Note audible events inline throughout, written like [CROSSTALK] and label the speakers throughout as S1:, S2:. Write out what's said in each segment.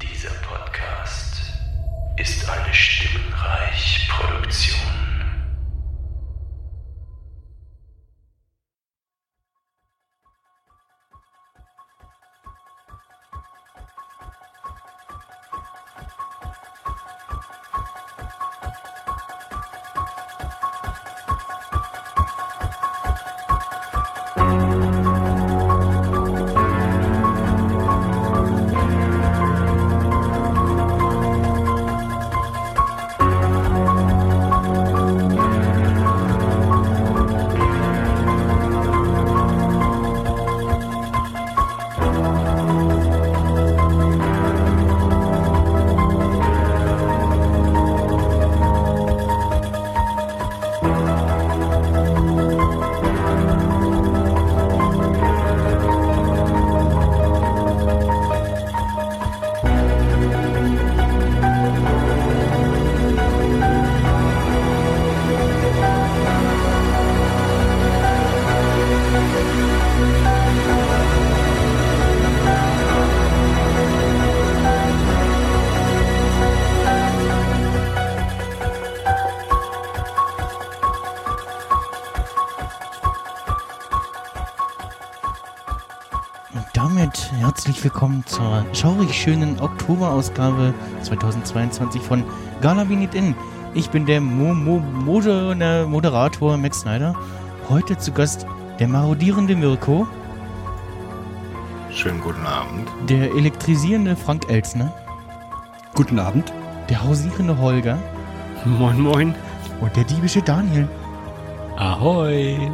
S1: Dieser Podcast ist eine Stimmenreich Produktion.
S2: Und damit herzlich willkommen zur schaurig schönen Oktoberausgabe 2022 von Gala Vinit In. Ich bin der Mo Mo Moder ne, Moderator Max Snyder. Heute zu Gast der marodierende Mirko,
S3: Schönen guten Abend.
S2: der elektrisierende Frank Elsner,
S4: Guten Abend.
S2: der hausierende Holger
S5: Moin, moin.
S2: und der diebische Daniel.
S5: Ahoi.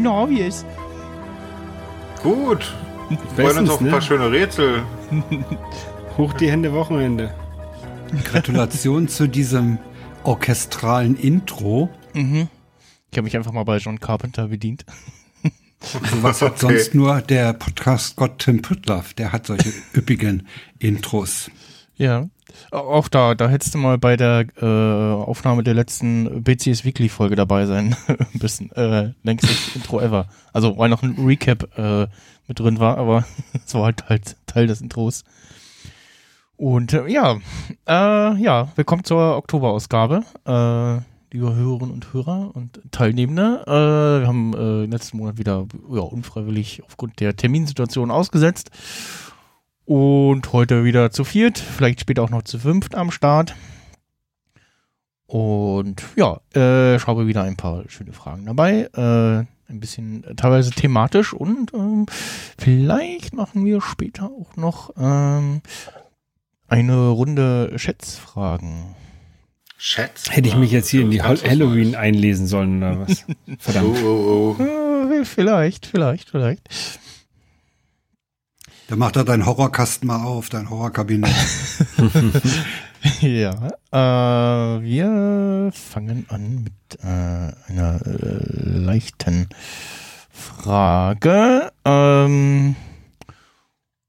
S2: Na, wie ist?
S3: Gut. Wir freuen uns auf ein paar schöne Rätsel.
S5: ne? Hoch die Hände Wochenende.
S4: Gratulation zu diesem orchestralen Intro.
S2: Mhm. Ich habe mich einfach mal bei John Carpenter bedient.
S4: Was
S3: [LAUGHS]
S4: hat sonst nur der Podcast-Gott Tim Püttlaff? Der hat [LAUGHS] solche üppigen Intros.
S2: Ja. Auch da, da hättest du mal bei der äh, Aufnahme der letzten BCS Weekly Folge dabei sein [LAUGHS] müssen. Äh, längstes Intro ever. Also, weil noch ein Recap äh, mit drin war, aber [LAUGHS] es war halt, halt Teil des Intros. Und äh, ja, äh, ja, willkommen zur Oktoberausgabe, äh, liebe Hörerinnen und Hörer und Teilnehmende. Äh, wir haben äh, letzten Monat wieder ja, unfreiwillig aufgrund der Terminsituation ausgesetzt. Und heute wieder zu viert, vielleicht später auch noch zu fünft am Start. Und ja, äh, ich habe wieder ein paar schöne Fragen dabei. Äh, ein bisschen äh, teilweise thematisch und ähm, vielleicht machen wir später auch noch ähm, eine Runde Schätzfragen.
S3: Schätz.
S5: Hätte ich mich jetzt hier in die
S3: Das ist
S5: Hall
S3: ganz was
S5: Halloween einlesen sollen oder
S3: [LAUGHS]
S5: was?
S3: Neues.
S5: Verdammt.
S2: [LAUGHS]
S3: Oh, oh, oh.
S2: Äh, vielleicht, vielleicht, vielleicht.
S4: Da macht er deinen Horrorkasten mal auf, dein [LAUGHS] Horrorkabinett.
S2: [LAUGHS] Ja, äh, wir fangen an mit äh, einer äh, leichten Frage. Ähm,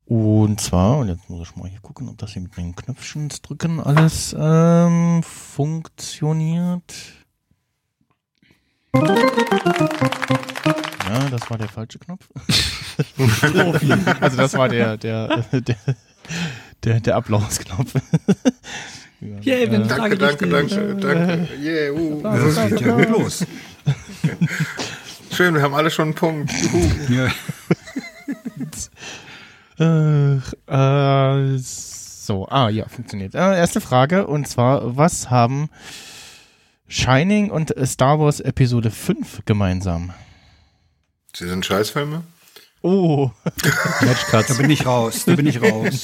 S2: und zwar, und jetzt muss ich mal hier gucken, ob das hier mit den Knöpfchen drücken alles ähm, funktioniert. Ja, das war der falsche Knopf. also das war der, der, [LAUGHS] der, der, der Applausknopf.
S5: Yay, wir haben
S2: Äh,
S3: Danke, danke, danke, danke. Yeah, uh.
S4: Das geht ja gut los.
S3: Schön, wir haben alle schon einen Punkt. Juhu.
S4: Ja.
S2: Ach, äh, so, ah ja, funktioniert. Äh, erste Frage und zwar, was haben Shining und Star Wars Episode 5 gemeinsam?
S3: Sie sind Scheißfilme?
S5: [LAUGHS]
S2: Oh,
S4: Da
S2: Matchcuts.
S4: bin ich raus. Da bin ich raus.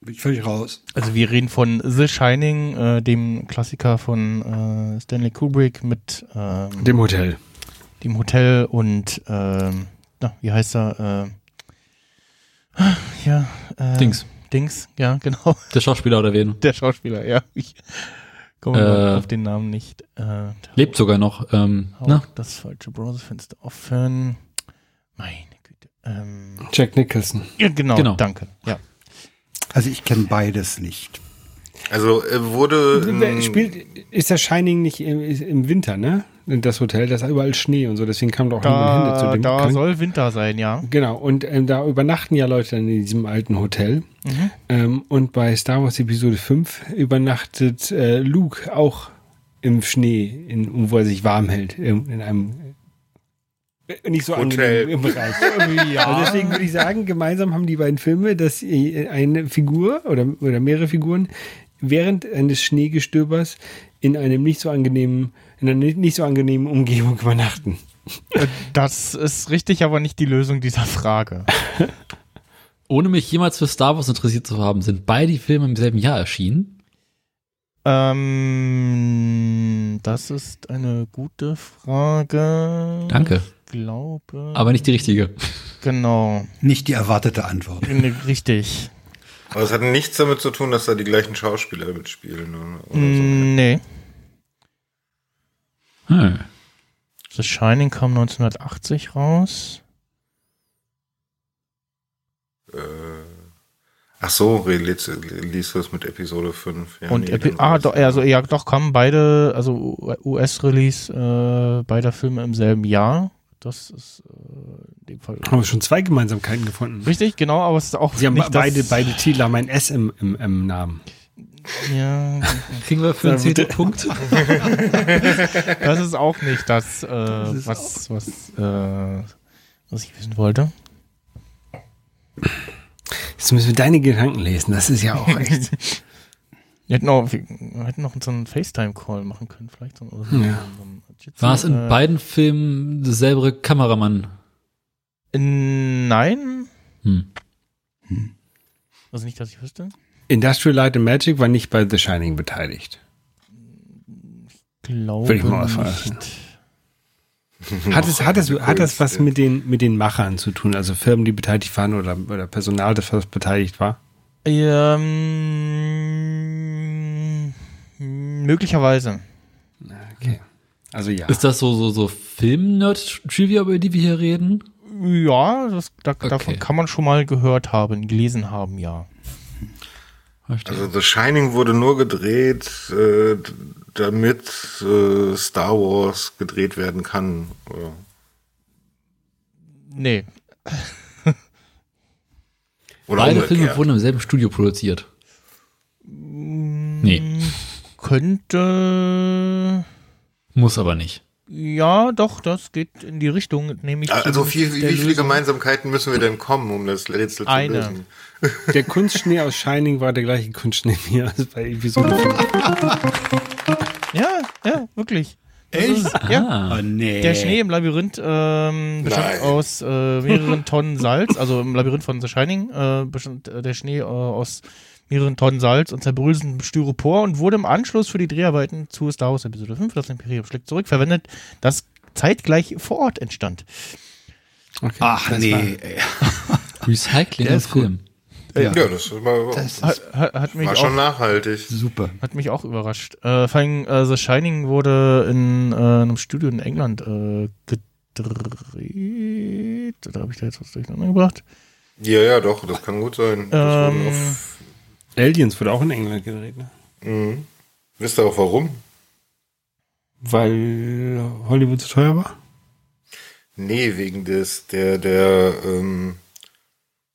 S4: Bin ich völlig raus.
S2: Also wir reden von The Shining, äh, dem Klassiker von äh, Stanley Kubrick mit ähm,
S5: Dem Hotel.
S2: dem Hotel und ähm, na, wie heißt er? Äh, ja, äh,
S6: Dings.
S2: Dings, ja, genau.
S6: Der Schauspieler oder wen?
S2: [LAUGHS] Der Schauspieler, ja. Ich komme
S6: Äh.
S2: auf den Namen nicht. Äh,
S6: Lebt sogar noch. Ähm,
S2: Auch
S6: na?
S2: das falsche Browserfenster offen. Meine Güte. Ähm,
S5: Jack Nicholson.
S2: ja, genau,
S6: Genau.
S2: danke. Ja.
S4: Also ich kenne beides nicht.
S3: Also äh, wurde. ähm,
S5: Spielt, ist der Shining nicht im, im Winter, ne? das Hotel, das ist überall Schnee und so, deswegen kamen doch Hand und Hände zu
S2: Da,
S5: dem
S2: da
S5: Krank-
S2: soll Winter sein, ja.
S5: Genau, und ähm, da übernachten ja Leute dann in diesem alten Hotel. Ähm, und bei Star Wars Episode 5 übernachtet äh, Luke auch im Schnee, in, wo er sich warm hält, in, in einem äh, nicht so
S3: Hotel.
S5: angenehm im Bereich. Also deswegen würde ich sagen, gemeinsam haben die beiden Filme, dass äh, eine Figur oder, oder mehrere Figuren während eines Schneegestöbers in einem nicht so angenehmen, in einer nicht so angenehmen Umgebung übernachten.
S2: Äh, Das ist richtig, aber nicht die Lösung dieser Frage.
S6: Ohne mich jemals für Star Wars interessiert zu haben, sind beide Filme im selben Jahr erschienen.
S2: Ähm, das ist eine gute Frage.
S6: Danke.
S2: Ich glaube.
S6: Aber nicht die richtige.
S2: Genau.
S4: Nicht die erwartete Antwort.
S2: Nee, Richtig.
S3: Aber es hat nichts damit zu tun, dass da die gleichen Schauspieler mitspielen. Oder oder
S2: Mm, Nee.
S6: Hm.
S2: The Shining kam 1980 raus.
S3: so. Äh, ach so, liest, liest du es mit Episode 5. Ja,
S2: und
S3: nee,
S2: Epi
S3: dann
S2: ah,
S3: war's.
S2: doch, also, ja, doch kamen beide, also US-Release äh, beider Filme im selben Jahr. Das ist äh, in dem Fall.
S5: Haben wir schon zwei Gemeinsamkeiten gefunden.
S2: Richtig, genau, aber es ist auch
S5: Sie haben
S2: nicht
S5: beide,
S2: das,
S5: beide Titel haben ein S im, im, im Namen.
S2: Ja,
S6: Kriegen wir für einen
S5: Sehr gut.
S6: zehnten Punkt?
S2: das ist auch nicht das,
S5: [LAUGHS]
S2: äh, was, was, äh, was ich wissen wollte.
S5: Jetzt müssen wir deine Gedanken lesen, das ist ja auch echt.
S2: Wir hätten, auch, wir hätten noch so einen FaceTime-Call machen können, vielleicht. So, oder so,
S5: Ja.
S2: so einen Jitsi,
S6: [LAUGHS] War es in
S2: äh,
S6: beiden Filmen derselbe Kameramann?
S2: Nein.
S6: Hm.
S2: Also nicht, dass ich wüsste.
S5: [LAUGHS] Industrial Light and Magic war nicht bei The Shining beteiligt.
S2: Glaube
S5: Würde ich mal fragen.
S2: nicht.
S5: Hat, es, hat, es, hat das was mit den, mit den Machern zu tun? Also Firmen, die beteiligt waren oder, oder Personal, das was beteiligt war?
S2: Ähm, möglicherweise.
S5: Okay. Also ja.
S6: Ist das so, so, so Film-Nerd-Trivia, über die wir hier reden?
S2: Ja, das, da,
S6: Okay.
S2: davon kann man schon mal gehört haben, gelesen haben, ja.
S6: Verstehe.
S3: Also The Shining wurde nur gedreht, äh, d- damit äh, Star Wars gedreht werden kann. äh, Oder?
S2: Nee,
S3: Oder
S6: Beide
S3: umgekehrt.
S6: Filme wurden im selben Studio produziert. Nee,
S2: könnte.
S6: muss aber nicht.
S2: Ja, doch, das geht in die Richtung, nämlich.
S3: Also viel,
S2: der
S3: wie viele
S2: Lösung.
S3: Gemeinsamkeiten müssen wir denn kommen, um das Rätsel zu
S2: Eine.
S3: lösen?
S5: Der Kunstschnee aus Shining war der gleiche Kunstschnee wie aus bei Episode 5.
S2: Ja, ja, wirklich. Echt? ja.
S4: Oh, nee.
S2: Der Schnee im Labyrinth ähm, bestand
S3: Nein.
S2: aus äh, mehreren Tonnen Salz, also im Labyrinth von The Shining äh, bestand äh, der Schnee äh, aus mehreren Tonnen Salz und zerbröselndem Styropor und wurde im Anschluss für die Dreharbeiten zu Star Wars Episode 5, das Imperium schlägt zurück, verwendet, das zeitgleich vor Ort entstand.
S5: Okay.
S4: Ach
S5: das war-
S4: nee, ey.
S6: Recycling
S4: Der
S6: im
S4: ist gut.
S6: Film.
S4: Ja,
S3: Ja, das war,
S4: das
S2: Hat,
S4: ist
S2: hat, hat mich
S3: war
S2: auch
S3: schon nachhaltig.
S4: super.
S2: Hat mich auch überrascht. Äh, vor allem äh, The Shining wurde in äh, einem Studio in England äh, gedreht. Da habe ich da jetzt was durcheinander gebracht.
S3: Ja, ja, doch, das kann gut sein. Das
S2: Ähm.
S3: wurde auf,
S5: Aliens wurde auch in England gedreht, ne?
S3: Mhm. Wisst ihr auch warum?
S5: Weil Hollywood zu teuer war?
S3: Nee, wegen des, der, der, ähm,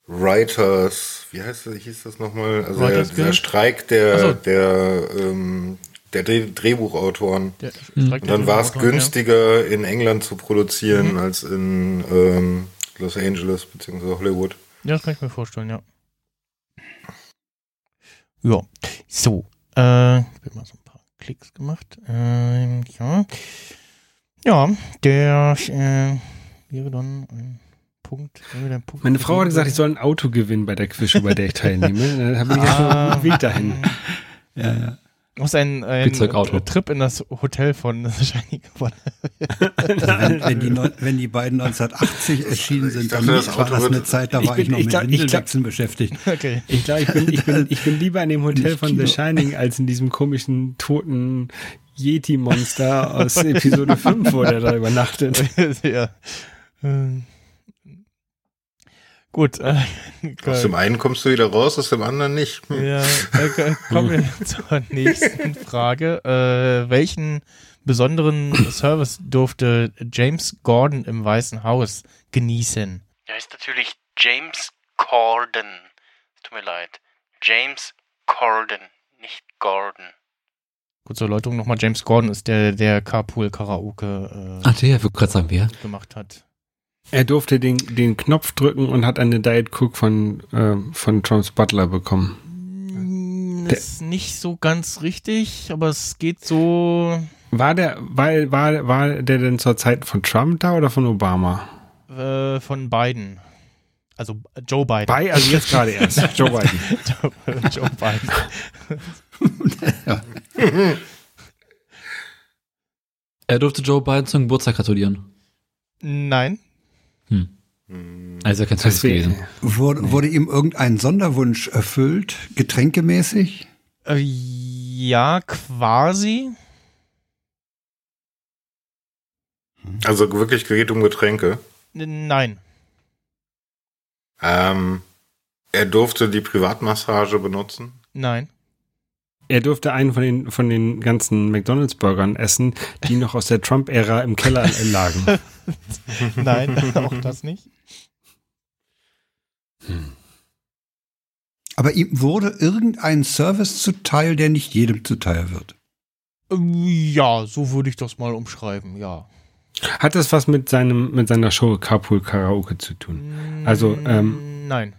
S3: Writers, wie heißt das, hieß das nochmal? Also der,
S2: Writers
S3: dieser
S2: Guild?
S3: Streik der,
S2: Ach so.
S3: der, ähm, der Dreh, Drehbuchautoren.
S2: Der
S3: Und dann war es günstiger, in England zu
S2: Mhm.
S3: produzieren, als in ähm, Los Angeles bzw. Hollywood.
S2: Ja. ja, das kann ich mir vorstellen, ja. Ja, so. Äh, ich habe mal so ein paar Klicks gemacht. Ähm, ja. Ja, der äh, wäre dann ein Punkt. Wäre dann ein Punkt
S5: Meine Frau hat gesagt, ich soll ein Auto gewinnen bei der Quizshow, bei der ich teilnehme. [LAUGHS] Dann habe ich jetzt schon einen guten
S2: [LAUGHS]
S5: Weg dahin.
S4: Ja, ja.
S2: muss ein, ein
S6: Spielzeugauto.
S2: Trip in das Hotel von Shiny gewonnen.
S4: Wenn, wenn, die, neun- wenn die beiden 1980 erschienen
S3: Ich
S4: sind,
S3: dachte,
S4: dann
S3: das
S4: war
S3: Auto
S4: das
S3: wird-
S4: eine Zeit, da
S5: Ich
S4: war
S5: bin-
S4: ich noch
S5: ich
S4: mit
S5: glaub- ich glaub-
S4: Windelwechseln beschäftigt.
S2: [LAUGHS] Okay.
S5: Ich glaube, ich bin, ich,
S4: [LAUGHS]
S5: bin, ich bin lieber in dem Hotel
S4: Nicht
S5: von The
S4: Kino.
S5: Shining als in diesem komischen, toten
S4: [LAUGHS]
S5: Yeti-Monster aus
S2: [LAUGHS]
S5: Episode 5, wo der da übernachtet.
S2: ja. Ähm. Gut. Äh,
S3: Aus dem einen kommst du wieder raus, aus dem anderen nicht. Hm.
S2: ja, äh, kommen wir zur nächsten Frage. Äh, welchen besonderen Service durfte James Gordon im Weißen Haus genießen?
S7: Er ist natürlich James Corden. Es Tut mir leid. James Corden, nicht Gordon.
S2: Gut zur Erläuterung nochmal, James Gordon ist der, der Carpool-Karaoke äh,
S6: Ach, der, ich würde gerade sagen, wer?
S2: gemacht hat.
S5: Er durfte den, den Knopf drücken und hat eine Diet Cook von, ähm, von Trumps Butler bekommen.
S2: Mm,
S5: Der-
S2: Ist nicht so ganz richtig, aber es geht so.
S5: War der, war, war, war der denn zur Zeit von Trump da oder von Obama?
S2: Äh, von Biden. Also äh, Joe Biden.
S5: Bei, also jetzt
S4: [LAUGHS]
S5: gerade erst. Joe Biden.
S2: Joe, [LAUGHS] Joe Biden.
S6: Er durfte Joe Biden zum Geburtstag gratulieren.
S2: Nein.
S3: Hm.
S6: Also kein Service gewesen.
S4: Wurde, wurde ihm irgendein Sonderwunsch erfüllt, getränkemäßig?
S2: Äh, ja, quasi.
S3: Also wirklich geht um Getränke.
S2: N- Nein.
S3: Ähm, er durfte die Privatmassage benutzen.
S5: [LAUGHS]
S2: Nein.
S5: Er durfte einen von den, von den ganzen McDonalds-Burgern essen, die noch aus der Trump-Ära im Keller lagen.
S2: [LAUGHS] Nein, [LAUGHS] auch das nicht.
S4: Aber ihm wurde irgendein Service zuteil, der nicht jedem zuteil wird.
S2: Ähm, Ja, so würde ich das mal umschreiben, ja.
S5: Hat das was mit, seinem, mit seiner Show Carpool Karaoke zu tun? Also, ähm,
S2: Mm, Nein.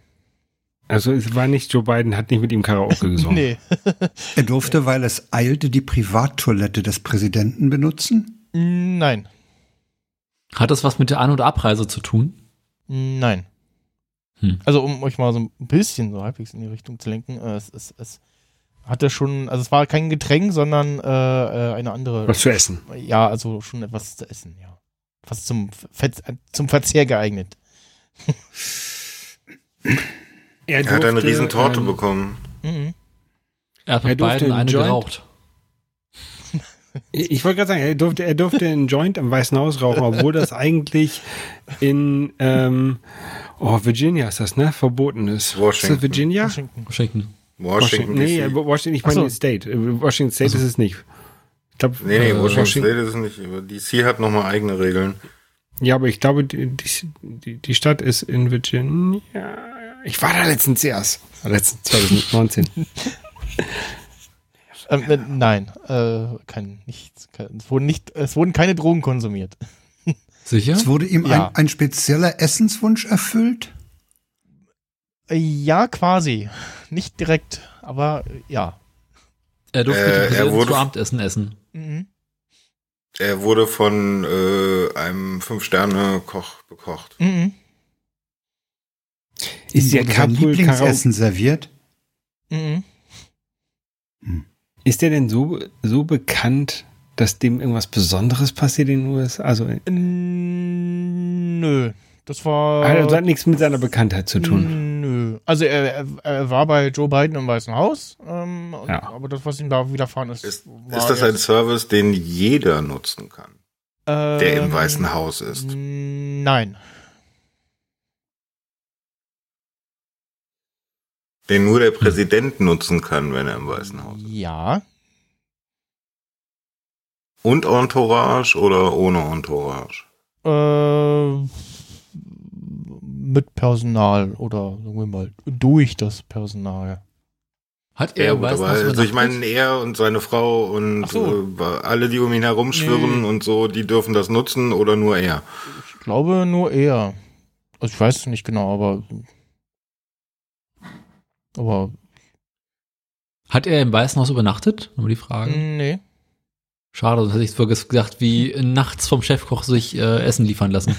S5: Also es war nicht Joe Biden, hat nicht mit ihm
S3: [LAUGHS]
S5: Karaoke
S2: [LAUGHS]
S5: gesungen.
S2: Nee.
S4: Er durfte, weil es eilte, die Privattoilette des Präsidenten benutzen.
S2: Mm, Nein.
S6: Hat das was mit der An- und Abreise zu tun?
S2: Nein.
S6: Hm.
S2: Also um euch mal so ein bisschen so halbwegs in die Richtung zu lenken, äh, es, es, es hatte schon, also es war kein Getränk, sondern äh, äh, eine andere.
S5: Was zu essen.
S2: Ja, also schon etwas zu essen, ja. Was zum, Ver- zum Verzehr geeignet.
S3: Er hat eine Riesentorte
S5: ähm,
S3: bekommen.
S2: Mhm.
S6: Er hat mit
S5: Er durfte
S6: beiden
S5: einen
S6: eine
S5: Joint-
S6: geraucht.
S5: Ich ich wollte gerade sagen, er durfte, er durfte einen Joint im Weißen Haus rauchen, obwohl das eigentlich in ähm, oh, Virginia ist das, ne? Verboten ist.
S3: Washington.
S5: Ist das Virginia?
S2: Washington.
S6: Washington.
S3: Washington,
S5: Nee, äh,
S3: DC.
S5: Washington, ich
S2: Ach
S5: meine
S2: so.
S5: den State. Äh, Washington State ist es nicht. Ich glaub,
S3: Nee, nee,
S5: äh,
S3: Washington State ist es nicht. aber DC hat nochmal eigene Regeln.
S5: Ja, aber ich glaube, die, die, die- die Stadt ist in Virginia. Ich war da letztens erst. Letztens [LAUGHS] 2019.
S2: Ähm, äh, nein, äh, kein, nicht, kein, es, wurden nicht, es wurden keine Drogen konsumiert.
S6: Sicher?
S4: Es wurde ihm
S2: Ja.
S4: ein, ein spezieller Essenswunsch erfüllt.
S2: Äh, ja, quasi. Nicht direkt, aber äh, ja.
S6: Er durfte
S3: Äh, er
S6: die Präsidenten
S3: wurde-
S6: zu Abendessen essen.
S2: Mhm.
S3: Er wurde von äh, einem Fünf-Sterne-Koch bekocht.
S2: Mhm.
S5: Ist
S4: ihm
S5: der
S4: wurde sein
S5: Carpool Karaoke.
S4: Lieblingsessen serviert.
S2: Mhm.
S5: Ist der denn so, so bekannt, dass dem irgendwas Besonderes passiert in den USA? Also,
S2: Äh, Nö, das war.
S5: also das hat nichts mit seiner Bekanntheit zu tun.
S2: Nö. Also er, er, er war bei Joe Biden im Weißen Haus, ähm, und,
S5: Ja.
S2: aber das, was ihm da widerfahren ist,
S3: Ist,
S2: war
S3: ist das ein
S2: jetzt,
S3: Service, den jeder nutzen kann, der im Weißen Haus ist?
S2: ähm, Nein.
S3: Den nur der Präsident nutzen kann, wenn er im Weißen Haus ist.
S2: Ja.
S3: Und Entourage oder ohne Entourage?
S2: Äh, mit Personal oder sagen wir mal durch das Personal.
S6: Hat
S3: Ja,
S6: er im
S3: gut,
S6: Weißen
S3: aber
S6: Haus
S3: also ich
S6: übernachtet?
S3: meine, er und seine Frau und
S2: Ach so.
S3: äh, alle, die um ihn herumschwirren
S2: Nee.
S3: und so, die dürfen das nutzen oder nur er.
S2: Ich glaube nur er. Also ich weiß es nicht genau, aber aber
S6: Hat er im Weißen Haus übernachtet? Nur die Frage.
S2: nee.
S6: Schade, sonst hätte ich es gesagt, wie nachts vom Chefkoch sich äh, Essen liefern lassen.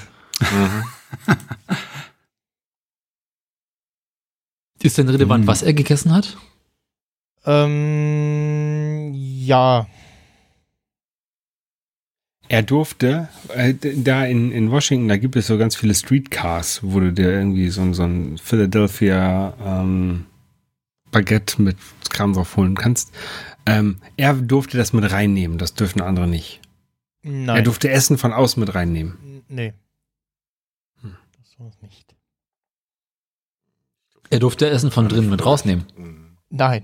S6: Ist denn relevant,
S4: Hm.
S6: was er gegessen hat?
S2: Ähm, ja.
S5: Er durfte, äh, d- da in, in Washington, da gibt es so ganz viele Streetcars, wo du dir irgendwie so, ein- so ein Philadelphia ähm, Baguette mit Kram drauf holen kannst. Ähm, er durfte das mit reinnehmen, das dürfen andere nicht.
S2: Nein.
S5: Er durfte Essen von außen mit reinnehmen.
S2: N- Nee. Das war es nicht.
S6: Er durfte Essen von drinnen mit rausnehmen.
S3: Mhm.
S2: Nein.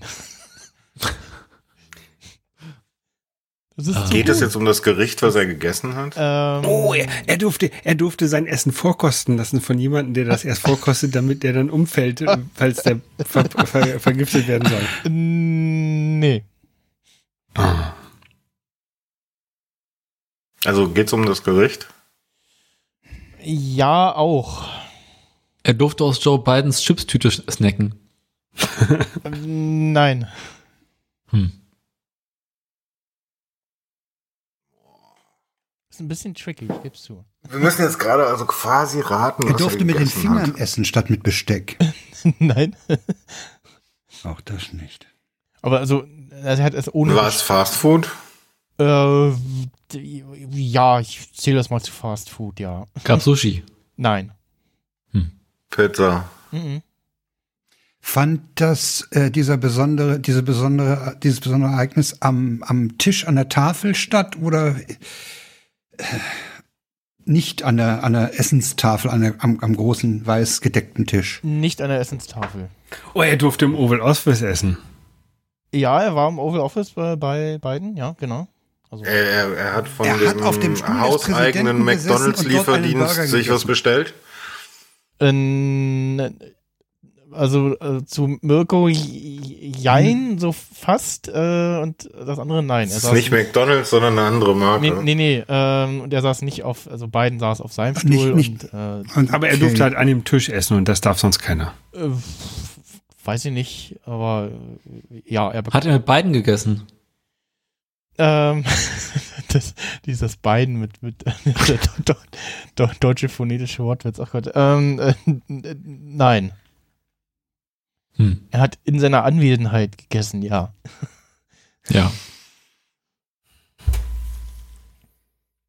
S2: Das ist zu
S3: Geht es
S4: Mhm.
S2: gut.
S3: jetzt um das Gericht, was er gegessen hat?
S4: Äh.
S2: Ähm,
S5: Oh, er, er, durfte, er durfte sein Essen vorkosten lassen von jemandem, der das erst vorkostet, damit der dann umfällt, falls der ver, ver, vergiftet werden soll.
S2: nee.
S3: Also geht es um das Gericht?
S2: Ja, auch.
S6: Er durfte aus Joe Bidens Chipstüte snacken.
S2: Ähm, Nein.
S6: Hm.
S2: Ist ein bisschen tricky, ich geb's zu.
S3: Wir müssen jetzt gerade also quasi raten.
S4: Er
S3: was
S4: durfte mit den
S3: gegessen
S4: Fingern
S3: Hat.
S4: essen statt mit [LAUGHS] Besteck.
S2: [LAUGHS] Nein.
S4: Auch das nicht.
S2: Aber also, also er hat es ohne.
S3: War es Fast Food?
S2: Äh, d- ja, ich zähle das mal zu Fast Food, ja.
S6: Gab Sushi.
S2: Nein.
S3: Pizza.
S2: Mhm.
S4: Fand das äh, dieser besondere, diese besondere, dieses besondere Ereignis am, am Tisch an der Tafel statt oder äh, nicht an der, an der Essenstafel, an der, am, am großen weiß gedeckten Tisch?
S2: Nicht an der Essenstafel.
S5: [LAUGHS] Oh, er durfte im Oval Office essen.
S2: Ja, er war im Oval Office bei, bei beiden, ja, genau. Also,
S3: Er, er, er hat von
S4: Er
S3: dem,
S4: hat auf dem Stuhl des Präsidenten gesessen
S3: hauseigenen McDonalds
S4: und dort einen
S3: Lieferdienst
S4: Burger
S3: sich was
S4: gegessen.
S3: bestellt.
S2: ähm, also äh, zu Mirko j- j- Jein, so fast, äh, und das andere nein.
S3: Es
S2: Er
S3: ist
S2: saß
S3: nicht McDonalds, sondern eine andere Marke.
S2: Nee, nee, nee. Ähm, und er saß nicht auf, also beiden saß auf seinem
S4: Ach,
S2: Stuhl
S4: nicht-
S2: und äh,
S4: Und-
S5: Aber er
S4: okay.
S5: durfte halt an dem Tisch essen und das darf sonst keiner.
S2: äh, weiß ich nicht, aber äh, ja, er
S6: Hat er mit beiden gegessen?
S2: Ähm, [LAUGHS] das, dieses Beiden mit, mit [LAUGHS] der do, do, do, deutsche phonetische Wortwitz, ach Gott. Ähm, äh, äh, nein,
S6: Hm.
S2: er hat in seiner Anwesenheit gegessen, ja.
S6: Ja.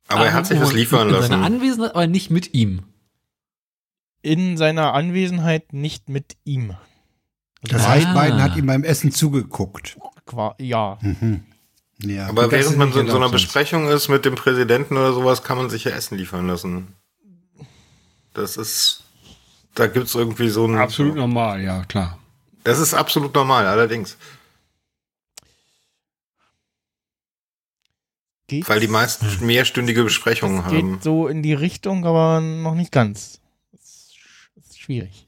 S3: Aber er hat sich das liefern
S6: in Seine
S3: lassen.
S6: Anwesenheit, aber nicht mit ihm.
S2: In seiner Anwesenheit nicht mit ihm.
S4: Das heißt,
S6: Ah.
S4: Biden hat ihm beim Essen zugeguckt.
S2: Qua ja,
S4: Mhm. Ja,
S3: Aber
S4: gut, das
S3: während
S4: ist
S3: man
S4: nicht
S3: so in so einer
S4: erlaubt sonst.
S3: Besprechung ist mit dem Präsidenten oder sowas, kann man sich ja Essen liefern lassen. Das ist. Da gibt es irgendwie so ein.
S5: Absolut normal, ja, klar.
S3: Das ist absolut normal, allerdings.
S2: geht,
S3: Weil die meisten mehrstündige Besprechungen
S2: das Hm. geht
S3: haben.
S2: so in die Richtung, aber noch nicht ganz. Das ist sch- das ist schwierig.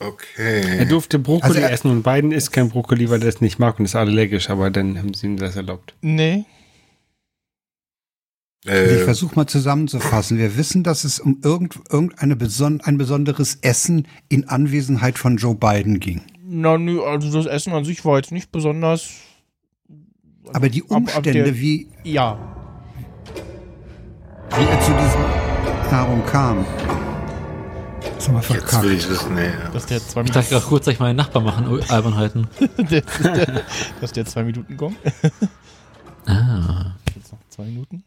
S5: Er
S3: Okay.
S5: durfte Brokkoli
S4: Also er-
S5: essen und Biden isst kein Brokkoli, weil er es nicht mag und ist allergisch, aber dann haben sie ihm das erlaubt.
S2: Nee,
S4: Also ich
S3: Äh,
S4: versuche mal zusammenzufassen. Wir wissen, dass es um irgend, irgendeine beson ein besonderes Essen in Anwesenheit von Joe Biden ging.
S2: na nö, also das Essen an sich war jetzt nicht besonders,
S4: Aber die
S2: ab- ab
S4: Umstände,
S2: der-
S4: wie,
S2: ja.
S4: wie er zu diesem Nahrung kam. Das haben wir
S3: jetzt will
S4: verkackt.
S3: ich wissen, nee. ja.
S2: Dass der zwei
S6: Ich dachte gerade
S2: Minuten,
S6: kurz, dass ich meine Nachbarn machen oh, U- Albernheiten.
S2: [LAUGHS] dass der zwei Minuten Gong.
S6: Ah.
S2: [LAUGHS] Jetzt noch zwei Minuten,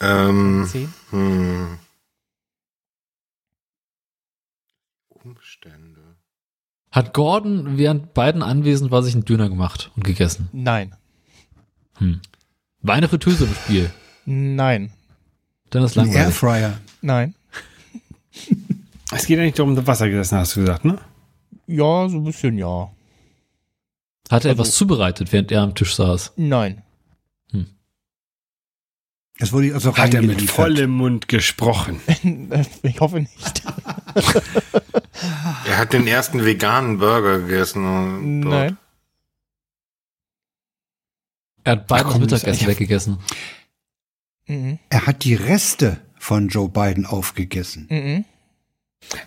S3: Ähm,
S2: zehn.
S3: hm. Umstände.
S6: Hat Gordon, während Biden anwesend war, sich einen Döner gemacht und gegessen?
S2: Nein,
S6: Hm. War eine Fritteuse im Spiel?
S2: nein,
S6: Dann ist
S4: Ein
S6: langweilig.
S4: Airfryer.
S2: nein.
S5: Es geht ja nicht darum, dass Wasser gesessen hast du gesagt, ne?
S2: Ja, so ein bisschen ja.
S6: Hat er etwas zubereitet, während er am Tisch saß?
S2: Nein, [LAUGHS]
S4: Das wurde also
S5: Hat er mit
S4: reingeliefert.
S5: vollem Mund gesprochen.
S2: ich hoffe nicht.
S3: Er hat den ersten veganen Burger gegessen. und dort-
S2: Nein,
S6: Er hat
S5: Ach
S6: Bidens
S5: komm, das-
S6: Mittagessen
S5: ich-
S6: weggegessen.
S2: mhm.
S4: Er hat die Reste von Joe Biden aufgegessen.
S2: Mhm.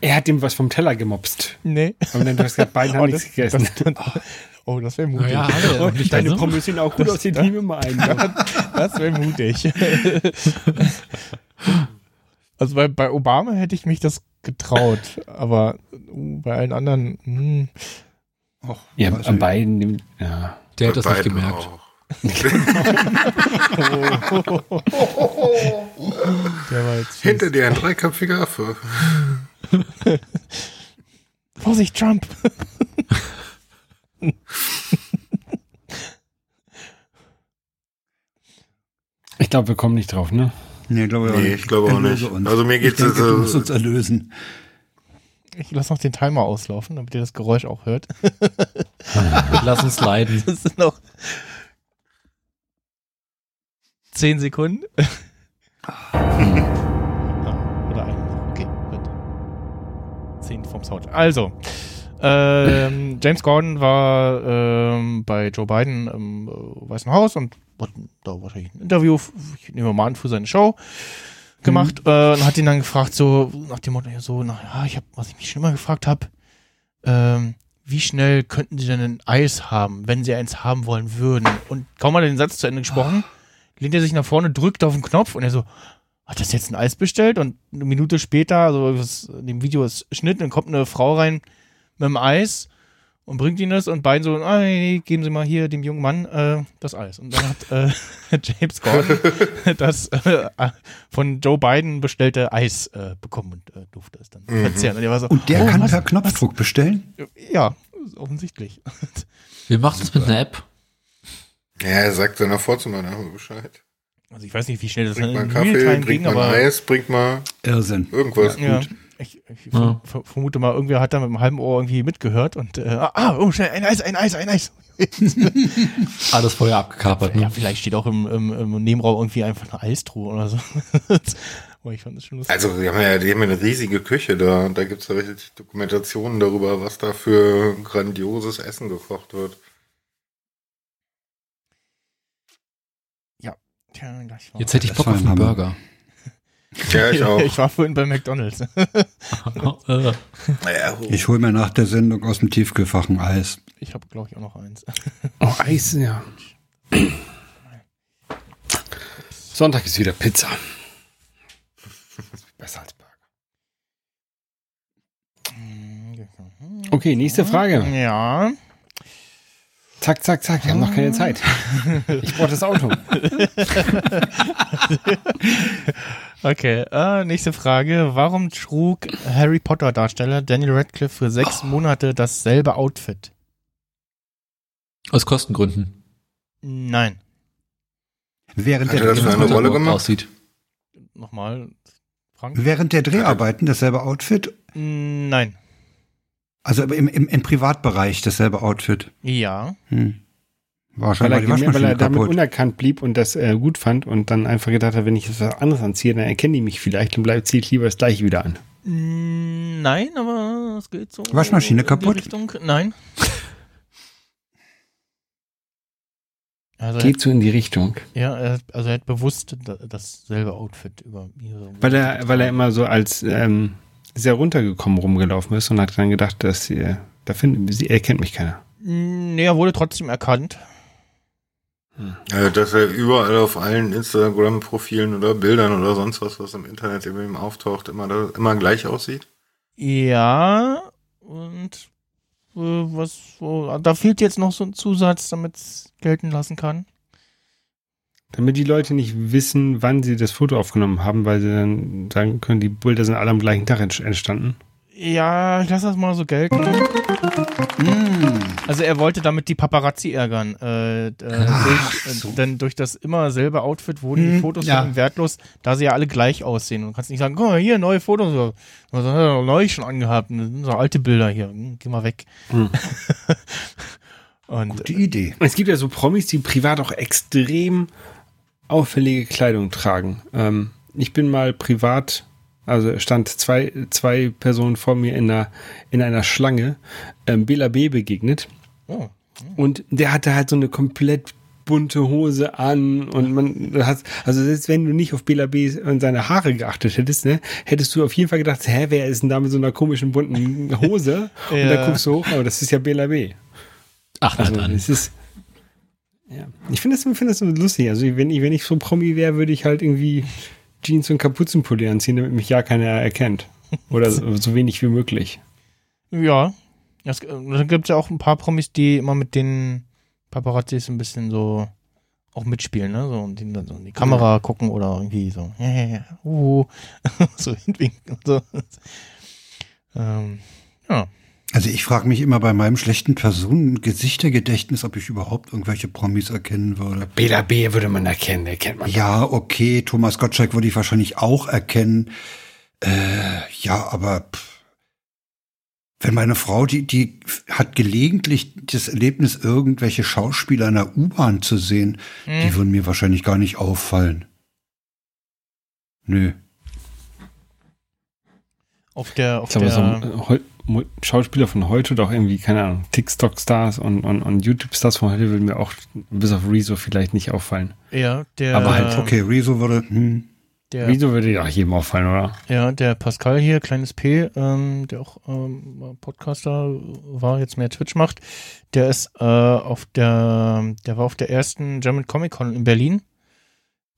S5: Er hat ihm was vom Teller gemopst.
S2: nee.
S5: Und dann du hast gesagt, [LAUGHS] Biden hat nichts gegessen.
S2: Oh, das, [LAUGHS] oh, das wäre mutig.
S6: Naja, hat
S5: [LAUGHS]
S6: er
S2: Oh,
S6: auch nicht
S2: deine
S6: mehr so.
S2: Pommes,
S5: sehen auch gut aus, die nehmen immer
S2: [LAUGHS]
S5: ein. ne? [LAUGHS]
S2: das wäre mutig. [LAUGHS] also bei, bei Obama hätte ich mich das getraut, aber uh, bei allen anderen, hm.
S4: Och,
S5: Ja,
S4: also-
S5: an beiden nimmt. Ja.
S6: Der hat das nicht
S3: Beiden
S6: gemerkt.
S3: auch.
S2: der war jetzt
S3: Hinter dir ein dreiköpfiger Affe.
S2: Vorsicht, Trump!
S5: Ich glaube, wir kommen nicht drauf, ne?
S4: Nee, glaube ich auch
S3: Nee,
S4: nicht.
S3: ich glaube auch
S4: Erlöse
S3: nicht.
S4: Uns.
S3: Also mir geht's
S4: ich denke,
S3: jetzt,
S4: du
S3: äh,
S4: musst uns erlösen.
S2: Ich lasse noch den Timer auslaufen, damit ihr das Geräusch auch hört.
S6: [LAUGHS] Lass uns leiden.
S2: [LAUGHS] Das sind noch zehn Sekunden. [LAUGHS] ja, Ah. oder eine noch. Okay, gut. Zehn vom Sound. Also, ähm, James Gordon war ähm, bei Joe Biden im äh, Weißen Haus und hat da wahrscheinlich ein Interview, f- ich nehme mal an, für seine Show gemacht äh, und hat ihn dann gefragt, so nach dem Motto, so, na, ja, ich hab, was ich mich schon immer gefragt habe, ähm, wie schnell könnten sie denn ein Eis haben, wenn sie eins haben wollen würden? Und kaum hat er den Satz zu Ende gesprochen, lehnt er sich nach vorne, drückt auf den Knopf und er so, hat das jetzt ein Eis bestellt? Und eine Minute später, also das, in dem Video ist Schnitt, dann kommt eine Frau rein mit dem Eis und bringt ihnen das und beiden so, ah, nee, nee, geben Sie mal hier dem jungen Mann äh, das Eis. Und dann hat äh, [LAUGHS] James Gordon das äh, von Joe Biden bestellte Eis äh, bekommen und äh, durfte es dann verzehren. Und, er war so,
S4: Und der
S2: oh,
S4: kann
S2: was?
S4: per Knopfdruck bestellen?
S2: Ja, offensichtlich. [LAUGHS]
S6: Wir machen das mit einer App.
S3: Ja, er sagt seiner Vorzimmern haben Bescheid.
S2: Also ich weiß nicht, wie schnell das
S3: Bringt
S2: in
S3: mal einen Kaffee,
S2: Realtime ging,
S3: bringt mal
S2: aber
S3: ein Eis, bringt mal
S4: Irrsinn.
S3: irgendwas.
S2: ja, ich, ich
S6: Ja.
S2: ver- vermute mal, irgendwer hat da mit einem halben Ohr irgendwie mitgehört und äh, ah, oh, schnell, ein Eis, ein Eis, ein Eis.
S6: Alles vorher abgekapert.
S2: Ja,
S6: Ne?
S2: vielleicht steht auch im, im, im Nebenraum irgendwie einfach eine Eistruhe oder so. [LAUGHS] aber ich fand das schon lustig.
S3: Also, die haben ja die haben ja eine riesige Küche da. Da gibt's ja richtig Dokumentationen darüber, was da für grandioses Essen gekocht wird.
S2: Tja, gleich war-
S6: Jetzt hätte ich
S4: Das
S6: Bock
S4: war
S6: auf
S4: ein
S6: einen
S4: Hammer.
S6: Burger.
S4: [LAUGHS]
S3: Ja, ich auch.
S2: ich war vorhin bei McDonalds. [LAUGHS]
S6: Äh,
S3: Naja, oh.
S4: Ich hole mir nach der Sendung aus dem Tiefkühlfach ein Eis.
S2: Ich habe, glaube ich, auch noch eins.
S5: Oh, Eis, ja. Sonntag ist wieder Pizza. [LAUGHS] Besser als Burger. Okay, nächste Frage.
S2: Ja. [LAUGHS]
S5: Zack, zack, zack. Wir haben noch keine Zeit. Ich brauche das [LAUGHS] Auto.
S2: Okay, äh, nächste Frage. Warum trug Harry Potter-Darsteller Daniel Radcliffe für sechs Monate dasselbe Outfit?
S6: [LAUGHS] aus Kostengründen.
S2: Nein.
S4: Während
S3: Hat
S4: der,
S3: er das für
S4: Dreh
S3: eine Rolle gemacht?
S6: Aussieht.
S2: Nochmal, Frank?
S4: während der Dreharbeiten dasselbe Outfit?
S2: Nein.
S4: Also im, im, im Privatbereich dasselbe Outfit.
S2: Ja.
S4: Hm.
S5: Weil er,
S4: Wahrscheinlich
S5: gemerkt- weil er damit
S4: kaputt.
S5: unerkannt blieb und das äh, gut fand und dann einfach gedacht hat, wenn ich das anders anziehe, dann erkennen die mich vielleicht und bleibt ziehe ich lieber das gleiche wieder an.
S2: Mm, Nein, aber es geht so.
S4: Waschmaschine
S2: in die
S4: kaputt?
S2: Richtung. Nein. Also, er-
S5: Geht so in die Richtung.
S2: ja, er, also er hat bewusst da- dasselbe Outfit über ihre.
S5: Weil er, weil er immer so als ähm, sehr runtergekommen rumgelaufen ist und hat dann gedacht, dass sie, da finden, sie erkennt mich keiner.
S2: Mm, Nee, er wurde trotzdem erkannt.
S3: Äh, Dass er überall auf allen Instagram-Profilen oder Bildern oder sonst was, was im Internet über ihm auftaucht, immer, da- immer gleich aussieht.
S2: Ja, und äh, was so, da fehlt jetzt noch so ein Zusatz, damit es gelten lassen kann.
S5: Damit die Leute nicht wissen, wann sie das Foto aufgenommen haben, weil sie dann sagen können, die Bilder sind alle am gleichen Tag ent- entstanden.
S2: Ja, ich lasse das mal so gelten.
S4: Hm.
S2: Also er wollte damit die Paparazzi ärgern. Äh, d- äh, durch, äh, Denn durch das immer selbe Outfit wurden die
S4: Hm,
S2: Fotos
S4: ja.
S2: von ihm wertlos, da sie ja alle gleich aussehen. Und du kannst nicht sagen, guck mal, hier, neue Fotos. So, Was hat er doch neulich schon angehabt? Das sind so alte Bilder hier. Hm, Geh mal weg. [LAUGHS] Und
S4: Gute Idee.
S5: Es gibt ja so Promis, die privat auch extrem auffällige Kleidung tragen. Ähm, ich bin mal privat, also stand zwei, zwei Personen vor mir in einer, in einer Schlange, ähm, Bela B. begegnet.
S2: Oh.
S5: Und der hatte halt so eine komplett bunte Hose an und man hat, also selbst wenn du nicht auf Bela B. und seine Haare geachtet hättest, ne, hättest du auf jeden Fall gedacht, hä, wer ist denn da mit so einer komischen bunten Hose? Und
S2: Ja.
S5: dann guckst du hoch, aber das ist ja Bela B.
S6: Ach, na
S5: Also
S6: dann.
S5: es ist. Ja. Ich finde das, ich find das so lustig. Also wenn ich, wenn ich so Promi wäre, würde ich halt irgendwie Jeans und Kapuzenpulli anziehen, damit mich ja keiner erkennt. Oder so, so wenig wie möglich.
S2: ja, es, äh, dann gibt es ja auch ein paar Promis, die immer mit den Paparazzis ein bisschen so auch mitspielen, ne? So und die dann so in die Kamera gucken oder irgendwie so, [LAUGHS] ja, ja, ja, uh, [LAUGHS] so hinwinken und so. Ähm, ja.
S4: Also ich frage mich immer bei meinem schlechten Personengesichtergedächtnis, ob ich überhaupt irgendwelche Promis erkennen würde.
S5: Bela B würde man erkennen, erkennt man.
S4: Ja, okay, Thomas Gottschalk würde ich wahrscheinlich auch erkennen. Äh, ja, aber pff, Wenn meine Frau, die, die hat gelegentlich das Erlebnis, irgendwelche Schauspieler in der U-Bahn zu sehen,
S5: Hm.
S4: die würden mir wahrscheinlich gar nicht auffallen. Nö.
S2: Auf der, auf
S5: Ich glaube,
S2: der
S5: so äh, heu- Mu- Schauspieler von heute oder auch irgendwie, keine Ahnung, TikTok-Stars und, und, und YouTube-Stars von heute würden mir auch bis auf Rezo vielleicht nicht auffallen.
S2: ja, der,
S5: aber halt,
S4: Okay, Rezo würde, hm,
S2: der,
S5: Rezo würde ja auch jedem auffallen, oder?
S2: ja, der Pascal hier, kleines P, ähm, der auch ähm, Podcaster war, jetzt mehr Twitch macht, der ist äh, auf der, der war auf der ersten German Comic Con in Berlin.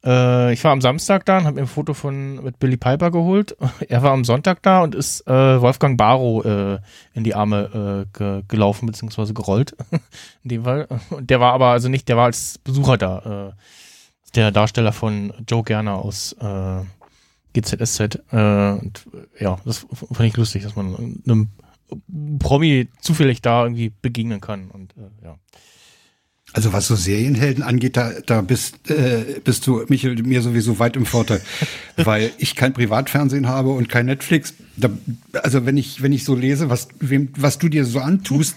S2: Äh, ich war am Samstag da und habe mir ein Foto von mit Billy Piper geholt. [LAUGHS] Er war am Sonntag da und ist äh, Wolfgang Barrow äh, in die Arme äh, ge gelaufen bzw. gerollt. [LAUGHS] in dem Fall. Und der war aber also nicht, der war als Besucher da. Äh, der Darsteller von Joe Gerner aus äh, GZSZ. Äh, und, äh, ja, das f- fand ich lustig, dass man einem Promi zufällig da irgendwie begegnen kann. Und äh, ja.
S4: Also was so Serienhelden angeht, da, da bist, äh, bist du, Michel, mir sowieso weit im Vorteil, weil ich kein Privatfernsehen habe und kein Netflix. Da, also wenn ich, wenn ich so lese, was, wem, was du dir so antust,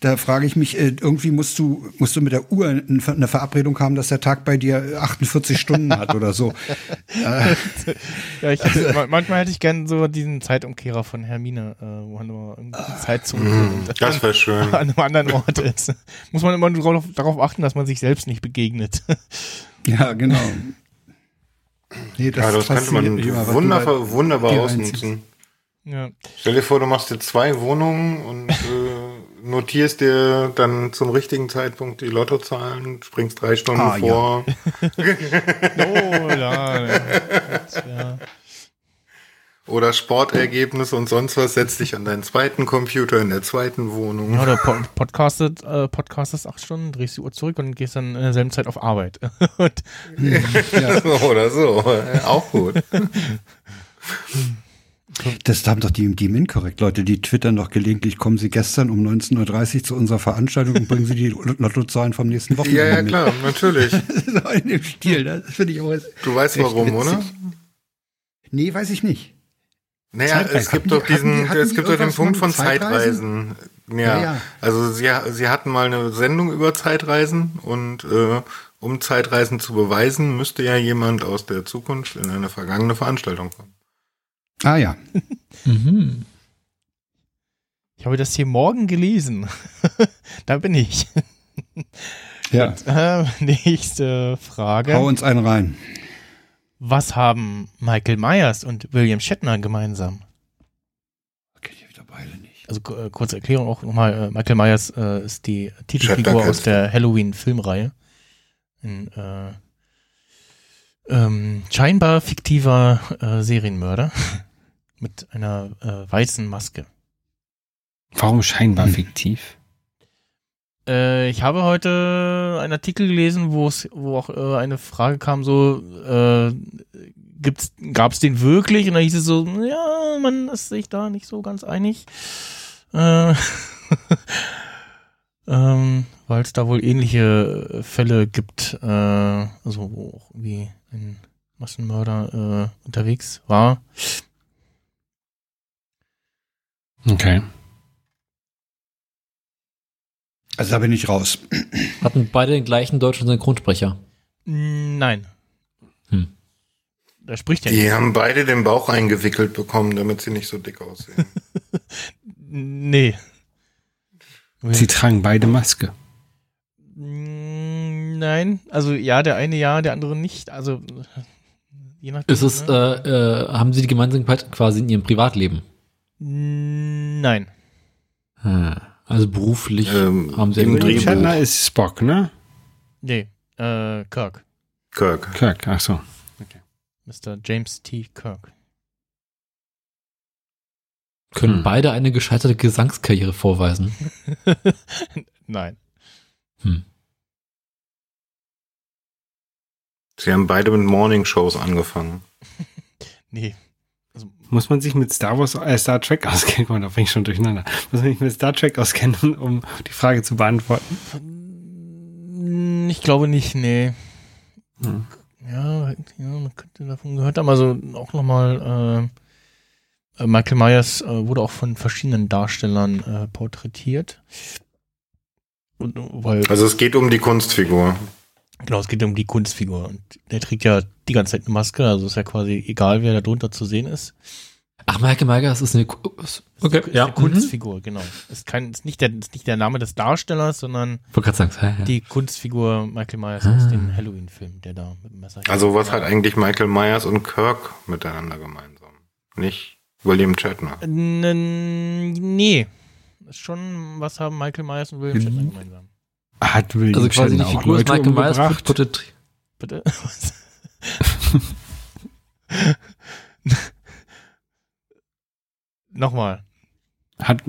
S4: da frage ich mich, äh, irgendwie musst du, musst du mit der Uhr ein- eine Verabredung haben, dass der Tag bei dir 48 Stunden hat oder so.
S2: Ja, ich hätte, ma- manchmal hätte ich gern so diesen Zeitumkehrer von Hermine, äh, wo man immer irgendwie die Zeit zum
S3: Ah. Mhm. Das wäre schön.
S2: an einem anderen Ort ist. Muss man immer nur darauf, darauf achten, dass man sich selbst nicht begegnet. [LAUGHS]
S4: Ja, genau. Nee,
S3: Ja, das könnte man
S4: fasziniert mich immer, was du
S3: wunderbar, wunderbar
S4: dir
S3: ausnutzen.
S2: ja.
S3: Stell dir vor, du machst dir zwei Wohnungen und äh, notierst dir dann zum richtigen Zeitpunkt die Lottozahlen, springst drei Stunden
S4: Ah, ja.
S3: vor.
S2: Oh, ja, ja.
S3: Oder Sportergebnis und sonst was, setzt dich an deinen zweiten Computer in der zweiten Wohnung.
S2: Ja, oder po podcastet, äh, podcastest acht Stunden, drehst die Uhr zurück und gehst dann in derselben Zeit auf Arbeit. [LAUGHS] und
S3: [LAUGHS] oder so. Äh, Auch gut.
S4: Das haben doch die, die Minkorrekt Leute, die twittern doch gelegentlich, kommen sie gestern um 19.30 Uhr zu unserer Veranstaltung und bringen sie die Lottozahlen vom nächsten Wochenende
S3: Ja, ja,
S4: mit.
S3: klar,
S4: [LAUGHS]
S3: natürlich.
S4: so in dem Stil, ne? das finde ich auch.
S3: Du weißt
S4: Echt
S3: warum,
S4: witzig.
S3: oder?
S4: Nee, weiß ich nicht.
S3: Naja,
S4: Zeitreisen.
S3: es gibt
S4: Hatten
S3: doch
S4: die- hatten
S3: diesen,
S4: die- hatten
S3: es
S4: die
S3: gibt doch den
S4: irgendwas
S3: Punkt
S4: mit
S3: von
S4: Zeitreisen?
S3: Zeitreisen. Ja,
S4: Ja, ja.
S3: also sie, sie hatten mal eine Sendung über Zeitreisen und äh, um Zeitreisen zu beweisen, müsste ja jemand aus der Zukunft in eine vergangene Veranstaltung kommen.
S4: Ah ja.
S6: Mhm.
S2: ich habe das hier morgen gelesen. [LAUGHS] da bin ich. [LAUGHS]
S4: ja.
S2: Äh, nächste Frage.
S4: Hau uns einen rein.
S2: Was haben Michael Myers und William Shatner gemeinsam?
S4: Okay, die wieder beide nicht.
S2: Also ku- äh, kurze Erklärung auch nochmal. Äh, Michael Myers äh, ist die Titelfigur
S3: Shatner
S2: aus der Halloween-Filmreihe. Ein äh, ähm, scheinbar fiktiver äh, Serienmörder [LAUGHS] mit einer äh, weißen Maske.
S5: Warum scheinbar fiktiv?
S2: Äh, ich habe heute einen Artikel gelesen, wo es, wo auch äh, eine Frage kam, so äh, gibt's, gab's den wirklich? Und da hieß es so, ja, man ist sich da nicht so ganz einig, äh, [LAUGHS] ähm, weil es da wohl ähnliche äh, Fälle gibt, äh, also wo auch irgendwie ein Massenmörder äh, unterwegs war.
S5: Okay.
S4: Also da bin ich raus.
S6: Hatten beide den gleichen deutschen Synchronsprecher.
S2: Mm, Nein.
S6: Hm.
S2: Da spricht ja
S3: Die haben beide den Bauch eingewickelt bekommen, damit sie nicht so dick aussehen.
S2: Nee.
S5: Sie tragen beide Maske.
S2: Mm, Nein, also ja, der eine ja, der andere nicht. Also je nachdem.
S6: Ist es, äh,
S2: ne?
S6: äh, haben sie die Gemeinsamkeit quasi in ihrem Privatleben?
S2: Mm, Nein.
S6: Hm. Also beruflich
S3: Ähm,
S6: haben sie
S3: im
S6: ein
S5: William
S3: Drehbuch.
S5: Shatner ist Spock, ne?
S2: Nee. Äh, Kirk.
S3: Kirk.
S5: Kirk, ach so.
S2: Mr. James T. Kirk. [LAUGHS]
S6: Können
S5: Hm.
S6: beide eine gescheiterte Gesangskarriere vorweisen?
S2: Nein.
S6: Hm.
S3: Sie haben beide mit Morning-Shows angefangen.
S2: Nee. Also,
S5: Muss man sich mit Star Wars, äh, Star Trek [LAUGHS] auskennen? Guck mal, da bringe ich schon durcheinander. Muss man sich mit Star Trek auskennen, um die Frage zu beantworten?
S2: mm, ich glaube nicht, nee.
S5: Hm.
S2: Ja, ja, man könnte davon gehört haben. Also auch nochmal, Äh, Michael Myers äh, wurde auch von verschiedenen Darstellern äh, porträtiert. Und, äh, weil,
S3: Also es geht um die Kunstfigur.
S2: genau, es geht um die Kunstfigur. Und der trägt ja die ganze Zeit eine Maske, also ist ja quasi egal, wer da drunter zu sehen ist.
S6: Ach, Michael Myers ist eine. Ku- ist- Okay,
S2: ist
S6: ja.
S2: eine
S6: Kunst. Mhm.
S2: Kunstfigur, genau. Ist, kein, ist, nicht der, ist nicht der Name des Darstellers, sondern
S6: Wollte gerade sagen, ja, ja.
S2: Mhm. die Kunstfigur Michael Myers aus
S6: Ah.
S2: dem Halloween-Film, der da mit dem Messer
S3: Also was hat eigentlich Michael Myers und Kirk miteinander gemeinsam? Nicht William
S2: [LAUGHS]
S3: Shatner.
S2: N- Nee. Ist schon, was haben Michael Myers und
S6: Mhm.
S2: William Shatner gemeinsam?
S5: Hat William
S6: also quasi die
S5: Shatner auch
S6: Figur ist
S5: Leute
S6: Michael Myers
S5: umgebracht?
S6: porträtiert. [LAUGHS]
S2: Bitte? [LAUGHS] Was? Nochmal.
S5: Hat,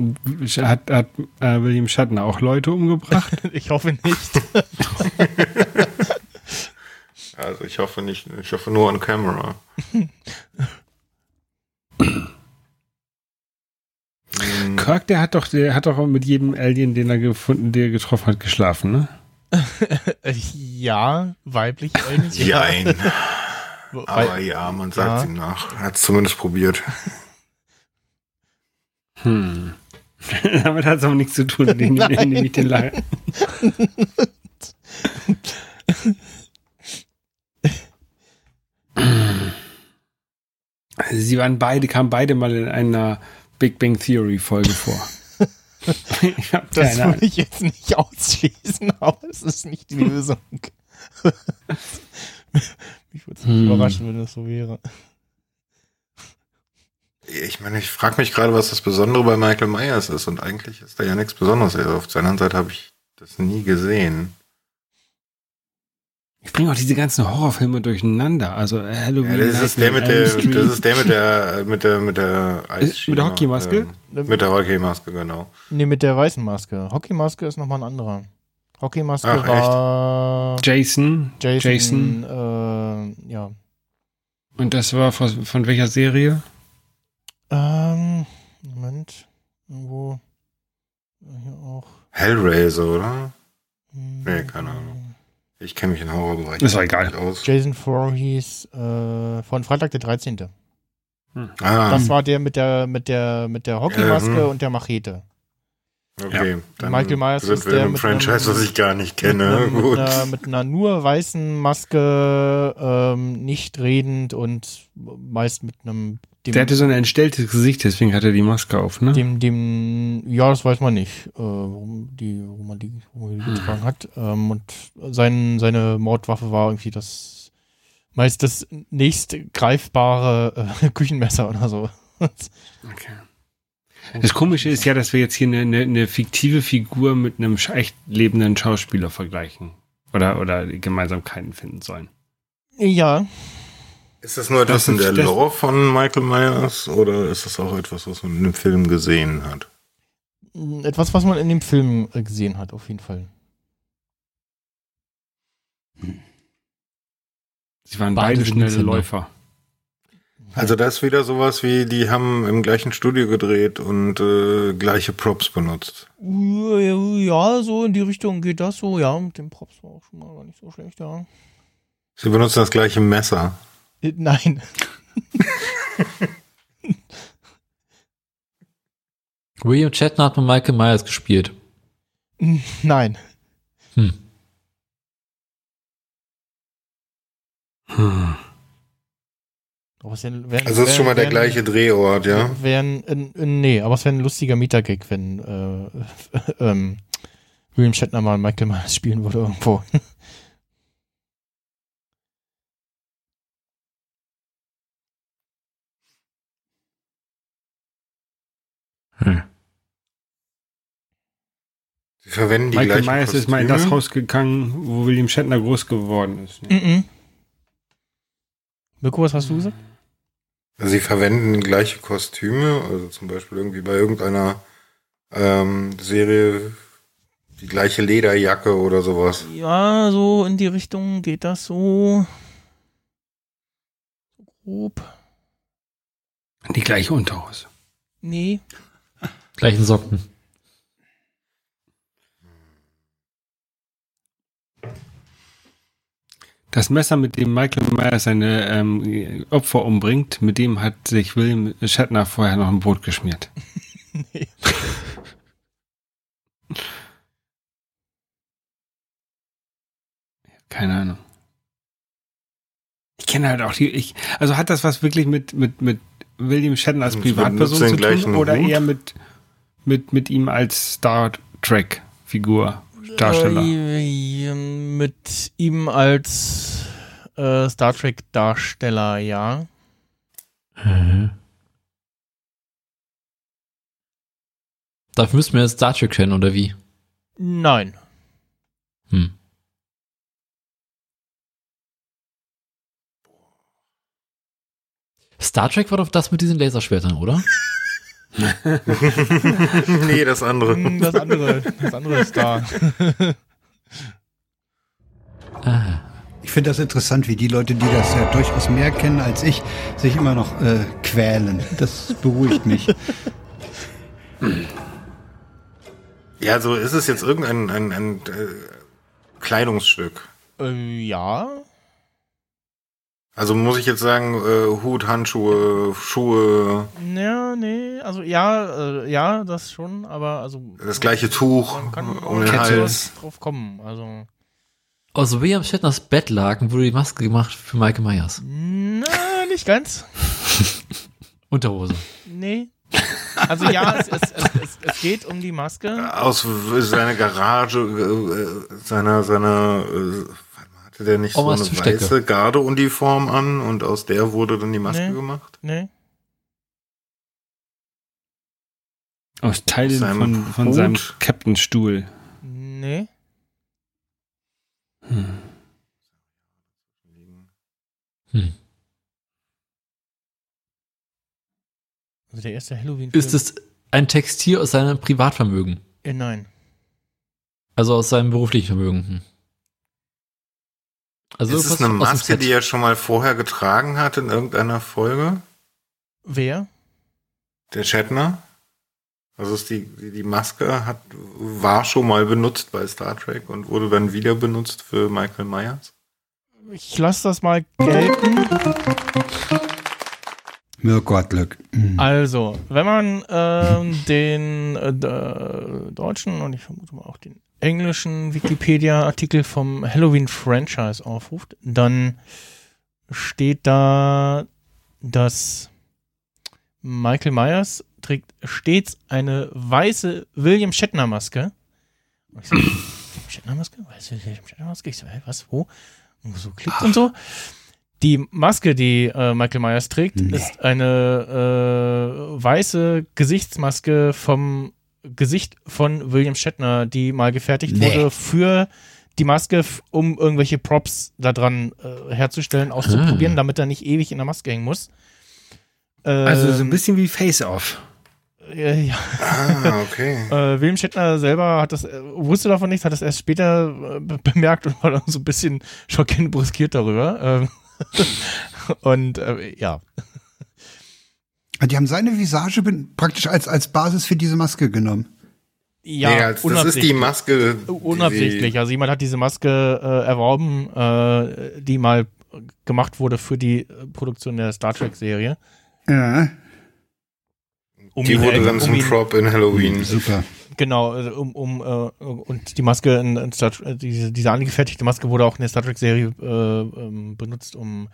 S5: hat, hat äh, William Shatner auch Leute
S6: [LAUGHS]
S5: umgebracht?
S2: Ich hoffe nicht.
S3: Also ich hoffe nicht, ich hoffe nur on camera. Hm,
S5: Kirk, der hat doch, der hat doch mit jedem Alien, den er gefunden, der getroffen hat, geschlafen, ne?
S2: Äh, ja,
S3: [LAUGHS]
S2: weiblich. Alien,
S3: Jein.
S2: Wobei-
S3: Aber ja, man
S2: Ja.
S3: sagt ihm nach. Er hat es zumindest probiert.
S5: Hm. [LAUGHS] Damit hat es aber nichts zu tun, den, den, den, den
S6: [LAUGHS]
S5: La- Sie waren beide, kamen beide mal in einer Big Bang Theory Folge
S6: [LAUGHS]
S5: vor. ich
S2: [LAUGHS]
S5: hab
S2: das
S5: keine Ahnung.
S2: würde ich jetzt nicht [LAUGHS] ausschließen, aber es ist nicht die Lösung. [LAUGHS] Mich würde es nicht
S5: Hm.
S2: überraschen, wenn das so wäre.
S3: Ich meine, ich frage mich gerade, was das Besondere bei Michael Myers ist. Und eigentlich ist da ja nichts Besonderes. Also auf der anderen Seite habe ich das nie gesehen.
S5: Ich bringe auch diese ganzen Horrorfilme durcheinander. Also äh,
S3: Ja,
S5: Halloween.
S3: das, ist der mit der, das ist der mit der mit der mit der Eisschiene.
S5: Mit der Hockeymaske?
S3: Ähm, mit der Hockeymaske, genau.
S2: Äh, Nee, mit der weißen Maske. Hockeymaske ist nochmal ein anderer. Hockeymaske
S3: Ach, echt?
S2: war
S5: Jason.
S2: Jason.
S5: Jason.
S2: Äh, ja.
S5: Und das war von, von welcher Serie?
S2: Ähm, Moment. Irgendwo. Äh, Hier auch.
S3: Hellraiser, oder?
S2: Hm.
S3: Nee, keine Ahnung. Ich kenne mich im Horrorbereich
S5: Ist doch egal.
S3: nicht aus.
S2: Jason Voorhees äh, von Freitag der 13.
S3: Ah,
S2: Das war der mit der mit der mit der Hockeymaske
S3: Mhm.
S2: und der Machete.
S3: okay. Dann
S2: Michael Myers
S3: sind
S2: ist
S3: wir
S2: der
S3: in einem
S2: mit Ähm,
S3: Franchise,
S2: einem-
S3: was ich gar
S2: [LAUGHS]
S3: nicht kenne.
S2: mit,
S3: Gut.
S2: Einer, mit einer nur weißen Maske, ähm, nicht redend und meist mit einem dem,
S5: Der hatte so ein entstelltes Gesicht, deswegen hatte er die Maske auf, ne?
S2: Dem, dem, ja, das weiß man nicht, äh, warum die, warum man die, warum
S5: Hm.
S2: man die getragen hat. Ähm, und sein, seine Mordwaffe war irgendwie das meist das nächst greifbare äh, [LAUGHS] Küchenmesser oder so.
S5: Okay. Das Komische ist ja, dass wir jetzt hier eine, eine, eine fiktive Figur mit einem sch- echt lebenden Schauspieler vergleichen. Oder, oder Gemeinsamkeiten finden sollen.
S2: Ja,
S3: Ist das nur etwas
S5: Das ist-
S3: in der
S5: das-
S3: Lore von Michael Myers oder ist das auch etwas, was man in dem Film gesehen hat?
S2: mh, etwas, was man in dem Film äh, gesehen hat, auf jeden Fall.
S5: Sie waren
S6: Beide
S5: beide
S6: sind
S5: schnelle
S6: Linkshänder.
S5: Läufer.
S3: Also das ist wieder sowas wie, die haben im gleichen Studio gedreht und äh, gleiche Props benutzt.
S2: Ja, so in die Richtung geht das so, ja. Mit dem Props war auch schon mal gar nicht so schlecht, ja.
S3: Sie benutzen das gleiche Messer.
S2: Äh, Nein. [LAUGHS]
S6: William Shatner hat mit Michael Myers gespielt.
S2: Nein.
S6: Hm.
S5: Hm.
S2: Aber es wär, wär,
S3: Also es ist schon mal der gleiche Drehort, ja?
S2: Wären, in, in, nee, aber es wäre ein lustiger Meta-Gag, wenn äh, [LAUGHS] ähm, William Shatner mal Michael Myers spielen würde irgendwo.
S3: Sie verwenden die
S5: Michael
S3: gleichen
S5: Myers ist mal in das Haus gegangen, wo William Shatner groß geworden ist. ne?
S2: [LAUGHS] Mhm. Mirko, was hast du gesagt?
S3: Sie verwenden gleiche Kostüme, also zum Beispiel irgendwie bei irgendeiner ähm, Serie die gleiche Lederjacke oder sowas.
S2: Ja, so in die Richtung geht das so. Grob.
S5: Die gleiche Unterhose.
S2: Nee.
S6: Gleichen Socken.
S5: Das Messer, mit dem Michael Myers seine ähm, Opfer umbringt, mit dem hat sich William Shatner vorher noch ein Brot
S3: [LAUGHS]
S5: geschmiert.
S2: Nee.
S5: Keine Ahnung. Ich kenne halt auch die. Ich, also hat das was wirklich mit, mit, mit William Shatner als
S3: Und sie benutzt
S5: Privatperson
S3: den
S5: zu tun
S3: gleichen
S5: oder
S3: Hut?
S5: eher mit, mit, mit ihm als Star Trek-Figur, Darsteller?
S2: Äh, mit ihm als äh, Star Trek Darsteller, ja.
S6: Dafür müssten wir jetzt Star Trek kennen, oder wie?
S2: Nein.
S6: Hm. Star Trek war doch das mit diesen Laserschwertern, [LAUGHS] oder?
S3: [LAUGHS] nee, das andere.
S2: Hm, [LAUGHS] Das andere, das andere Star.
S6: Ah.
S4: Ich finde das interessant, wie die Leute, die das ja durchaus mehr kennen als ich, sich immer noch äh, quälen. Das beruhigt
S3: [LAUGHS]
S4: mich.
S3: [LAUGHS] Ja, so ist es jetzt irgendein ein, ein, äh, Kleidungsstück.
S2: äh, ja.
S3: Also muss ich jetzt sagen, äh, Hut, Handschuhe, Schuhe,
S2: Ja, nee, also ja, äh, ja, das schon, aber also
S3: das gleiche Tuch
S2: man kann auch
S3: um den
S2: nicht
S3: Hals.
S2: drauf kommen. Also
S6: Aus Also William Shatners Bettlaken wurde die Maske gemacht für Michael Myers.
S2: na, nicht ganz.
S6: Unterhose.
S2: Nee. Also ja, es, es, es, es, es geht um die Maske.
S3: Aus w- seiner Garage, äh, äh, seiner, seiner, äh, warte mal, hatte der nicht so
S6: Omas
S3: eine
S6: Tischdecke.
S3: weiße Gardeuniform an und aus der wurde dann die Maske
S2: Nee.
S3: gemacht?
S2: Nee.
S5: Aus Teilen
S3: Seinem
S5: von, von
S3: Hut.
S5: seinem Captain-Stuhl.
S2: Nee.
S5: Hm.
S6: Hm.
S2: Also der erste Halloween
S6: Ist es ein Textil aus seinem Privatvermögen?
S2: äh, nein.
S6: Also aus seinem beruflichen Vermögen? Hm. Also
S3: ist es
S6: irgendwas
S3: eine
S6: aus dem
S3: Maske,
S6: Set.
S3: die er schon mal vorher getragen hat in irgendeiner Folge?
S2: Wer?
S3: Der Shatner? Also ist die, die, die Maske hat, war schon mal benutzt bei Star Trek und wurde dann wieder benutzt für Michael Myers?
S2: Ich lasse das mal gelten.
S4: Mirko hat Glück. Mhm.
S2: Also, wenn man ähm, den äh, d- deutschen und ich vermute mal auch den englischen Wikipedia-Artikel vom Halloween-Franchise aufruft, dann steht da, dass Michael Myers trägt stets eine weiße William Shatner-Maske. Und ich so, William Shatner-Maske? Weiße William Shatner-Maske? Ich so, hä, was, wo? Und so klickt und so. Die Maske, die äh, Michael Myers trägt,
S4: Nee.
S2: ist eine äh, weiße Gesichtsmaske vom Gesicht von William Shatner, die mal gefertigt
S4: Nee.
S2: wurde für die Maske, f- um irgendwelche Props da dran äh, herzustellen, auszuprobieren,
S5: Ah.
S2: damit er nicht ewig in der Maske hängen muss.
S5: Also so
S2: Ähm,
S5: ein bisschen wie Face-Off.
S2: äh, ja,
S3: Ah, okay.
S2: äh, William Shatner selber hat das, äh, wusste davon nichts, hat das erst später äh, [LAUGHS] be- bemerkt und war dann so ein bisschen schockierend bruskiert darüber. Ähm, [LAUGHS] und äh, ja,
S4: Die haben seine Visage ben- praktisch als, als Basis für diese Maske genommen.
S2: ja,
S3: [LAUGHS] nee, also das ist die Maske. die
S2: unabsichtlich.
S3: sie-
S2: Also jemand hat diese Maske äh, erworben, äh, die mal gemacht wurde für die äh, Produktion der Star Trek-Serie.
S4: Ja,
S2: Um
S3: Die
S2: ihn
S3: wurde
S2: herum-
S3: dann
S2: um
S3: zum
S2: ihn-
S3: Prop in Halloween.
S4: super.
S2: Genau, also um, um äh, und die Maske in, in Star Trek, diese, diese angefertigte Maske wurde auch in der Star Trek Serie äh, ähm, benutzt, um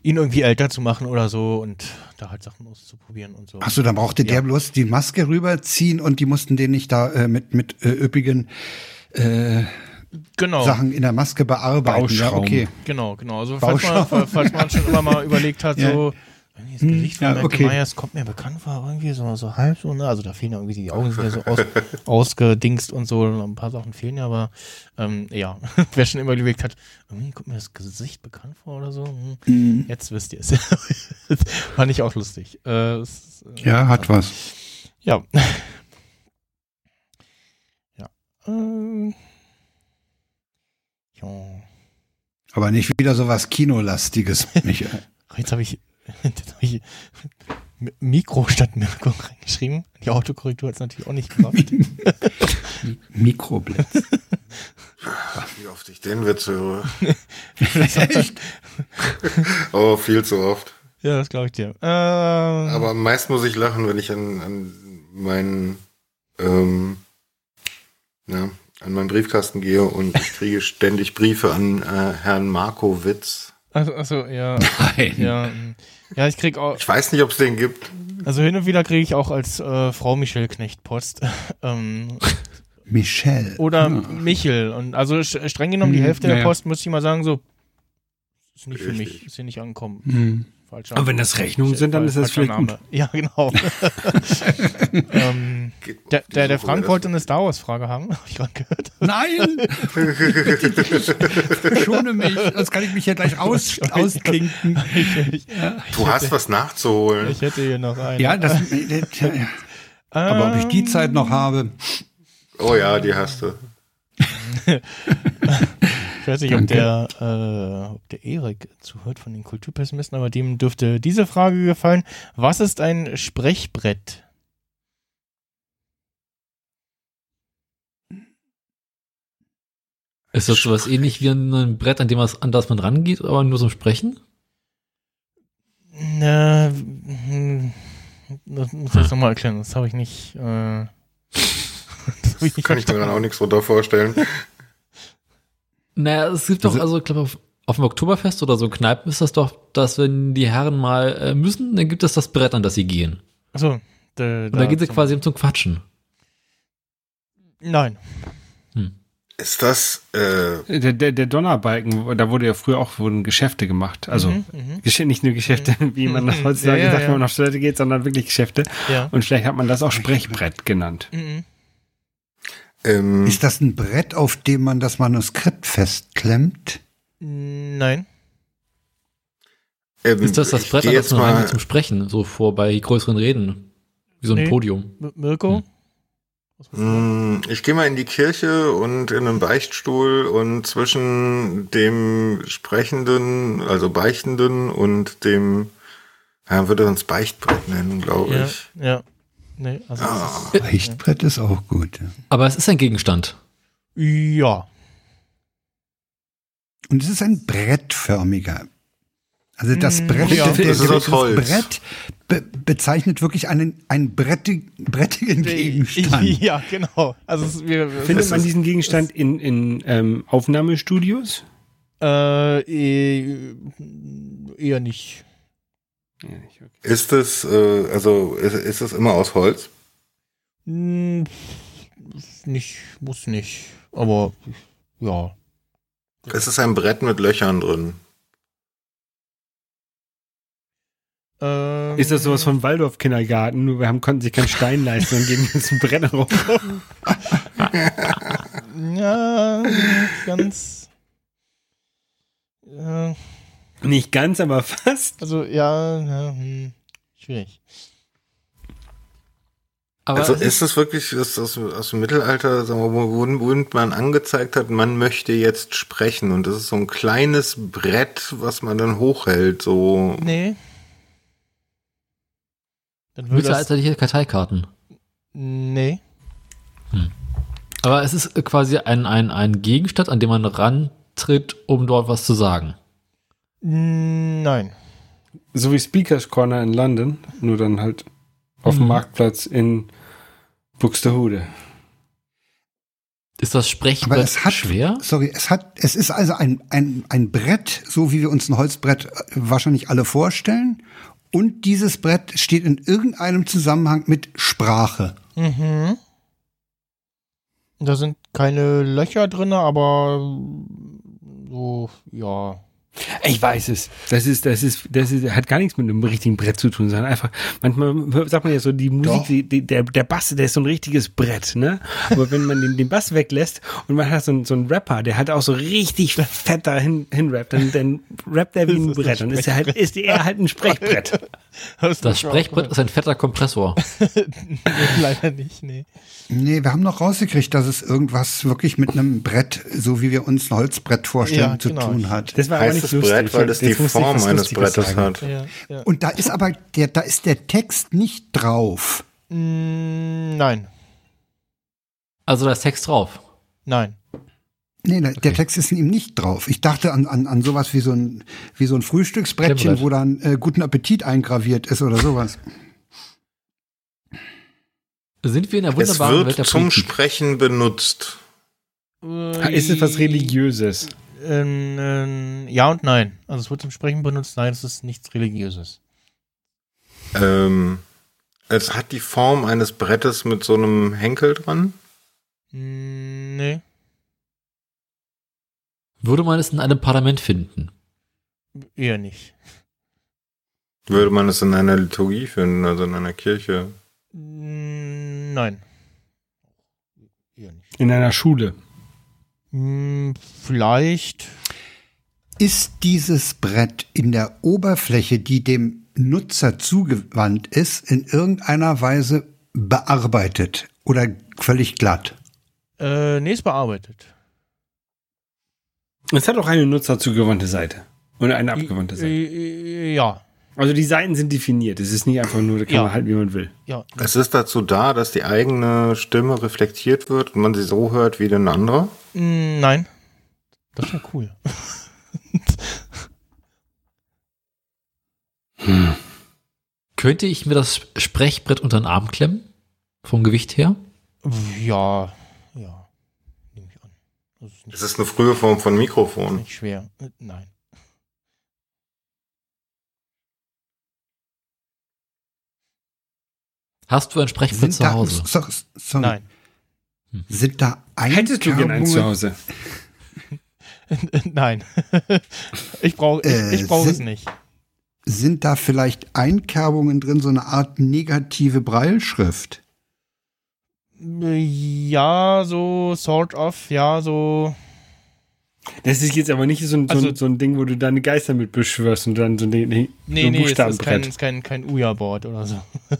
S2: ihn irgendwie älter zu machen oder so und da halt Sachen auszuprobieren und so.
S4: Achso, dann brauchte der
S2: Ja.
S4: bloß die Maske rüberziehen und die mussten den nicht da äh, mit, mit äh, üppigen äh,
S2: Genau.
S4: Sachen in der Maske bearbeiten. Ja,
S5: Bauschaum.
S4: okay.
S2: Genau, genau. Also falls man,
S4: Bauschaum.
S2: fa- falls man schon immer
S4: [LAUGHS]
S2: mal überlegt hat,
S4: Ja.
S2: so irgendwie das
S4: Hm,
S2: Gesicht von
S4: ja,
S2: Michael
S4: okay.
S2: Myers kommt mir bekannt vor, irgendwie so, so halb so, ne? Also da fehlen ja irgendwie die Augen sind ja so
S4: [LAUGHS]
S2: aus, ausgedingst und so, ein paar Sachen fehlen ja, aber ähm, ja, [LAUGHS] wer schon immer überlegt hat, irgendwie kommt mir das Gesicht bekannt vor oder so, hm, jetzt wisst ihr es. [LAUGHS] Fand ich auch lustig. Äh, es, äh,
S4: Ja, hat was.
S2: ja. [LAUGHS] ja. Ähm. Ja.
S4: Aber nicht wieder so was Kinolastiges, Michael.
S2: Jetzt habe ich, [LAUGHS] jetzt hab ich M- Mikro statt Mirko [LAUGHS] reingeschrieben. Die Autokorrektur hat es natürlich auch nicht gemacht.
S4: Mikroblitz.
S2: [LAUGHS]
S3: Wie oft ich den Witz höre.
S4: Echt?
S3: [LAUGHS] Oh, viel zu oft.
S2: [LAUGHS] Ja, das glaube ich dir. Ähm,
S3: Aber am meisten muss ich lachen, wenn ich an, an meinen ähm, na, an meinen Briefkasten gehe und ich
S2: [LAUGHS]
S3: kriege ständig Briefe an äh, Herrn Markowitz.
S2: also, also, ja.
S6: Nein.
S2: Ja, ähm, ja, ich krieg auch,
S3: Ich weiß nicht, ob es den gibt.
S2: also hin und wieder kriege ich auch als äh, Frau Michel Knecht Post. [LAUGHS] ähm,
S4: Michelle.
S2: oder Michel. Und also sch- streng genommen die
S4: Mhm,
S2: Hälfte der
S4: ja, ja.
S2: Post, muss ich mal sagen, so, ist nicht für
S3: Richtig.
S2: mich, ist hier nicht angekommen.
S4: Hm.
S2: Falscher
S5: Aber wenn das Rechnungen sind, dann ist das
S2: falscher
S5: vielleicht gut.
S2: Name. Ja,
S4: [LAUGHS]
S2: genau. ähm,
S3: Geht auf
S2: der,
S3: die
S2: der, der
S3: Suche,
S2: Frank
S3: das-
S2: wollte eine Star Wars-Frage haben, [LAUGHS] habe ich gerade gehört.
S4: Nein! [LAUGHS] Schone mich, sonst kann ich mich ja gleich aus, ausklinken.
S3: Du hast was nachzuholen.
S2: Ich hätte hier noch Ähm, einen.
S4: Ja, das, äh, tja, ja. aber ob ich die Zeit noch habe,
S3: Oh ja, die hast du.
S2: Ich weiß nicht, ob der, äh, ob der Erik zuhört von den Kulturpessimisten, aber dem dürfte diese Frage gefallen. Was ist ein Sprechbrett?
S6: Ist das sowas ähnlich wie ein Brett, an dem was, an das man rangeht, aber nur zum Sprechen?
S2: Na, hm, das muss ich jetzt nochmal erklären, das habe ich nicht. Äh, [LAUGHS] das hab ich nicht
S3: Kann ich mir
S2: verstanden.
S3: dann auch nichts
S2: [LAUGHS]
S3: drunter vorstellen.
S6: Naja, es gibt doch,
S4: Also-
S6: also, ich glaube, auf, auf dem Oktoberfest oder so Kneipen ist das doch, dass wenn die Herren mal äh, müssen, dann gibt es das Brett, an das sie gehen.
S2: Achso, da,
S6: Und da gehen sie
S2: zum-
S6: quasi eben zum Quatschen.
S2: Nein.
S3: Ist das, äh,
S5: Der, der, der Donnerbalken, da wurde ja früher auch wurden Geschäfte gemacht. Also
S2: Mhm, mhm.
S5: Gesch- nicht nur Geschäfte, wie man das
S2: Mhm.
S5: heutzutage
S2: Ja, ja,
S5: sagt,
S2: ja.
S5: wenn man auf Toilette geht, sondern wirklich Geschäfte.
S2: Ja.
S5: Und vielleicht hat man das auch Sprechbrett genannt.
S2: Mhm.
S3: ähm,
S4: ist das ein Brett, auf dem man das Manuskript festklemmt?
S2: mhm. Nein.
S3: ähm,
S6: Ist das das
S3: ich
S6: Brett,
S3: geh
S6: an das
S3: jetzt
S6: man
S3: mal,
S6: rangeht zum Sprechen, so vor bei größeren Reden? Wie so ein
S2: Nee.
S6: Podium.
S2: M Mirko?
S3: Mm, Ich gehe mal in die Kirche und in einen Beichtstuhl und zwischen dem Sprechenden, also Beichtenden und dem, ja, würde uns Beichtbrett nennen, glaube
S2: Ja.
S3: ich.
S2: Ja. Nee, also. das ist-
S4: Leichtbrett ist auch gut. ja.
S6: Aber es ist ein Gegenstand.
S2: Ja.
S4: Und es ist ein brettförmiger. Also das
S2: Mm,
S4: Brett,
S2: ja.
S4: der, der,
S3: Hm. Das ist
S4: der
S3: aus Holz.
S4: Brett be bezeichnet wirklich einen, einen brettig,
S2: [LAUGHS]
S4: brettigen
S3: [LAUGHS]
S4: Gegenstand.
S2: Ja, genau. Also, es, wir,
S5: Findet
S2: es,
S5: man diesen Gegenstand in, in ähm, Aufnahmestudios?
S2: äh, eh, eher nicht.
S3: Ist es, äh, also ist, ist es immer aus Holz?
S2: Hm, nicht, muss nicht. Aber, ja.
S3: Es ist ein Brett mit Löchern drin.
S2: Ähm,
S5: Ist das sowas vom Waldorf-Kindergarten? Nur wir haben, konnten sich keinen Stein leisten und geben jetzt einen Brenner rum.
S2: Ja, ganz. Ja,
S5: [LAUGHS] Nicht ganz, aber fast.
S2: also, ja, ja hm, schwierig.
S6: Aber
S3: Also
S6: es
S3: ist es wirklich ist das aus dem Mittelalter, sagen wir, mal, wo, wo man angezeigt hat, man möchte jetzt sprechen und das ist so ein kleines Brett, was man dann hochhält, so
S2: Nee. Dann würde das.
S6: mittelalterliche Karteikarten.
S2: Nee.
S6: Aber es ist quasi ein, ein, ein Gegenstand, an dem man rantritt, um dort was zu sagen.
S2: Nein.
S5: So wie Speakers Corner in London, nur dann halt auf
S2: Mhm.
S5: dem Marktplatz in Buxtehude.
S6: Ist das Sprechen
S4: Aber es hat
S6: schwer?
S4: Sorry, es hat, es ist also ein, ein, ein Brett, so wie wir uns ein Holzbrett äh, wahrscheinlich alle vorstellen. Und dieses Brett steht in irgendeinem Zusammenhang mit Sprache.
S2: Mhm. Da sind keine Löcher drin, aber so, ja.
S5: Ich weiß es. Das ist, das ist, das ist, hat gar nichts mit einem richtigen Brett zu tun, sondern einfach, manchmal sagt man ja so, die Musik,
S4: Doch.
S5: die, die, der, der Bass, der ist so ein richtiges Brett, ne? Aber wenn man den, den Bass weglässt und man hat so einen, so einen Rapper, der halt auch so richtig fett da hin, hinrappt, dann, dann rappt er wie ein
S2: ist ein
S5: Brett. Dann ist er halt, ist er halt ein Sprechbrett.
S6: Das Sprechbrett ist ein fetter Kompressor.
S2: [LAUGHS] Leider nicht, nee.
S4: Nee, wir haben noch rausgekriegt, dass es irgendwas wirklich mit einem Brett, so wie wir uns ein Holzbrett vorstellen,
S2: Ja, genau.
S4: zu tun hat.
S5: Das war aber
S3: heißt
S5: nicht
S3: das
S5: lustig.
S3: Brett, weil das die
S5: Jetzt musste ich
S3: Form
S5: was
S3: eines
S5: Lustiges
S3: Brettes
S5: sagen.
S3: hat.
S2: Ja, ja.
S4: Und da ist aber der, da ist der Text nicht drauf.
S2: Mm, Nein.
S6: Also da ist Text drauf.
S2: Nein.
S4: Nee, der, der Text ist ihm nicht drauf. Ich dachte an, an, an sowas wie so ein, wie so ein Frühstücksbrettchen,
S6: Klemmbrett.
S4: wo dann äh, guten Appetit eingraviert ist oder sowas.
S6: Sind wir in der
S3: Es
S6: wunderbaren Welt der
S3: wird zum
S6: Politik?
S3: Sprechen benutzt.
S5: Ah, [LAUGHS] Ist es was Religiöses?
S2: Ähm, ähm, ja und nein. Also es wird zum Sprechen benutzt. Nein, es ist nichts Religiöses.
S3: Ähm, es hat die Form eines Brettes mit so einem Henkel dran.
S2: Mm, Nee.
S6: Würde man es in einem Parlament finden?
S2: Eher nicht.
S3: Würde man es in einer Liturgie finden, also in einer Kirche.
S2: Mm, Nein. Eher nicht.
S5: In einer Schule.
S2: Mm, Vielleicht.
S4: Ist dieses Brett in der Oberfläche, die dem Nutzer zugewandt ist, in irgendeiner Weise bearbeitet oder völlig glatt?
S2: Äh, nee, ist bearbeitet.
S5: Es hat auch eine nutzerzugewandte Seite. Und eine abgewandte Seite.
S2: Äh, äh, Ja.
S5: Also die Seiten sind definiert. Es ist nicht einfach nur, da kann
S2: Ja.
S5: man halten, wie man will.
S2: Ja.
S3: Es ist dazu da, dass die eigene Stimme reflektiert wird und man sie so hört wie den anderen.
S2: Mm, Nein. Das wäre cool.
S6: Könnte ich mir das Sprechbrett unter den Arm klemmen? Vom Gewicht her?
S2: Ja. Ja. Nehme ich an. Das ist
S3: Es
S2: nicht,
S3: ist eine frühe Form von Mikrofon.
S2: nicht schwer. Äh, Nein.
S6: Hast du ein Sprechbrett zu Hause?
S4: so- sorry,
S2: Nein. [LAUGHS]
S4: sind da
S5: Hättest du gerne eins zu
S4: Einkerbungen?
S5: Hause?
S2: Nein. [LAUGHS] ich brauche
S4: Äh,
S2: ich, ich brauch es
S4: sind-
S2: nicht.
S4: Sind da vielleicht Einkerbungen drin, so eine Art negative Breilschrift?
S2: Ja, so sort of, ja, so.
S5: Das ist jetzt aber nicht so ein, so,
S2: Also-
S5: ein, so ein Ding, wo du deine Geister mit beschwörst und dann so ein, Ding- nee, so
S2: Nee,
S5: ein
S2: nee, es ist kein,
S5: Buchstabenbrett.
S2: ist kein, kein Ouija-Board oder so. [LAUGHS]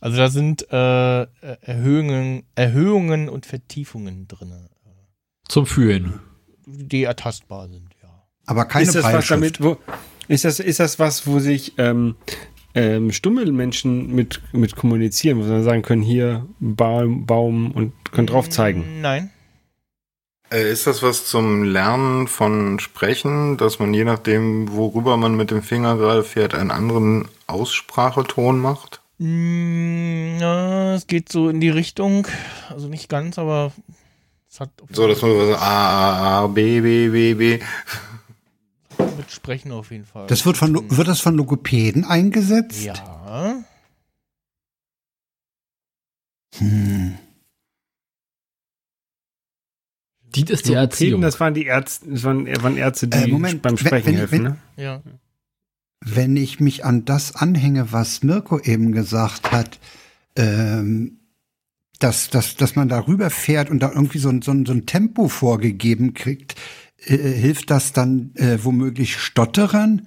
S2: also da sind äh, Erhöhungen, Erhöhungen und Vertiefungen drin,
S6: Zum Fühlen.
S2: die ertastbar sind, ja.
S4: Aber keine
S5: ist das was
S4: Breilschrift.
S5: damit, wo, ist, das, ist das was, wo sich ähm, ähm, stumme Menschen mit, mit kommunizieren, wo sie dann sagen können, hier Baum, Baum und können drauf zeigen?
S2: Nein.
S3: Äh, Ist das was zum Lernen von Sprechen, dass man je nachdem, worüber man mit dem Finger gerade fährt, einen anderen Ausspracheton macht?
S2: Mm, ja, es geht so in die Richtung, also nicht ganz, aber es hat
S3: So, dass man so A, A, A, B, B, B, B.
S2: mit Sprechen auf jeden Fall.
S4: Das wird, von,
S5: Hm.
S4: wird das von Logopäden eingesetzt?
S2: Ja.
S4: Hm.
S6: Dient es der
S5: Logopäden,
S6: Erziehung?
S5: Das waren die Ärzte, das waren, waren Ärzte, die
S4: Äh, Moment,
S5: beim
S4: wenn-
S5: Sprechen
S4: wenn-
S5: helfen.
S4: wenn-
S5: ne?
S2: Ja.
S4: Wenn ich mich an das anhänge, was Mirko eben gesagt hat, ähm, dass, dass, dass man darüber fährt und da irgendwie so ein, so ein, so ein Tempo vorgegeben kriegt, äh, hilft das dann äh, womöglich Stotterern?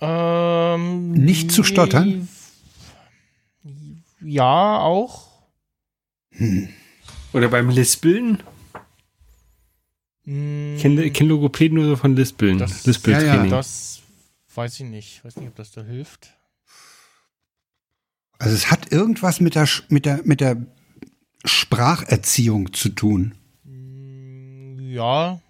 S2: Ähm,
S4: Nicht zu stottern?
S2: Ja, auch.
S4: Hm.
S5: Oder beim Lispeln?
S2: Hm,
S5: Ich kenne kenn Logopäden nur so von Lispeln.
S2: Das-
S4: Ja, Mhm. ja.
S5: Lispeltraining.
S2: Das weiß ich nicht. Ich weiß nicht, ob das da hilft.
S4: Also es hat irgendwas mit der, Sch- mit der, mit der Spracherziehung zu tun.
S2: Hm, Ja.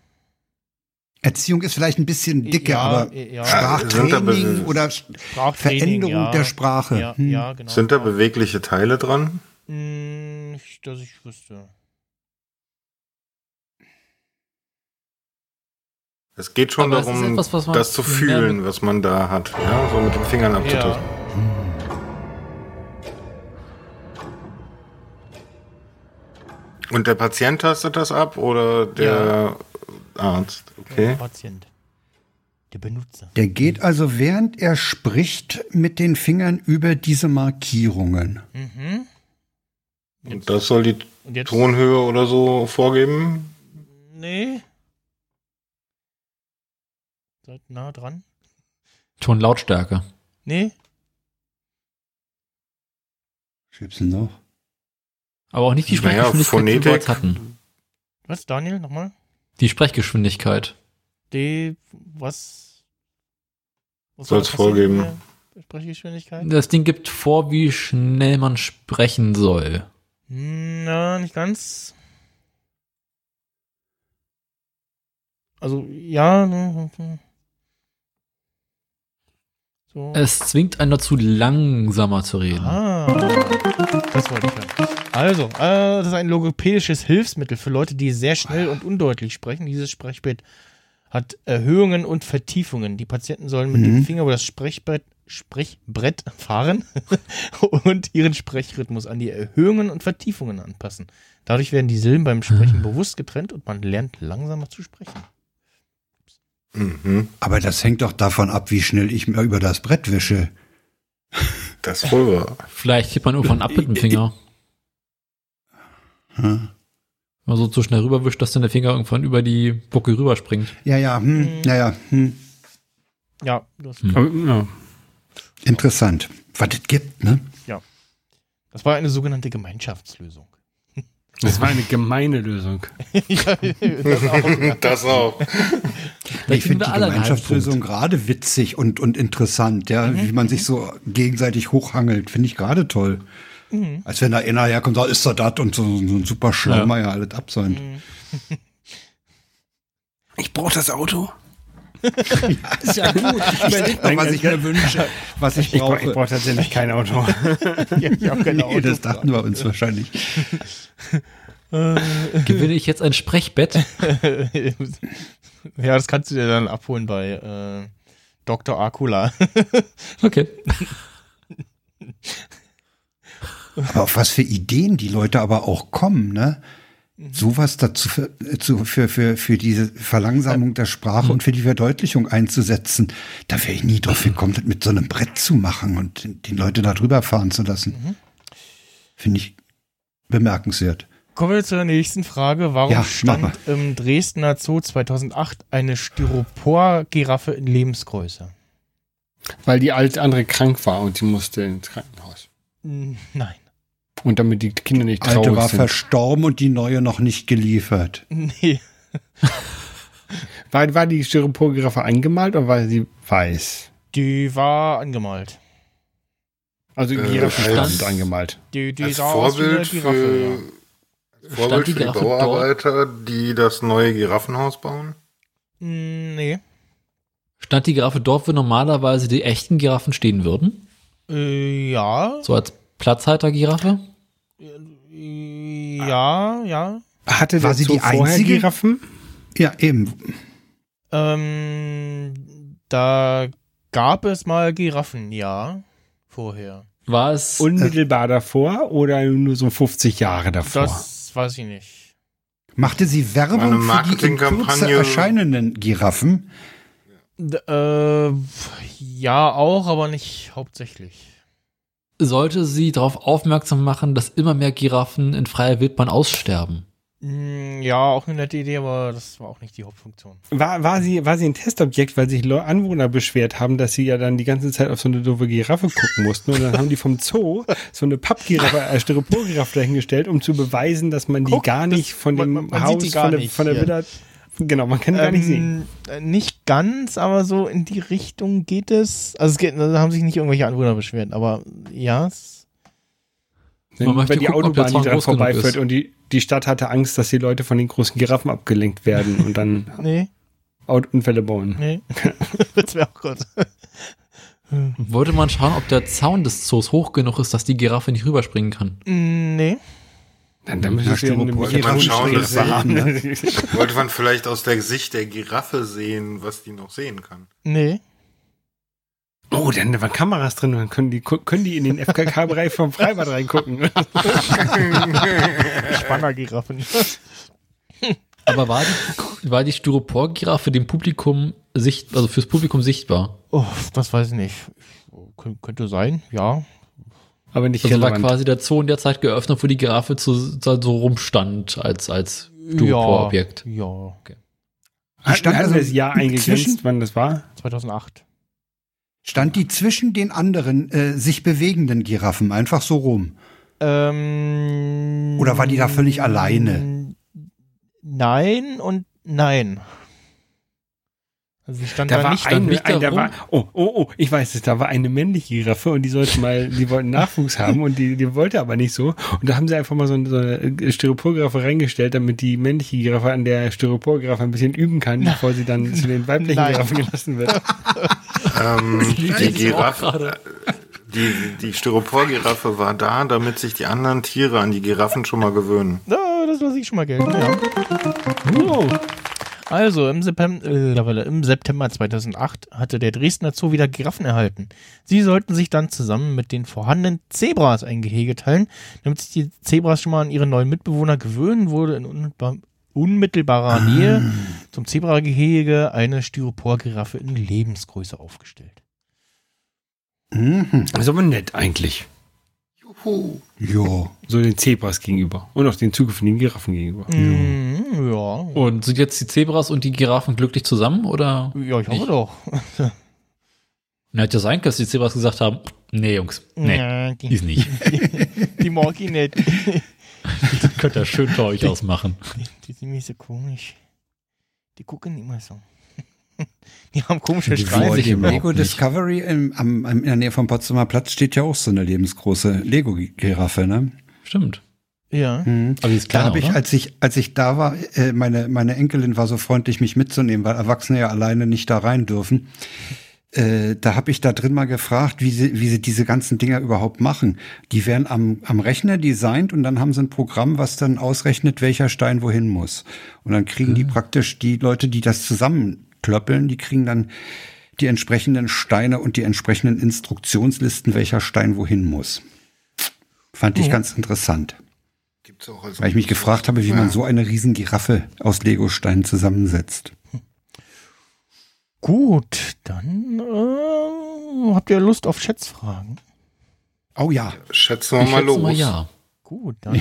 S4: Erziehung ist vielleicht ein bisschen dicke,
S2: ja,
S4: aber
S2: ja,
S3: sind da
S4: Sprachtraining
S3: be-
S4: oder
S2: Sprachtraining,
S4: Veränderung
S2: ja.
S4: der Sprache.
S2: Ja,
S4: Hm.
S2: ja genau.
S3: Sind da bewegliche Teile dran?
S2: Hm, Nicht, dass ich wüsste.
S3: Es geht schon
S6: Aber es
S3: darum,
S6: ist etwas, was man
S3: das zu
S6: mehr
S3: fühlen, was man da hat. Ja, so mit den Fingern abzutasten.
S2: Ja.
S3: Und der Patient tastet das ab oder der Arzt?
S2: Der
S3: Okay.
S2: Patient. Der Benutzer.
S4: Der geht also, während er spricht, mit den Fingern über diese Markierungen.
S2: Mhm.
S3: Und das soll die
S2: Und jetzt?
S3: Tonhöhe oder so vorgeben?
S2: Nee. Seid nah dran.
S6: Ton Lautstärke.
S2: Nee.
S4: Schiebsen noch.
S6: Aber auch nicht die
S3: Naja,
S6: Sprechgeschwindigkeit, die wir
S3: Phonetik.
S6: bereits hatten.
S2: Was, Daniel, nochmal?
S6: Die Sprechgeschwindigkeit.
S2: D, was? was
S3: Soll's
S2: soll da passieren
S3: vorgeben.
S2: mit der Sprechgeschwindigkeit?
S6: Das Ding gibt vor, wie schnell man sprechen soll.
S2: Hm, Na, nicht ganz. Also, ja. ne, okay. So.
S6: Es zwingt einen dazu, langsamer zu reden.
S2: Ah, das wollte ich hören. Also, äh, das ist ein logopädisches Hilfsmittel für Leute, die sehr schnell und undeutlich sprechen. Dieses Sprechbrett hat Erhöhungen und Vertiefungen. Die Patienten sollen mit dem Finger über das Sprechbrett, Sprechbrett fahren [LAUGHS] und ihren Sprechrhythmus an die Erhöhungen und Vertiefungen anpassen. Dadurch werden die Silben beim Sprechen bewusst getrennt und man lernt langsamer zu sprechen.
S3: Mhm.
S4: Aber das hängt doch davon ab, wie schnell ich mir über das Brett wische.
S3: Das wohl war.
S6: Vielleicht hebt man irgendwann ab mit dem Finger.
S4: Hm.
S6: Wenn man so zu schnell rüberwischt, dass dann der Finger irgendwann über die Bucke rüberspringt.
S4: Ja, ja,
S2: Mhm.
S4: hm, ja, ja. Hm.
S2: Ja, das,
S5: Aber, ja.
S4: Interessant. Was es gibt, ne?
S2: das war eine sogenannte Gemeinschaftslösung. [LAUGHS]
S5: Das war eine gemeine Lösung.
S2: ja, das auch.
S3: [LAUGHS] Das auch.
S6: Vielleicht
S4: ich finde
S6: finden
S4: die
S6: wir alle einen
S4: Gemeinschaftslösung gerade witzig und, und interessant, ja, wie man sich so gegenseitig hochhangelt, finde ich gerade toll.
S2: Mhm.
S4: Als wenn da einer herkommt, da ist er das und so, so ein super Schlaumeier alles absäumt.
S5: Ich brauche das Auto.
S4: Ist ja gut. [LAUGHS] Ich überleg mal, was ich mir wünsche, [LAUGHS] was ich genau
S5: Ich brauche
S4: brauche.
S5: brauch tatsächlich kein Auto.
S2: ja, ich hab keine
S4: [LAUGHS] Nee,
S2: Ahnung.
S4: das dachten wir uns wahrscheinlich.
S6: Gewinne ich jetzt ein Sprechbett?
S5: [LAUGHS]
S2: [LAUGHS] ja, das kannst du dir dann abholen bei äh, Dr. Akula. [LAUGHS]
S6: Okay.
S4: Aber auf was für Ideen die Leute aber auch kommen, ne?
S5: Mhm.
S4: Sowas dazu für, zu, für, für, für diese Verlangsamung der
S5: Mhm.
S4: Sprache und für die Verdeutlichung einzusetzen. Da wäre ich nie
S5: [CLEARS THROAT]
S4: drauf gekommen, das mit so einem Brett zu machen und den- den Leute da drüber fahren zu lassen.
S5: Mhm.
S4: Finde ich bemerkenswert.
S2: Kommen wir zur nächsten Frage. Warum
S4: Ja, mach mal.
S2: stand im Dresdner Zoo 2008 eine Styropor-Giraffe in Lebensgröße?
S5: Weil die alt andere krank war und die musste ins Krankenhaus.
S2: Hm, Nein. [LAUGHS]
S5: Und damit die Kinder nicht
S4: Die alte
S5: traurig
S4: war
S5: sind.
S4: verstorben und die neue noch nicht geliefert.
S2: Nee.
S5: War, war die Styroporgiraffe angemalt oder war sie weiß?
S2: Die war angemalt.
S5: Also
S3: Äh,
S5: Giraffenstand
S6: als-
S5: angemalt.
S2: Die, die
S3: Als
S2: sah aus wie eine
S3: Vorbild für,
S2: Giraffe.
S6: Stand
S3: Vorbild
S6: die
S3: für die
S6: Giraffe dort?
S3: Bauarbeiter, die das neue Giraffenhaus bauen?
S2: Ja. Hm, Nee.
S6: Stand die Giraffe dort, wo normalerweise die echten Giraffen stehen würden?
S2: Äh, ja.
S6: So als Platzhalter-Giraffe?
S2: Äh, Ja, ja.
S5: Hatte
S4: War
S5: der
S4: sie
S5: Zoo
S4: die
S5: vorher
S4: einzige?
S5: Giraffen?
S4: Ja, eben.
S2: Ähm, da gab es mal Giraffen, ja. Vorher.
S6: War es
S5: Unmittelbar davor oder nur so 50 Jahre davor?
S2: Das weiß ich nicht.
S4: Machte sie
S3: War eine
S4: Werbung für die in Kürze
S3: Marketingkampagne.
S4: erscheinenden Giraffen?
S2: D äh, pf, ja, auch, aber nicht hauptsächlich.
S6: sollte sie darauf aufmerksam machen, dass immer mehr Giraffen in freier Wildbahn aussterben?
S2: Hm, Ja, auch eine nette Idee, aber das war auch nicht die Hauptfunktion.
S5: War, war, sie, war sie ein Testobjekt, weil sich Leu- Anwohner beschwert haben, dass sie ja dann die ganze Zeit auf so eine doofe Giraffe gucken mussten. Und dann haben die vom Zoo so eine Pappgiraffe, äh, Styroporgiraffe dahingestellt, um zu beweisen, dass man die
S2: Guck,
S5: gar
S2: das-
S5: nicht von
S2: man-
S5: dem
S2: man- man sieht
S5: Haus,
S2: die gar
S5: von der,
S2: nicht
S5: von der
S2: hier.
S5: Villa. Genau, man kann die gar nicht sehen.
S2: Ähm, äh, Nicht ganz, aber so in die Richtung geht es. Also es geht, da haben sich nicht irgendwelche Anwohner beschwert, aber ja. Es,
S5: Wenn,
S6: Man möchte
S5: wenn die
S6: gucken, ob der
S5: Autobahn
S6: Zaun
S5: nicht dran
S6: groß genug ist.
S5: vorbeifährt und die, die Stadt hatte Angst, dass die Leute von den großen Giraffen abgelenkt werden
S2: [LAUGHS]
S5: und dann
S2: nee,
S5: Aut- Unfälle bauen.
S2: nee. [LAUGHS] das wäre auch gut.
S6: Wollte man schauen, ob der Zaun des Zoos hoch genug ist, dass die Giraffe nicht rüberspringen kann?
S2: Hm, Nee.
S5: Dann, dann müssen sie ja eine
S4: Styropor-
S5: Giraffe-
S3: schauen, dass
S5: Styropor-
S3: wir
S4: haben,
S2: ne?
S5: [LAUGHS]
S3: Wollte man vielleicht aus der Sicht der Giraffe sehen, was die noch sehen kann.
S2: Nee.
S5: Oh, dann waren Kameras drin, dann können die, gu- können die in den FKK-Bereich vom Freibad reingucken.
S2: Spannergiraffen. [LAUGHS]
S6: Aber war die, war die Styropor-Giraffe dem Publikum sicht, also fürs Publikum sichtbar?
S2: oh, das weiß ich nicht. Kön könnte sein, ja.
S5: Aber nicht
S6: Also war
S5: relevant.
S6: quasi der Zoo in der Zeit geöffnet, wo die Giraffe zu, da so rumstand als, als Styropor-Objekt.
S2: Ja, ja.
S5: Hat-
S4: stand
S5: hatten
S4: also
S5: wir das Jahr
S4: zwischen-
S5: eingegrenzt, wann das war?
S2: 2008.
S4: Stand die zwischen den anderen äh, sich bewegenden Giraffen einfach so rum?
S2: Ähm,
S4: Oder war die da völlig alleine?
S2: Nein und nein. Also sie stand
S5: Da
S2: da,
S5: war,
S2: nicht
S5: ein,
S2: dann.
S6: nicht
S5: ein, da
S6: darum.
S5: war oh, oh, oh, ich weiß es, da war eine männliche Giraffe und die sollte mal, die wollten Nachwuchs haben und die, die wollte aber nicht so. Und da haben sie einfach mal so eine, so eine Styroporgiraffe reingestellt, damit die männliche Giraffe an der Styroporgiraffe ein bisschen üben kann, bevor sie dann zu den weiblichen
S2: Nein.
S5: Giraffen gelassen wird.
S4: [LAUGHS]
S3: Ähm, die,
S6: jetzt auch
S3: Giraffe,
S6: gerade.
S3: die, die Styropor-Giraffe war da, damit sich die anderen Tiere an die Giraffen schon mal gewöhnen.
S2: Ah, das lasse ich schon mal gelten. Ja. Also, im September, äh, im September 2008 hatte der Dresdner Zoo wieder Giraffen erhalten. Sie sollten sich dann zusammen mit den vorhandenen Zebras ein Gehege teilen, damit sich die Zebras schon mal an ihre neuen Mitbewohner gewöhnen, wurde in unmittelbar- unmittelbarer Nähe zum Zebragehege eine Styropor-Giraffe in Lebensgröße aufgestellt.
S4: Mhm.
S5: Das ist aber nett eigentlich.
S6: [LAUGHS]
S4: Jo.
S5: So den Zebras gegenüber und auch den zugefundenen Giraffen gegenüber.
S2: Mhm, ja.
S6: Und sind jetzt die Zebras und die Giraffen glücklich zusammen oder?
S2: Ja, ich hoffe
S6: Nicht.
S2: doch.
S6: Na, hätte ja sein können, dass die Zebras gesagt haben, nee, Jungs, nee,
S2: Ja, die,
S6: ist nicht.
S2: die mag ich [LAUGHS] nicht.
S6: Das könnt ihr schön für euch ausmachen.
S2: Die sind mir so komisch. Die gucken immer so. [LAUGHS] Die haben komische
S6: Die wollen
S2: Streifen.
S6: sich
S4: Im
S6: überhaupt
S4: Lego
S6: nicht.
S4: Discovery im, am, am, in der Nähe vom Potsdamer Platz steht ja auch so eine lebensgroße Lego-Giraffe, ne?
S6: Stimmt.
S2: Ja.
S4: Mhm.
S6: Aber die ist
S4: Da
S6: kleiner,
S4: habe ich,
S6: oder?
S4: als ich, als ich da war, äh, meine, meine Enkelin war so freundlich, mich mitzunehmen, weil Erwachsene ja alleine nicht da rein dürfen. Äh, da habe ich da drin mal gefragt, wie sie, wie sie diese ganzen Dinger überhaupt machen. Die werden am, am Rechner designt und dann haben sie ein Programm, was dann ausrechnet, welcher Stein wohin muss. Und dann kriegen
S6: Mhm.
S4: die praktisch die Leute, die das zusammenklöppeln, die kriegen dann die entsprechenden Steine und die entsprechenden Instruktionslisten, welcher Stein wohin muss. Fand
S6: Mhm.
S4: ich ganz interessant.
S3: Gibt's auch als
S4: Weil ich mich gefragt habe, wie man so eine Riesengiraffe aus Legosteinen zusammensetzt.
S2: Gut, dann äh, habt ihr Lust auf Schätzfragen?
S4: Oh ja,
S3: Schätzen wir mal los.
S6: mal ja.
S2: Gut, dann.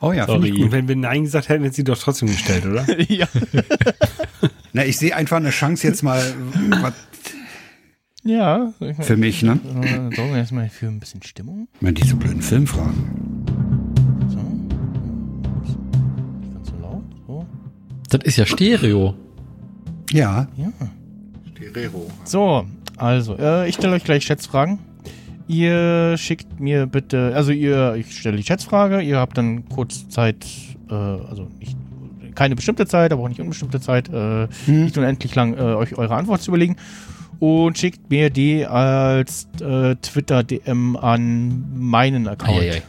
S4: oh ja, finde ich
S5: Und
S4: gut.
S5: wenn wir Nein gesagt hätten, hätten sie doch trotzdem gestellt, [LAUGHS] oder?
S2: ja.
S4: Na, ich sehe einfach eine Chance jetzt [LAUGHS] mal was
S2: Ja. Soll ich mal,
S4: für mich, ne?
S2: äh, sorgen wir erstmal für ein bisschen Stimmung?
S4: Wenn diese blöden Filmfragen.
S2: So. Nicht ganz so laut. So.
S6: Das ist ja Stereo.
S4: Ja,
S2: Ja.
S3: Guerrero.
S2: So, also, äh, ich stelle euch gleich Schätzfragen. Ihr schickt mir bitte, also ihr, ich stelle die Schätzfrage, ihr habt dann kurz Zeit, äh, also nicht, keine bestimmte Zeit, aber auch nicht unbestimmte Zeit, äh, nicht unendlich lang, äh, euch eure Antwort zu überlegen. Und schickt mir die als äh, Twitter-DM an meinen
S3: Ah,
S2: Account.
S6: Eieiei.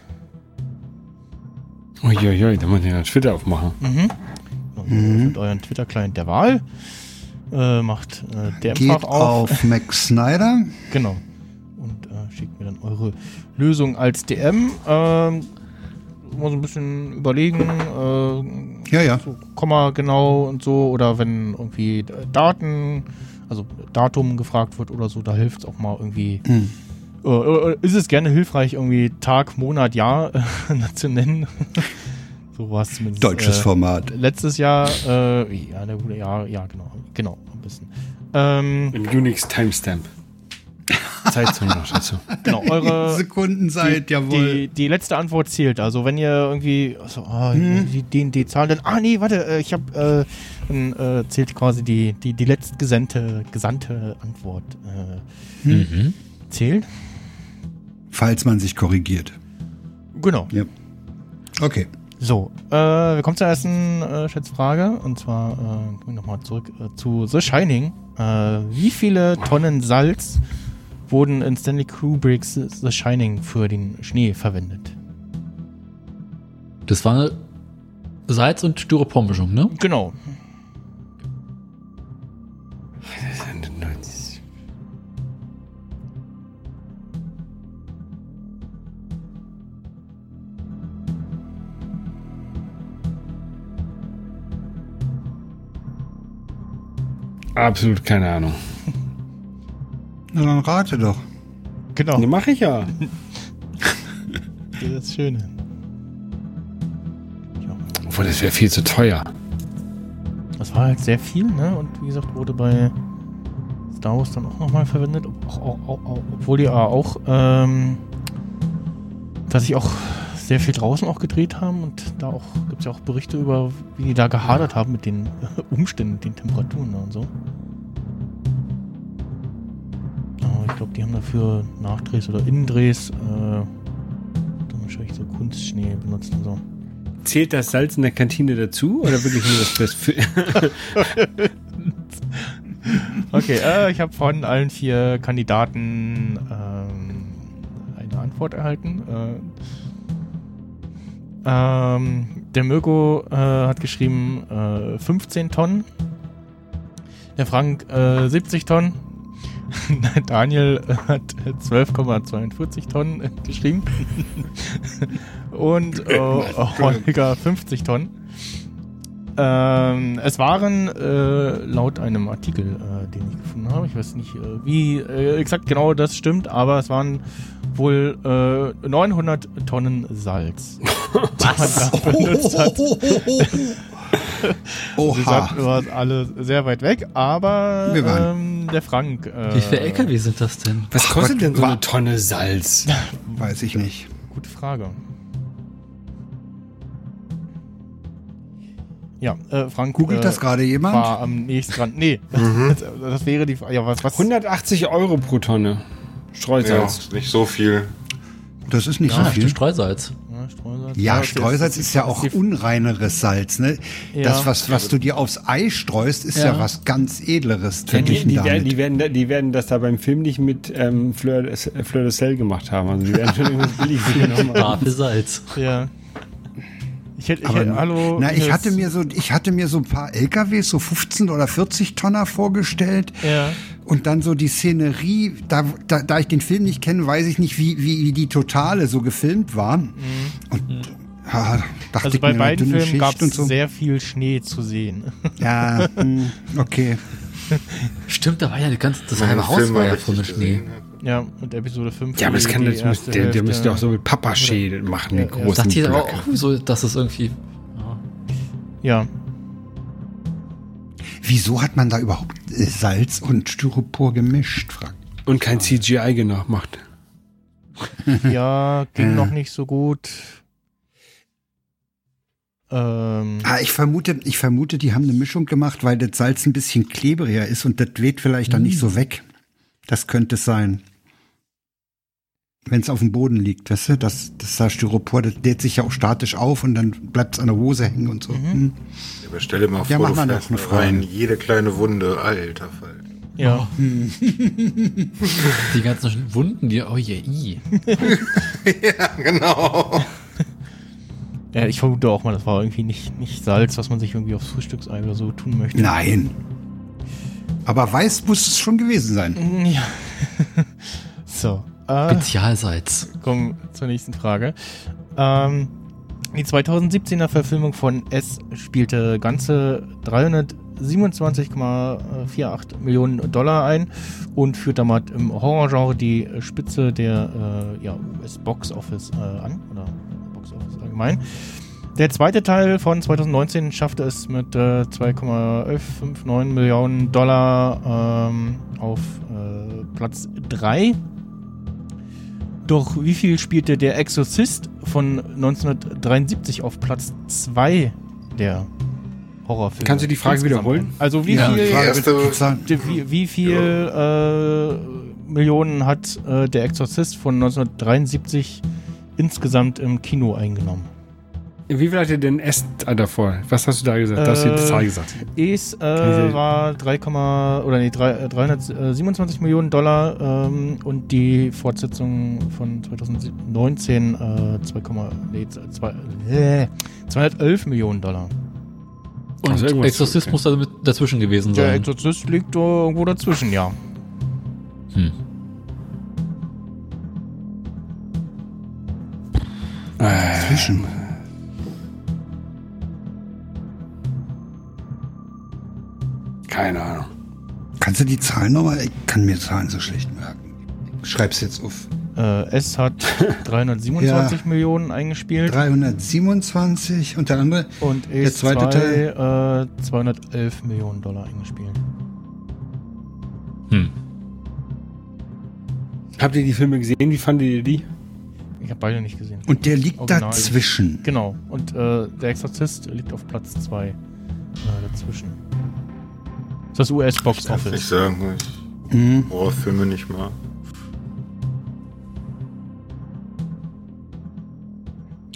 S5: Uiuiui, da muss ich einen Twitter aufmachen.
S2: Mhm. Und Mit euren Twitter-Client der Wahl. Äh, macht äh, DM-Fach
S4: geht auf,
S2: auf.
S4: Max Snyder.
S2: Genau. Und äh, schickt mir dann eure Lösung als DM. Ähm, mal so ein bisschen überlegen, äh,
S4: Ja, ja.
S2: so Komma genau und so. Oder wenn irgendwie äh, Daten, also Datum gefragt wird oder so, da hilft es auch mal irgendwie.
S4: Mhm.
S2: Äh, äh, ist es gerne hilfreich, irgendwie Tag, Monat, Jahr äh, [LAUGHS] zu nennen? so war es zumindest.
S4: Deutsches
S2: äh,
S4: Format.
S2: Letztes Jahr, äh, ja, der gute Jahr, ja, genau, genau, am besten. Ähm,
S5: Im Unix Timestamp. Zeitzone noch dazu.
S4: [LAUGHS]
S2: genau, eure,
S4: Sekunden seid,
S2: die, die letzte Antwort zählt. Also wenn ihr irgendwie so, ah, die, die, die Zahl dann, ah nee, warte, äh, ich habe, äh, dann äh, zählt quasi die, die, die letztgesandte gesandte Antwort äh,
S6: Mhm.
S2: zählt.
S4: Falls man sich korrigiert.
S2: Genau.
S4: Ja. Okay.
S2: So, äh, wir kommen zur ersten äh, Schätzfrage und zwar äh, nochmal zurück äh, zu The Shining. Äh, wie viele Tonnen Salz wurden in Stanley Kubricks The Shining für den Schnee verwendet?
S6: Das war eine Salz- und Styropormischung, ne?
S2: Genau.
S5: Absolut keine Ahnung.
S4: Na dann rate doch.
S2: Genau.
S5: Ne, mach ich ja.
S2: Das ist das Schöne. Ja,
S5: Obwohl, das wäre viel zu teuer.
S2: das war halt sehr viel, ne? Und wie gesagt, wurde bei Star Wars dann auch nochmal verwendet. Auch, auch, auch, auch, obwohl die auch, ähm, dass ich auch sehr viel draußen auch gedreht haben und da auch gibt es ja auch Berichte über, wie die da gehadert haben mit den äh, Umständen, den Temperaturen ne, und so. Aber ich glaube, die haben dafür Nachdrehs oder Innendrehs, äh, dann wahrscheinlich so Kunstschnee benutzt und so.
S5: Zählt das Salz in der Kantine dazu oder wirklich nur das Best für
S2: Okay, äh, ich habe von allen vier Kandidaten ähm, eine Antwort erhalten. Äh, ähm, der Mirko äh, hat geschrieben äh, 15 Tonnen. Der Frank äh, 70 Tonnen. [LAUGHS] Daniel äh, hat 12,42 Tonnen äh, geschrieben. Und äh, Holger 50 Tonnen. Ähm, es waren äh, laut einem Artikel, äh, den ich gefunden habe, ich weiß nicht, äh, wie äh, exakt genau das stimmt, aber es waren wohl äh, 900 Tonnen Salz. Was?
S3: Oh,
S2: Wir sagten,
S4: Oha.
S2: wir waren Also alle sehr weit weg, aber
S4: Wir waren.
S2: ähm, der Frank. Äh,
S6: Wie viele LKW sind das denn?
S5: Was kostet
S4: Gott,
S5: denn so
S4: wa-
S5: eine Tonne Salz?
S4: Weiß ich nicht.
S2: Gute Frage. Ja, äh, Frank.
S4: Googelt
S2: äh,
S4: das gerade Mhm. jemand?
S2: War am nächsten dran. Nee, das, [LAUGHS] das wäre die Frage. Ja, was, was?
S5: 180 Euro pro Tonne
S3: Ja,
S5: Streusalz.
S3: ist nicht so viel.
S4: Das ist nicht so
S6: Ach, du
S4: viel.
S6: Streusalz.
S2: Ja, Streusalz.
S4: Ja,
S2: das-
S4: Streusalz ist ja
S2: das-
S4: auch
S2: die-
S4: unreineres Salz, ne?
S2: Ja.
S4: Das, was, was du dir aufs Ei streust, ist ja,
S6: Ja.
S4: was ganz Edleres,
S5: Die,
S4: denke ich
S5: die, werden-
S4: damit.
S5: die, werden, da- die werden das da beim Film nicht mit ähm, Fleur, de- äh, Fleur de Sel gemacht haben. Also die werden schon [LAUGHS] irgendwas billiges genommen haben.
S6: Brafe Salz.
S2: Ja. Ich hätte, ich
S4: Aber,
S2: hätte, hallo.
S4: na, ich
S2: hier
S4: hatte
S2: ist-
S4: mir so, ich hatte mir so ein paar LKWs, so 15 oder 40 Tonner vorgestellt.
S2: Ja.
S4: Und dann so die Szenerie, da, da, da ich den Film nicht kenne, weiß ich nicht, wie, wie, wie die Totale so gefilmt war. Und ah, dachte
S2: Mhm. Also
S4: ich
S2: bei
S4: mir,
S2: beiden
S4: dünne
S2: Filmen
S4: Schicht
S2: gab
S4: und
S2: es
S4: so.
S2: sehr viel Schnee zu sehen. [LAUGHS]
S4: Ja, hm, okay.
S6: Stimmt, da war ja die ganze, das
S3: Wenn
S6: halbe
S3: ein
S6: Haus
S3: Film
S6: war
S3: mal
S6: ja
S3: richtig
S6: voll mit Schnee.
S3: gesehen hat.
S2: ja, und Episode 5.
S5: Ja, aber das kann
S2: die
S5: das muss,
S2: erste
S5: der, der
S2: Hälfte-
S5: müsste auch so mit Papaschädel machen, den
S2: Ja, ja.
S6: Ich
S5: großen
S6: dachte hier aber
S5: Blöcke.
S6: auch so, dass es irgendwie.
S2: Ja.
S4: Wieso hat man da überhaupt äh, Salz und Styropor gemischt? Frank?
S5: Und kein CGI genau macht.
S2: Ja, ging
S4: Ja.
S2: noch nicht so gut. Ähm,
S4: Ah, ich vermute, ich vermute, die haben eine Mischung gemacht, weil das Salz ein bisschen klebriger ist und das weht vielleicht dann nicht so weg. Das könnte es sein. Wenn es auf dem Boden liegt, weißt du, das, das da Styropor, das lädt sich ja auch statisch auf und dann bleibt es an der Hose hängen und so. Hm.
S3: Ja, aber stell dir mal
S4: Ja,
S3: vor,
S4: mach
S3: du
S4: mal
S3: fährst
S4: noch
S3: da
S4: eine
S3: rein.
S4: Frage.
S3: Jede kleine Wunde, alter Fall. [LAUGHS]
S2: ja.
S6: Die ganzen Wunden, die. Oh je, i.
S3: Genau.
S2: ja, ich vermute auch mal, das war irgendwie nicht, nicht Salz, was man sich irgendwie aufs Frühstücksei oder so tun möchte.
S4: Nein. Aber weiß muss es schon gewesen sein.
S2: Ja. [LAUGHS] so. Äh,
S6: Spezialsalz.
S2: Kommen zur nächsten Frage. Ähm, die 2017er Verfilmung von S spielte ganze 327,48 Millionen Dollar ein und führt damit im Horrorgenre die Spitze der äh, ja, US-Box Office äh, an. Oder Box Office allgemein. Der zweite Teil von 2019 schaffte es mit äh, 2,1159 Millionen Dollar ähm, auf äh, Platz 3. Doch wie viel spielte der Exorzist von 1973 auf Platz 2 der Horrorfilme?
S5: Kannst du die Frage
S2: insgesamt
S5: wiederholen?
S2: ein? Also wie
S4: die
S2: viel,
S4: Frage
S3: erste-
S4: wird bezahlt.
S2: wie, wie viel äh, Millionen hat äh, der Exorzist von 1973 insgesamt im Kino eingenommen?
S5: Wie viel hat dir denn S davor? Was hast du da gesagt? Das hast du die
S2: Äh,
S5: Zahl gesagt.
S2: Es äh,
S5: Diese-
S2: war 3, oder nee, 3, äh, 327 Millionen Dollar ähm, und die Fortsetzung von 2019 äh, 2, nee, 2, äh, 211 Millionen Dollar.
S6: Und
S5: Also irgendwas-
S6: Exorzist muss da mit dazwischen gewesen
S2: Der
S6: sein.
S2: Exorzist liegt da irgendwo dazwischen, ja.
S6: Hm.
S4: Zwischen.
S5: Keine Ahnung.
S4: Kannst du die Zahlen nochmal? Ich kann mir Zahlen so schlecht merken. Ich Schreib's jetzt auf.
S2: Äh, es [LAUGHS] hat 327 Millionen eingespielt
S4: 327 und der andere.
S2: und
S4: Der
S2: es
S4: zweite
S2: zwei, äh, 211 Millionen Dollar eingespielt.
S6: Hm.
S5: Habt ihr die Filme gesehen? Wie fandet ihr die?
S2: Ich habe beide nicht gesehen.
S4: Und der liegt
S2: Original.
S4: dazwischen.
S2: Genau. Und äh, der Exorzist liegt auf Platz 2 äh, dazwischen. Ist das US-Box
S3: Kann's nicht
S2: Office?
S3: sagen.
S4: Mhm.
S3: Ich Horrorfilme nicht mal.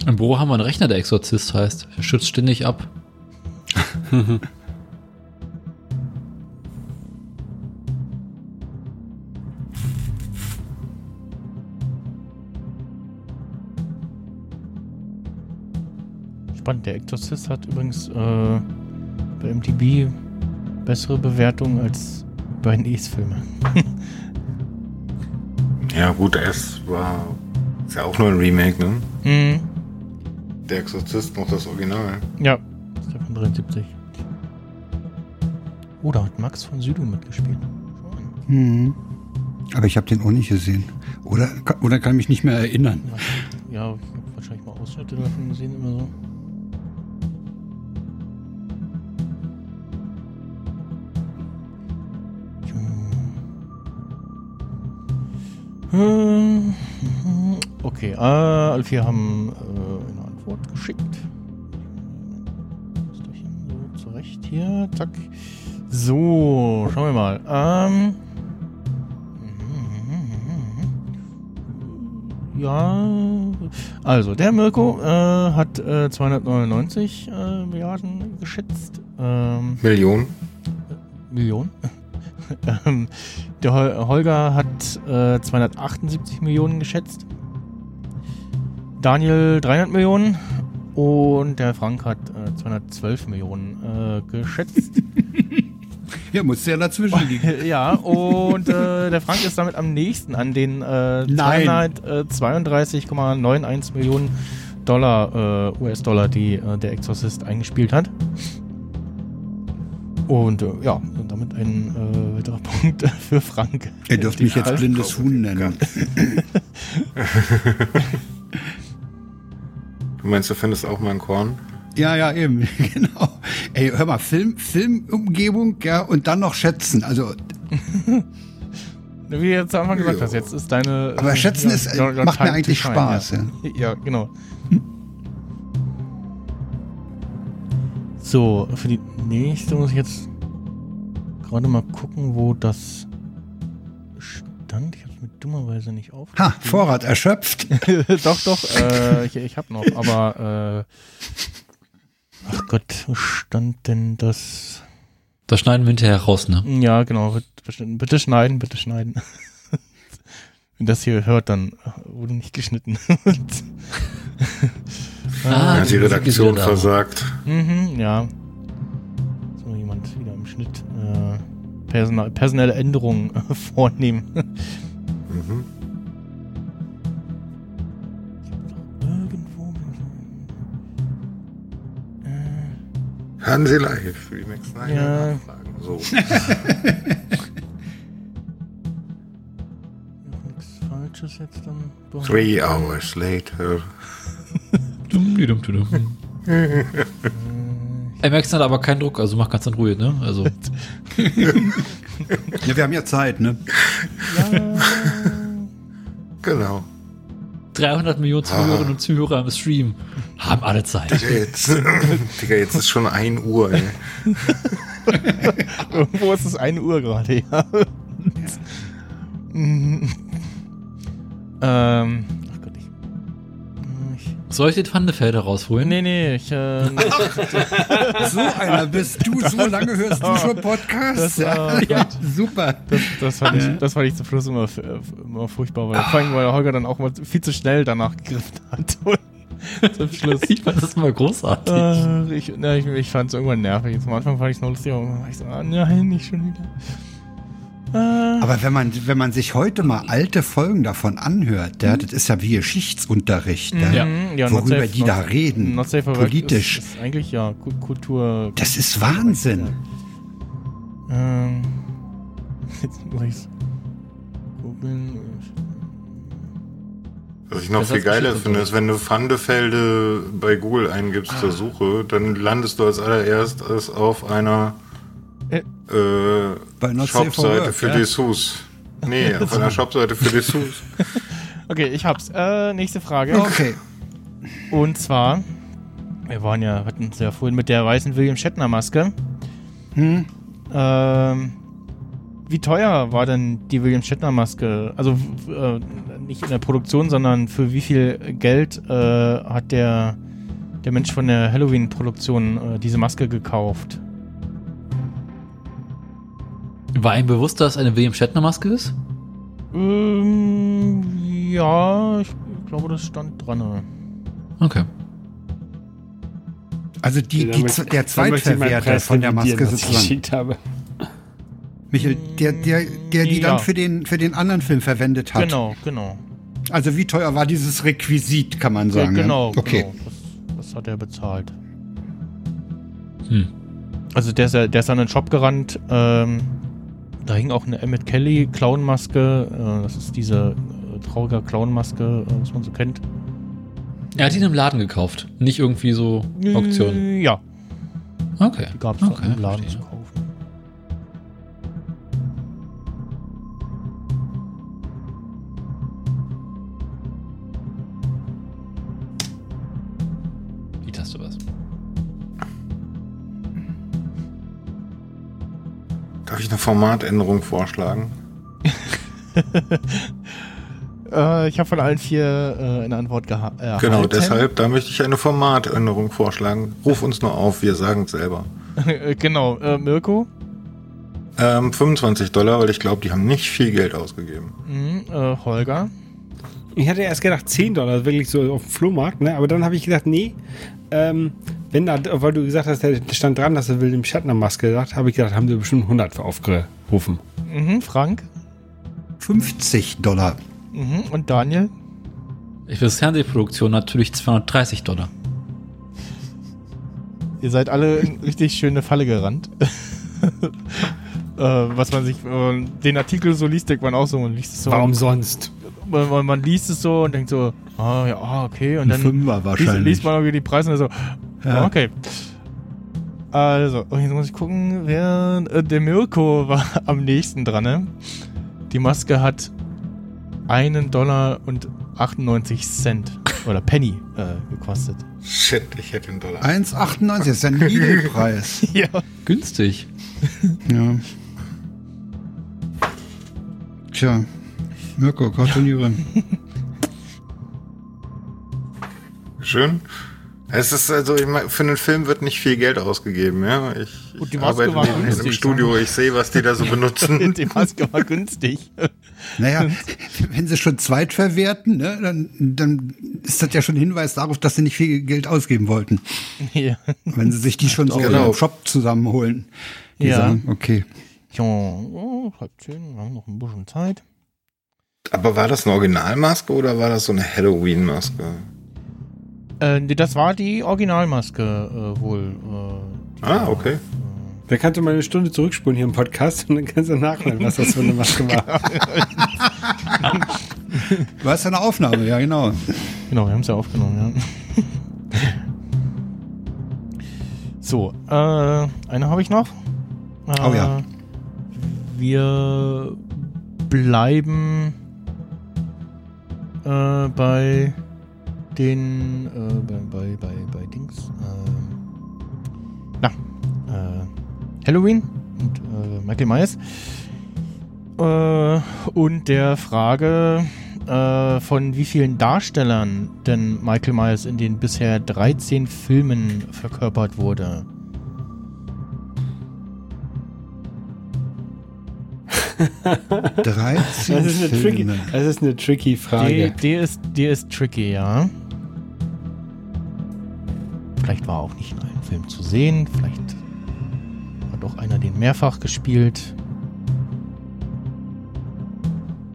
S6: Im Büro haben wir einen Rechner, der Exorzist heißt. Der schützt ständig ab.
S2: Spannend. Der Exorzist hat übrigens äh, bei MTB bessere Bewertungen als E die beiden Es-Filme.
S3: Ja, gut, es war. Ist ja auch nur ein Remake, ne?
S2: Mhm.
S3: Der Exorzist macht das Original.
S2: Ja. Das ist von 73. Oh, da hat Max von Südow mitgespielt. Schau an.
S4: Mhm. Aber ich habe den auch nicht gesehen. Oder, oder kann mich nicht mehr erinnern.
S2: Ja, ich hab wahrscheinlich mal Ausschnitte davon gesehen, immer so. Hm. Okay, äh, alle vier haben äh, eine Antwort geschickt. Ist doch hier so zurecht hier, zack. So, schauen wir mal. Ähm. Mhm, Ja, also der Mirko äh, hat äh, 299 äh, Milliarden geschätzt. Ähm,
S3: Million.
S2: Millionen. [LAUGHS] ähm, der Hol Holger hat äh, 278 Millionen geschätzt. Daniel 300 Millionen. Und der Frank hat äh, 212 Millionen äh, geschätzt.
S4: Ja, muss ja dazwischen liegen.
S2: [LAUGHS] ja, und äh, der Frank ist damit am nächsten an den äh,
S4: Nein.
S2: 200, äh, 32,91 Millionen Dollar, äh, US-Dollar, die äh, der Exorzist eingespielt hat. Und äh, ja, und damit ein äh, weiterer [LAUGHS] Punkt für Frank.
S4: Ihr dürft mich jetzt blindes Huhn nennen.
S3: Du meinst, du findest auch mal ein Korn?
S4: Ja, ja, eben, [LAUGHS] genau. Ey, hör mal, Film, Filmumgebung, ja, und dann noch schätzen. Also,
S2: Wie du jetzt am Anfang gesagt
S3: Ja.
S2: hast, jetzt ist deine.
S4: Aber
S2: äh,
S4: schätzen
S2: ja,
S4: ist, äh,
S2: your- your
S4: macht mir
S2: time to
S4: eigentlich
S2: shine,
S4: Spaß, Hm?
S2: Ja, ja genau. So, für die nächste muss ich jetzt gerade mal gucken, wo das stand. Ich habe es mir dummerweise nicht auf.
S4: ha, Vorrat erschöpft.
S2: [LAUGHS] doch, doch, äh, ich, ich habe noch, aber. Äh, ach Gott, wo stand denn das?
S6: Das schneiden wir hinterher raus, ne?
S2: Ja, genau. wird bestimmt- Bitte schneiden, bitte schneiden. [LAUGHS] Wenn das hier hört, dann wurde nicht geschnitten. [LAUGHS]
S6: Ah,
S3: Ja, die
S6: Musik ist
S3: Redaktion
S6: wieder da.
S3: versagt.
S2: mhm, ja. So jemand wieder im Schnitt äh, personal, personelle Änderungen äh, [LAUGHS] vornehmen.
S3: Mhm.
S2: Irgendwo.
S3: Hören Sie live. Remix, nein,
S2: Ja.
S3: nein, nachfragen.
S6: [LAUGHS]
S3: So.
S2: Noch nichts Falsches jetzt dann.
S3: [LAUGHS] Three hours later. [LAUGHS]
S6: Ey, Max hat aber keinen Druck, also mach ganz in Ruhe, ne?
S3: [LAUGHS]
S6: Also,
S4: Ja, wir haben ja Zeit, ne?
S3: Genau.
S6: 300 Millionen
S3: Ah.
S6: Zuhörerinnen und Zuhörer im Stream haben alle Zeit.
S3: Digga, jetzt, [LAUGHS] Digga, jetzt ist schon 1 Uhr, ey.
S2: Irgendwo ist es 1 Uhr gerade, ja. Mhm. ähm. Ach Gott, ich. ich
S6: Soll ich den Pfandefelder rausholen?
S2: nee, nee, ich. Äh,
S4: So einer bist du, so
S2: [LAUGHS]
S4: lange hörst du schon
S2: Das
S4: Podcasts.
S2: war-
S4: ja, super.
S2: Das, das, fand ich, das fand ich zum Schluss immer, f- äh, immer furchtbar, weil, vor allem, weil Holger dann auch mal viel zu schnell danach gegriffen hat. [LAUGHS] Und zum Schluss.
S6: [LAUGHS] Ich fand das mal großartig.
S3: Ah.
S4: Ah.
S2: Ach, ich, na, ich, ich fand es irgendwann nervig. Zum Anfang fand ich es noch lustig, aber irgendwann war ich so, ah, nein, nicht schon wieder. Äh,
S4: Aber wenn man, wenn man sich heute mal alte Folgen davon anhört, ja, das ist ja wie Geschichtsunterricht, ne?
S2: Mhm. Not
S4: worüber
S2: Safe-
S4: die da
S2: Not-
S4: reden,
S2: Not Safe for Work
S4: politisch.
S2: Ist, ist eigentlich ja Ku- Kultur.
S4: Das ist Wahnsinn.
S2: Ähm, [LAUGHS] jetzt muss ich's googeln.
S3: Was ich noch
S6: Das
S3: viel
S6: heißt,
S3: geiler
S6: Geschichte
S3: finde, ist, wenn du Pfandefelde bei Google eingibst
S6: Ah.
S3: zur Suche, dann landest du als allererstes auf einer
S2: Äh.
S3: äh,
S4: Bei Not Safe for
S3: Shopseite
S4: Work,
S3: für
S4: ja.
S6: [LAUGHS]
S3: Dessous. Nee, auf einer Shopseite für Dessous.
S2: Okay, ich hab's. Äh, nächste
S4: [LAUGHS]
S2: Frage.
S4: Okay.
S2: Und zwar, wir waren ja, hatten uns ja vorhin mit der weißen William Shatner Maske.
S4: Hm?
S2: Ähm, wie teuer war denn die William Shatner Maske? Also w- äh, nicht in der Produktion, sondern für wie viel Geld äh, hat der, der Mensch von der Halloween-Produktion äh, diese Maske gekauft?
S6: War ihm bewusst, dass es eine William Shatner Maske ist?
S2: Ähm, ja, ich glaube, das stand dran. oder?
S6: Okay.
S4: Also die, die,
S5: Dann
S4: Z-
S5: möchte-
S4: der
S5: dann möchte ich meinen
S4: Zweitverwerter
S5: Preis
S4: von der
S5: revidieren,
S4: Maske
S5: was ich
S4: sozusagen.
S5: geschickt habe.
S4: Michel, der, der, der die
S2: Ja.
S4: dann für den, für den anderen Film verwendet hat.
S2: Genau, genau.
S4: Also wie teuer war dieses Requisit, kann man
S2: Ja,
S4: sagen. ne?
S2: genau,
S4: Okay.
S2: genau. Das, das hat er bezahlt.
S6: Hm.
S2: Also der ist, ja- der ist an den Shop gerannt. Ähm, da hing auch eine Emmett Kelly Clownmaske. Äh, das ist diese äh, traurige Clownmaske, äh, was man so kennt.
S6: Er hat ihn im Laden gekauft, nicht irgendwie so Auktion.
S2: Äh, Ja,
S6: Okay.
S2: die gab es
S6: okay,
S2: im Laden zu
S6: verstehe.
S2: kaufen.
S6: Die Taste was.
S3: Darf ich eine Formatänderung vorschlagen?
S2: Äh, ich habe von allen vier äh, eine Antwort gehabt. Äh, [LAUGHS]
S3: Genau,
S2: erhalten.
S3: deshalb, da möchte ich eine Formatänderung vorschlagen. Ruf uns nur auf, wir sagen es selber.
S2: Äh, genau, äh, Mirko.
S3: Ähm, 25 Dollar, weil ich glaube, die haben nicht viel Geld ausgegeben.
S2: Mhm, äh, Holger.
S5: Ich hatte erst gedacht 10 Dollar, wirklich so auf dem Flohmarkt, ne? aber dann habe ich gedacht, nee, ähm, wenn da, weil du gesagt hast, der stand dran, dass er will im Shatner-Maske gesagt, habe ich gedacht, haben sie bestimmt 100 für aufgerufen.
S2: Mhm, Frank.
S4: 50 Dollar.
S2: Mhm, und Daniel.
S6: Ich will Fernsehproduktion natürlich 230 Dollar.
S2: Ihr seid alle in richtig schöne Falle gerannt. [LAUGHS] äh, was man sich, wenn man den Artikel so liest, denkt man auch so, man liest es so.
S5: Warum sonst?
S2: Man, man, man liest es so und denkt so, ah ja, ah, okay. Und
S4: Ein
S2: dann
S4: Fünfer
S2: liest,
S4: wahrscheinlich.
S2: liest man irgendwie die Preise und dann so,
S4: Ja.
S2: ah, okay. Also, und jetzt muss ich gucken, wer. Äh, der Mirko war [LAUGHS] am nächsten dran, ne? Die Maske hat einen Dollar und 98 Cent oder Penny äh, [LAUGHS] gekostet.
S3: Shit, ich hätte einen Dollar.
S4: 1,98 ist
S2: [LAUGHS]
S4: ein Nigelpreis.
S2: Ja.
S6: Günstig.
S4: ja. Tja, Mirko, gratuliere.
S3: Schön. Es ist also, ich mein, für einen Film wird nicht viel Geld ausgegeben, ja. Ich,
S2: Und die
S3: ich
S2: Maske
S3: arbeite
S2: war
S3: mit denen im
S2: günstig, ne?
S3: Studio, ich sehe, was die
S2: [LAUGHS]
S3: da so benutzen.
S2: Die Maske war [LAUGHS] günstig.
S4: Naja, wenn sie schon zweitverwerten, ne, dann, dann ist das ja schon ein Hinweis darauf, dass sie nicht viel Geld ausgeben wollten.
S2: ja.
S4: Wenn sie sich die schon so
S3: Genau.
S4: im Shop zusammenholen. Die
S2: Ja.
S4: sagen, okay.
S2: Ja, oh, halb zehn, wir haben noch ein bisschen Zeit.
S3: Aber war das eine Originalmaske oder war das so eine Halloween-Maske?
S2: Äh, nee, das war die Originalmaske äh, wohl. Äh,
S3: Ah, okay.
S5: Da kannst du mal eine Stunde zurückspulen hier im Podcast und dann kannst du nachhören, was das für eine Maske [LAUGHS] war.
S4: Du hast ja eine Aufnahme, ja genau.
S2: Genau, wir haben es ja aufgenommen, ja. so, äh, eine habe ich noch. Äh,
S4: Oh ja.
S2: Wir bleiben äh, bei den äh, bei, bei, bei, bei Dings. Äh, na, äh, Halloween und äh, Michael Myers. Äh, und der Frage, äh, von wie vielen Darstellern denn Michael Myers in den bisher 13 Filmen verkörpert wurde.
S5: Das
S4: 13
S5: ist eine tricky,
S4: Filme.
S5: das ist eine tricky
S2: Die,
S5: Frage.
S2: die, ist, die ist tricky, ja. Vielleicht war er auch nicht in einem Film zu sehen. Vielleicht hat doch einer den mehrfach gespielt.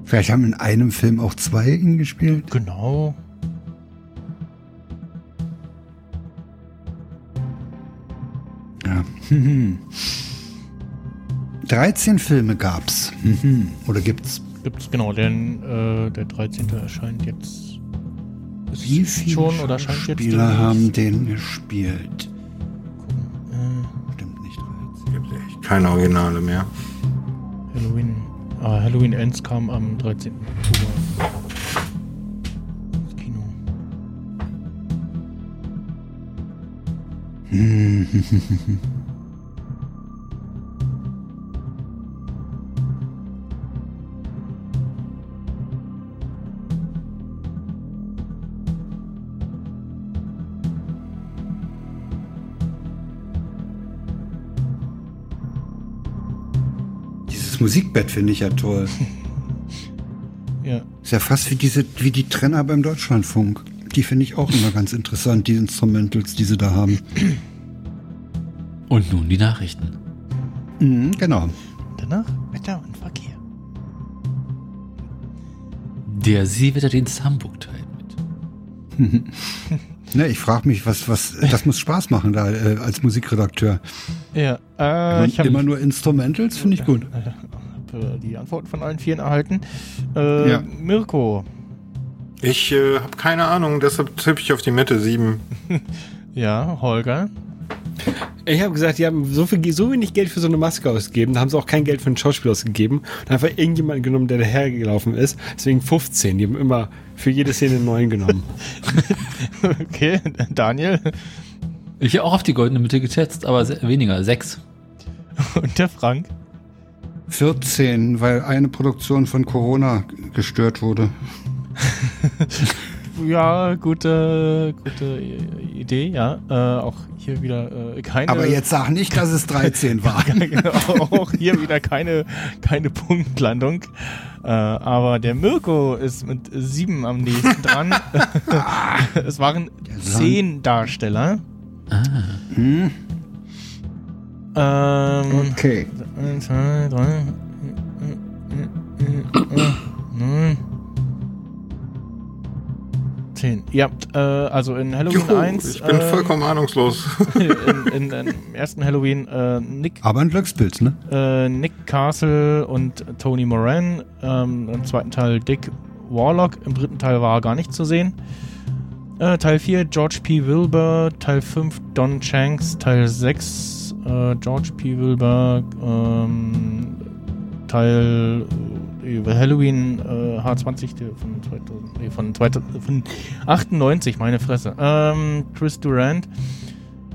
S4: Vielleicht haben in einem Film auch zwei ihn gespielt.
S2: Genau.
S4: Ja. Mhm. 13 Filme gab's. Mhm. Oder gibt's?
S2: Gibt's genau, denn äh, der 13. erscheint jetzt. Ist
S4: Wie viele
S2: schon oder erscheint jetzt?
S4: Spieler haben
S2: demnächst.
S4: den gespielt?
S2: Äh,
S4: Stimmt nicht 13.
S3: Gibt echt keine Originale mehr.
S2: Halloween. Ah, Halloween Ends kam am 13. Oktober.
S4: Dieses Musikbett finde ich
S2: [LAUGHS]
S4: ja toll.
S2: Ja.
S4: Ist ja fast wie diese, wie die Trenner beim Deutschlandfunk. Die finde ich auch immer ganz interessant, die Instrumentals, die sie da haben.
S6: Und nun die Nachrichten.
S4: Mhm, genau.
S2: Danach Wetter und Verkehr.
S6: Der Seewetterdienst Hamburg teilt mit.
S4: Ne, ich frage mich, was, was, das muss Spaß machen da äh, als Musikredakteur.
S2: Ja, äh, ich Äh,
S4: immer,
S2: habe
S4: immer nur Instrumentals finde ich gut.
S2: die Antworten von allen vieren erhalten. Äh,
S4: Ja.
S2: Mirko,
S3: Ich äh, habe keine Ahnung, deshalb tippe ich auf die Mitte 7.
S2: ja, Holger, [LAUGHS]
S5: Ich habe gesagt, die haben so, viel, so wenig Geld für so eine Maske ausgegeben, da haben sie auch kein Geld für einen Schauspieler ausgegeben und einfach irgendjemanden genommen, der dahergelaufen ist. Deswegen 15. Die haben immer für jede Szene einen neuen genommen.
S2: okay, Daniel [LAUGHS]
S6: Ich habe auch auf die goldene Mitte getestet, aber se- weniger, sechs.
S2: und der Frank.
S4: 14, weil eine Produktion von Corona gestört wurde.
S2: Ja, gute, gute Idee, ja. Äh, auch hier wieder äh, keine.
S4: Aber jetzt sag nicht, dass es
S2: [LAUGHS]
S4: 13 war.
S2: auch hier wieder keine, keine Punktlandung. Äh, aber der Mirko ist mit sieben am nächsten
S3: [LAUGHS]
S2: dran. es waren zehn Darsteller.
S3: Ah.
S4: Hm?
S2: Ähm,
S4: Okay.
S2: eins, zwei, drei. hm, Neun. Zehn. Ja, äh, also in Halloween
S3: Juhu,
S2: 1.
S3: ich bin
S2: äh,
S3: vollkommen ahnungslos.
S2: in, in, Im ersten Halloween äh, Nick
S4: Aber ein Glückspilz, ne?
S2: äh, Nick Castle und Tony Moran. Ähm, Im zweiten Teil Dick Warlock. Im dritten Teil war er gar nicht zu sehen. Äh, Teil 4 George P. Wilbur. Teil 5 Don Shanks. Teil 6 äh, George P. Wilbur. Ähm, Teil äh, Halloween äh, H20 der von, 2000, nee, von, 2000, von 98, meine Fresse. Ähm, Chris Durant.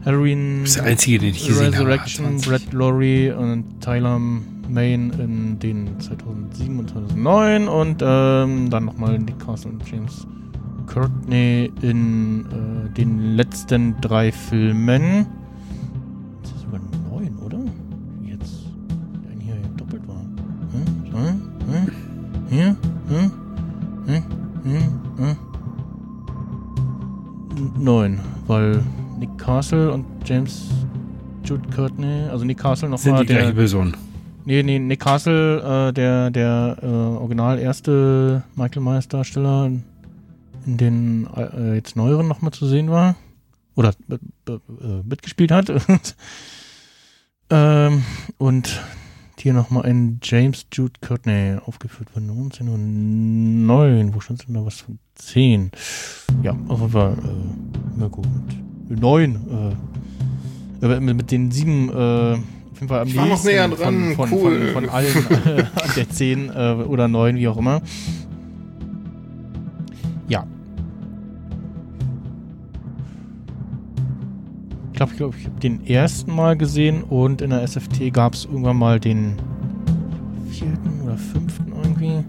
S2: Halloween.
S5: Das ist der einzige, den ich gesehen habe.
S2: Resurrection, Brad Laurie und Tyler Main in den 2007 und 2009 und ähm, dann nochmal Nick Castle und James Courtney in äh, den letzten drei Filmen. Das ist sogar neun, oder? Jetzt, der hier doppelt war. Hm? Zwei? Hm? Hier? Hm? Hm? Hm? Hm? Neun, weil Nick Castle und James Jude Courtney, also Nick Castle
S5: [LAUGHS] Sind
S2: nochmal
S5: die gleiche
S2: der.
S5: Person.
S2: Nee, nee, Nick Castle, äh, der, der äh, original erste Michael Myers Darsteller in den äh, jetzt neueren nochmal zu sehen war. Oder b- b- äh, mitgespielt hat. [LAUGHS] ähm, und hier nochmal ein James Jude Courtney aufgeführt von 1909. Wo stand denn da was von 10? Ja, auf jeden Fall, äh, Mirko mit 9. Äh, äh, mit, mit den 7, äh, auf jeden Fall am
S3: Ich war noch
S2: nächsten
S3: näher dran,
S2: von, von,
S3: cool.
S2: von, von
S3: [LAUGHS]
S2: allen äh, an der 10 äh, oder 9, wie auch immer. Ja. Ich glaube, ich, glaub, ich habe den ersten Mal gesehen und in der SFT gab es irgendwann mal den vierten oder fünften irgendwie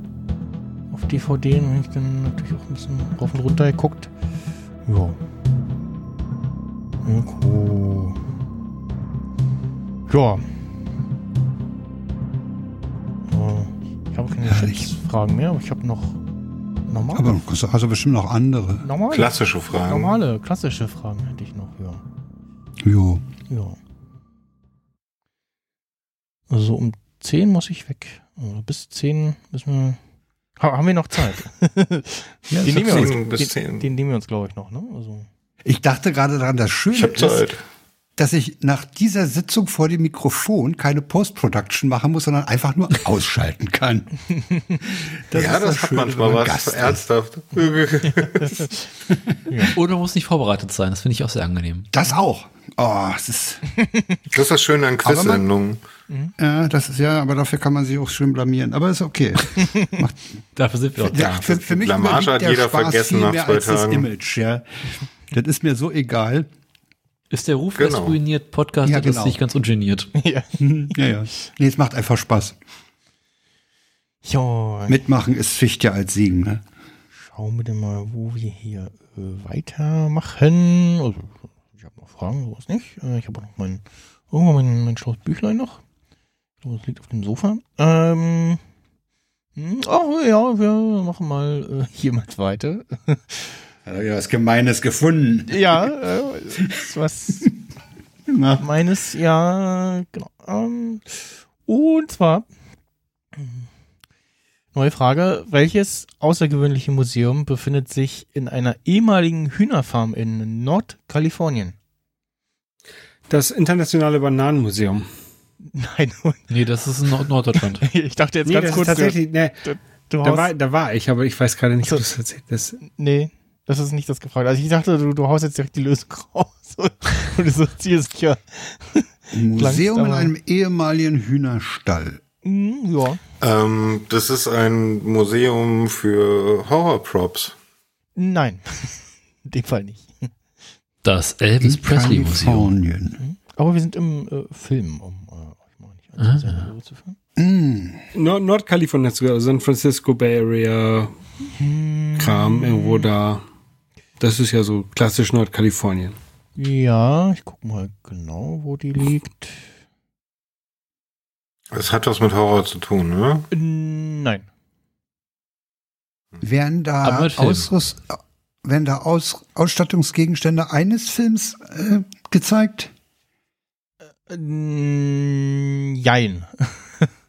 S2: auf DVD und habe ich dann natürlich auch ein bisschen rauf und runter geguckt. Ja. Mirko. Ja. Oh, Ich habe keine
S4: Herrlich.
S2: Fragen mehr, aber ich habe noch normal,
S4: Aber du hast also bestimmt noch andere.
S2: normale,
S3: [LAUGHS] Klassische Fragen.
S2: normale, klassische Fragen hätte ich noch, ja.
S4: Jo.
S2: Ja. Also um 10 muss ich weg. Oder bis 10 müssen wir. Ha, haben wir noch
S3: [LAUGHS]
S2: Zeit?
S4: Ja,
S2: den, nehmen wir
S3: zehn
S2: uns,
S3: bis
S2: den,
S3: zehn.
S2: den nehmen wir uns, glaube ich, noch, ne?
S3: [LAUGHS]
S2: Also,
S4: Ich dachte gerade daran, das
S3: Ich
S4: Schöne
S3: habe
S4: ist,
S3: Zeit.
S4: dass ich nach dieser Sitzung vor dem Mikrofon keine Post-Production machen muss, sondern einfach
S3: [LAUGHS]
S4: nur ausschalten kann.
S3: ja,
S4: ist
S3: das hat
S4: Schöne,
S3: manchmal
S4: wenn man
S3: was.
S4: Gast ist. [LAUGHS]
S3: Ernsthaft.
S6: Oder muss nicht vorbereitet sein, das finde ich auch sehr angenehm.
S4: Das auch. Oh, es ist,
S3: Das ist das Schöne an
S4: Aber man-
S3: Quiz-Sendungen.
S4: ja, das ist ja, aber dafür kann man sich auch schön blamieren. Aber ist
S3: [LAUGHS]
S4: okay.
S6: Dafür sind wir auch
S4: Ja,
S6: da.
S4: für, für mich
S3: Blamage
S4: überwiegt
S3: hat
S4: der
S3: jeder
S4: Spaß
S3: vergessen
S4: viel
S3: nach
S4: mehr
S3: zwei
S4: als das
S3: Tagen.
S4: Image, ja. Das ist mir so egal.
S6: Ist der Ruf
S3: Genau.
S6: erst ruiniert, Podcast
S4: Ja,
S6: das
S4: genau.
S6: nicht ganz ungeniert.
S2: ja.
S4: Mhm, Ja, ja. Nee, es macht einfach Spaß.
S2: Jo,
S4: Mitmachen ist Fichte als Siegen, ne?
S2: schauen wir denn mal, wo wir hier äh, weitermachen. Also, ich habe noch Fragen, sowas nicht. Äh, ich habe auch noch mein, irgendwo mein, mein schlaues Büchlein noch. Ich glaube, das liegt auf dem Sofa. Ähm, hm, oh ja, wir machen mal äh, hiermit weiter.
S4: Hat er wieder was Gemeines gefunden.
S2: [LAUGHS] ja, äh, ist was
S4: Na,
S2: meines, ja, genau. Ähm, und zwar, neue Frage, welches außergewöhnliche Museum befindet sich in einer ehemaligen Hühnerfarm in Nordkalifornien? [LAUGHS]
S5: Das Internationale Bananenmuseum.
S2: Nein, [LAUGHS]
S6: Nee, das ist in Nord Norddeutschland.
S2: ich dachte jetzt
S5: Nee,
S2: ganz
S5: das
S2: kurz,
S5: ist tatsächlich, nee,
S2: du
S5: da, war,
S2: haust,
S5: da war ich, aber ich weiß gerade nicht, ob
S2: Ach so.
S5: das tatsächlich das
S2: nee, das ist nicht das gefragt. Also ich dachte, du, du haust jetzt direkt die Lösung [LAUGHS] raus und du sagst hier sicher.
S4: ein Museum in
S2: Langsam.
S4: einem ehemaligen Hühnerstall.
S2: [LAUGHS] Hm, ja.
S3: Ähm, das ist ein Museum für Horrorprops.
S2: Nein, [LAUGHS] in dem Fall nicht.
S6: Das Elvis
S4: In
S6: Presley Museum.
S4: Kalifornien.
S2: Aber wir sind im äh, Film, um äh, euch mal nicht um
S6: Ah.
S2: allzu sehr in die Irre zu führen.
S4: Mm.
S5: Nord Nordkalifornien sogar, also San Francisco Bay Area Kram irgendwo da. Das ist ja so klassisch Nordkalifornien.
S2: Ja, ich guck mal genau, wo die liegt.
S3: Es hat was mit Horror zu tun, ne?
S2: Nein.
S4: Werden da,
S6: Aber mit Film.
S4: Ausrüst, werden da Aus, Ausstattungsgegenstände eines Films äh, gezeigt?
S2: Ähm, Jein.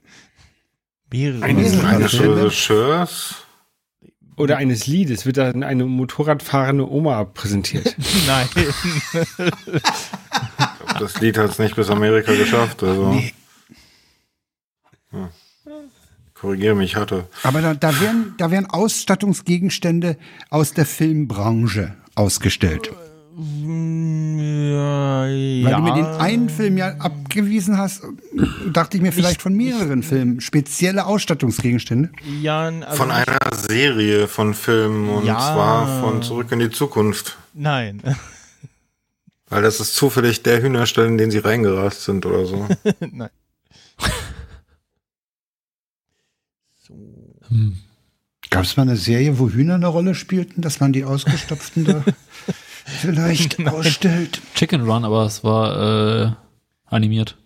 S2: [LAUGHS] Mehrere.
S5: Eines-
S2: Sachen.
S3: Eines
S4: Filme?
S3: Regisseurs.
S5: Oder eines Liedes wird da eine Motorradfahrende Oma [LAUGHS] präsentiert.
S2: Nein.
S3: Ich glaub, Das Lied hat es nicht bis Amerika geschafft. Also. Hm. Korrigiere mich, hatte.
S4: Aber da, da, werden, da werden Ausstattungsgegenstände aus der Filmbranche ausgestellt.
S2: ja,
S4: Weil
S2: ja.
S4: du mir den einen Film ja abgewiesen hast, dachte ich mir vielleicht von mehreren Filmen spezielle Ausstattungsgegenstände.
S2: ja, also
S3: Von einer Serie von Filmen und
S2: Ja.
S3: zwar von Zurück in die Zukunft.
S2: Nein. [LAUGHS]
S3: Weil das ist zufällig der Hühnerstall, in den sie reingerast sind
S5: [LAUGHS]
S3: oder so.
S2: Nein.
S6: Hm.
S4: Gab es mal eine Serie, wo Hühner eine Rolle spielten, dass man die Ausgestopften da vielleicht ausstellt?
S6: Chicken Run, aber es war äh, animiert.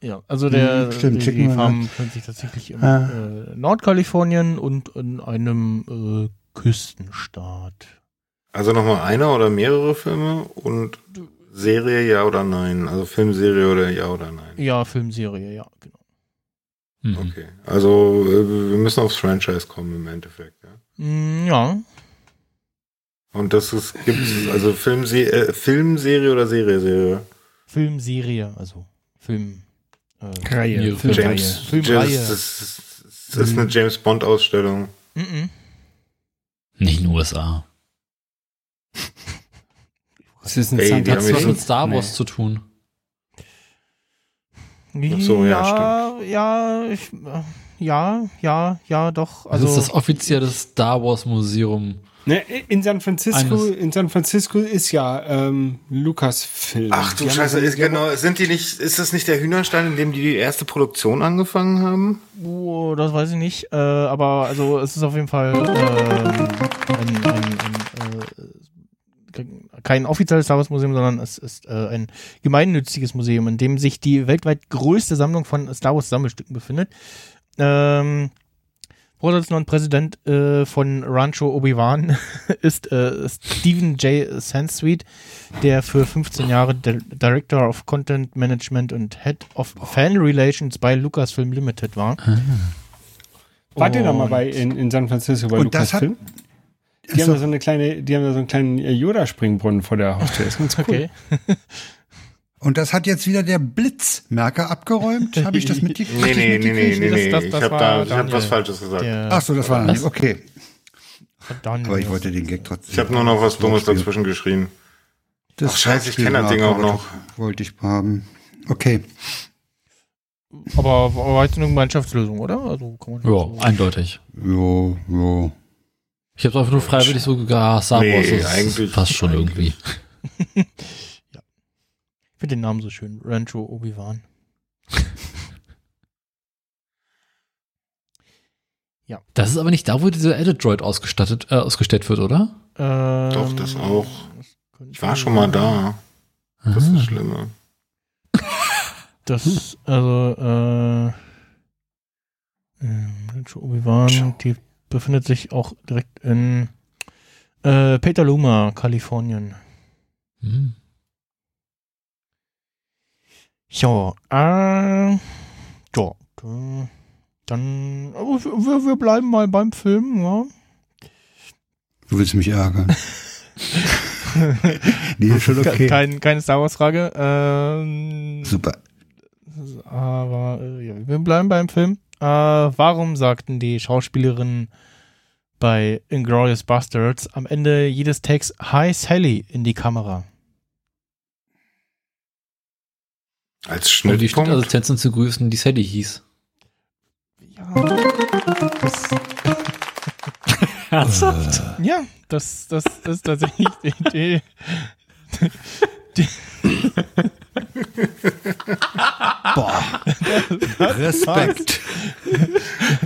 S2: Ja, also der
S4: Hm, stimmt,
S2: die, die
S4: Chicken
S2: Farm befindet sich tatsächlich in
S4: Ah.
S2: äh, Nordkalifornien und in einem äh, Küstenstaat.
S3: Also nochmal einer oder mehrere Filme und Serie ja oder nein. Also Filmserie oder ja oder nein.
S2: Ja, Filmserie, ja, genau.
S6: Mhm.
S3: Okay. Also äh, wir müssen aufs Franchise kommen im Endeffekt, ja.
S2: Mm, ja,
S3: Und das ist, gibt's, also Filmse äh, Filmserie oder Serie, Serie?
S2: Filmserie, also Film. Äh,
S5: Reihe.
S6: Mehrere Filme.
S2: James. Filmreihe.
S3: James, das, ist, das ist
S5: Mhm.
S3: eine James Bond Ausstellung.
S2: mm -mm.
S6: Nicht in den USA.
S5: Das ist ein
S3: Ey, die
S5: Santa
S3: haben
S6: Hat was
S3: mich-
S5: Fe-
S6: mit Star Wars
S5: Nee.
S6: zu tun.
S2: Ja,
S3: Ach so, ja,
S2: ja, ich, äh, ja, ja, ja, doch. Also
S6: Also das ist das offizielle Star Wars Museum.
S5: Ne, in San Francisco,
S6: Eines.
S5: in San Francisco ist ja ähm, Lucasfilm.
S3: Ach du
S5: Die haben
S3: Scheiße,
S5: ja-
S3: ist genau, sind die nicht, ist das nicht der Hühnerstall, in dem die die erste Produktion angefangen haben?
S2: oh, das weiß ich nicht, äh, aber also es ist auf jeden Fall ähm, ein, ein, ein, äh, kein offizielles Star Wars Museum, sondern es ist äh, ein gemeinnütziges Museum, in dem sich die weltweit größte Sammlung von Star Wars Sammelstücken befindet. Ähm, Vorsitzender und Präsident äh, von Rancho Obi-Wan [LAUGHS] ist äh, Stephen J. Sansweet, der für 15 Jahre Di- Director of Content Management und Head of Fan Relations bei Lucasfilm Limited war.
S5: Wart ihr da mal bei in, in San Francisco bei
S4: Und das hat-
S5: Lucasfilm? Die haben
S4: Achso.
S5: da so eine kleine, die haben da so einen kleinen äh, Yoda-Springbrunnen vor der Haustür.
S2: [LAUGHS]
S5: Ist ganz cool.
S2: Okay.
S4: Und das hat jetzt wieder der Blitzmerker abgeräumt? Habe ich das
S3: [LAUGHS]
S4: mitgekriegt?
S3: Nee, nee, nee, nee, nee,
S2: das-
S3: nee.
S2: das-
S3: Ich
S2: das
S3: habe
S2: war
S3: da, ich hab
S2: Daniel.
S3: was Falsches gesagt.
S2: Der
S4: Ach so, das war dann okay.
S2: Daniel.
S4: Aber ich wollte den Gag trotzdem.
S3: Ich habe nur noch was Dummes
S4: Wortspiel.
S3: dazwischen geschrien.
S4: Das
S3: Ach, scheiße, ich
S4: Wortspiel
S3: kenn das Ding auch
S4: wollte-
S3: noch.
S4: Wollte ich haben. Okay.
S2: Aber aber war jetzt eine Gemeinschaftslösung, oder? Also kann man
S6: Ja, eindeutig.
S4: Jo, jo.
S6: Ich habe einfach nur freiwillig so gesagt, ah, Star
S3: Nee,
S6: Wars ist
S3: eigentlich-
S6: passt schon irgendwie.
S2: finde den Namen so schön. Rancho Obi-Wan.
S6: Das ist aber nicht da, wo dieser Edit Droid ausgestattet, äh, ausgestellt wird, oder?
S2: Ähm,
S3: Doch, das auch.
S2: das könnte-
S3: Ich war schon mal da. Das ist
S6: Aha.
S3: das Schlimme.
S2: Das, also, äh, ähm, Rancho Obi-Wan, die befindet sich auch direkt in äh, Petaluma, Kalifornien.
S6: Hm.
S2: Ja, äh, ja, äh, dann, aber wir- wir, wir bleiben mal beim Film,
S3: [LAUGHS]
S2: ja.
S4: Du willst mich ärgern. nee, ist schon
S2: Ke-
S4: okay.
S2: Kein, keine Star Wars-Frage, ähm,
S4: Super.
S2: aber äh, ja, wir bleiben beim Film. Äh, warum sagten die Schauspielerinnen bei Inglourious Bastards am Ende jedes Takes Hi Sally in die Kamera?
S3: Als
S6: Und die also
S3: Schnittpunkt.
S6: Schnittassistentin zu grüßen, die Sadie hieß.
S2: Ja, das,
S6: Ernsthaft?
S2: ja, das, das ist tatsächlich die Idee.
S4: Boah. Respekt.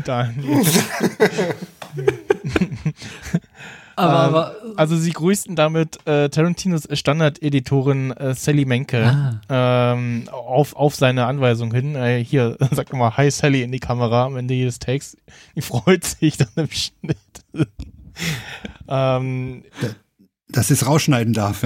S2: Daniel.
S6: Aber,
S2: Ähm,
S6: aber
S2: Also sie grüßten damit äh, Tarantinos Standard-Editorin äh, Sally Menke ähm, auf, auf seine Anweisung hin. Äh, hier, [LAUGHS] sag doch mal Hi Sally in die Kamera am Ende jedes Takes. Die freut sich dann im Schnitt. [LAUGHS] ähm,
S4: Dass ich es rausschneiden darf.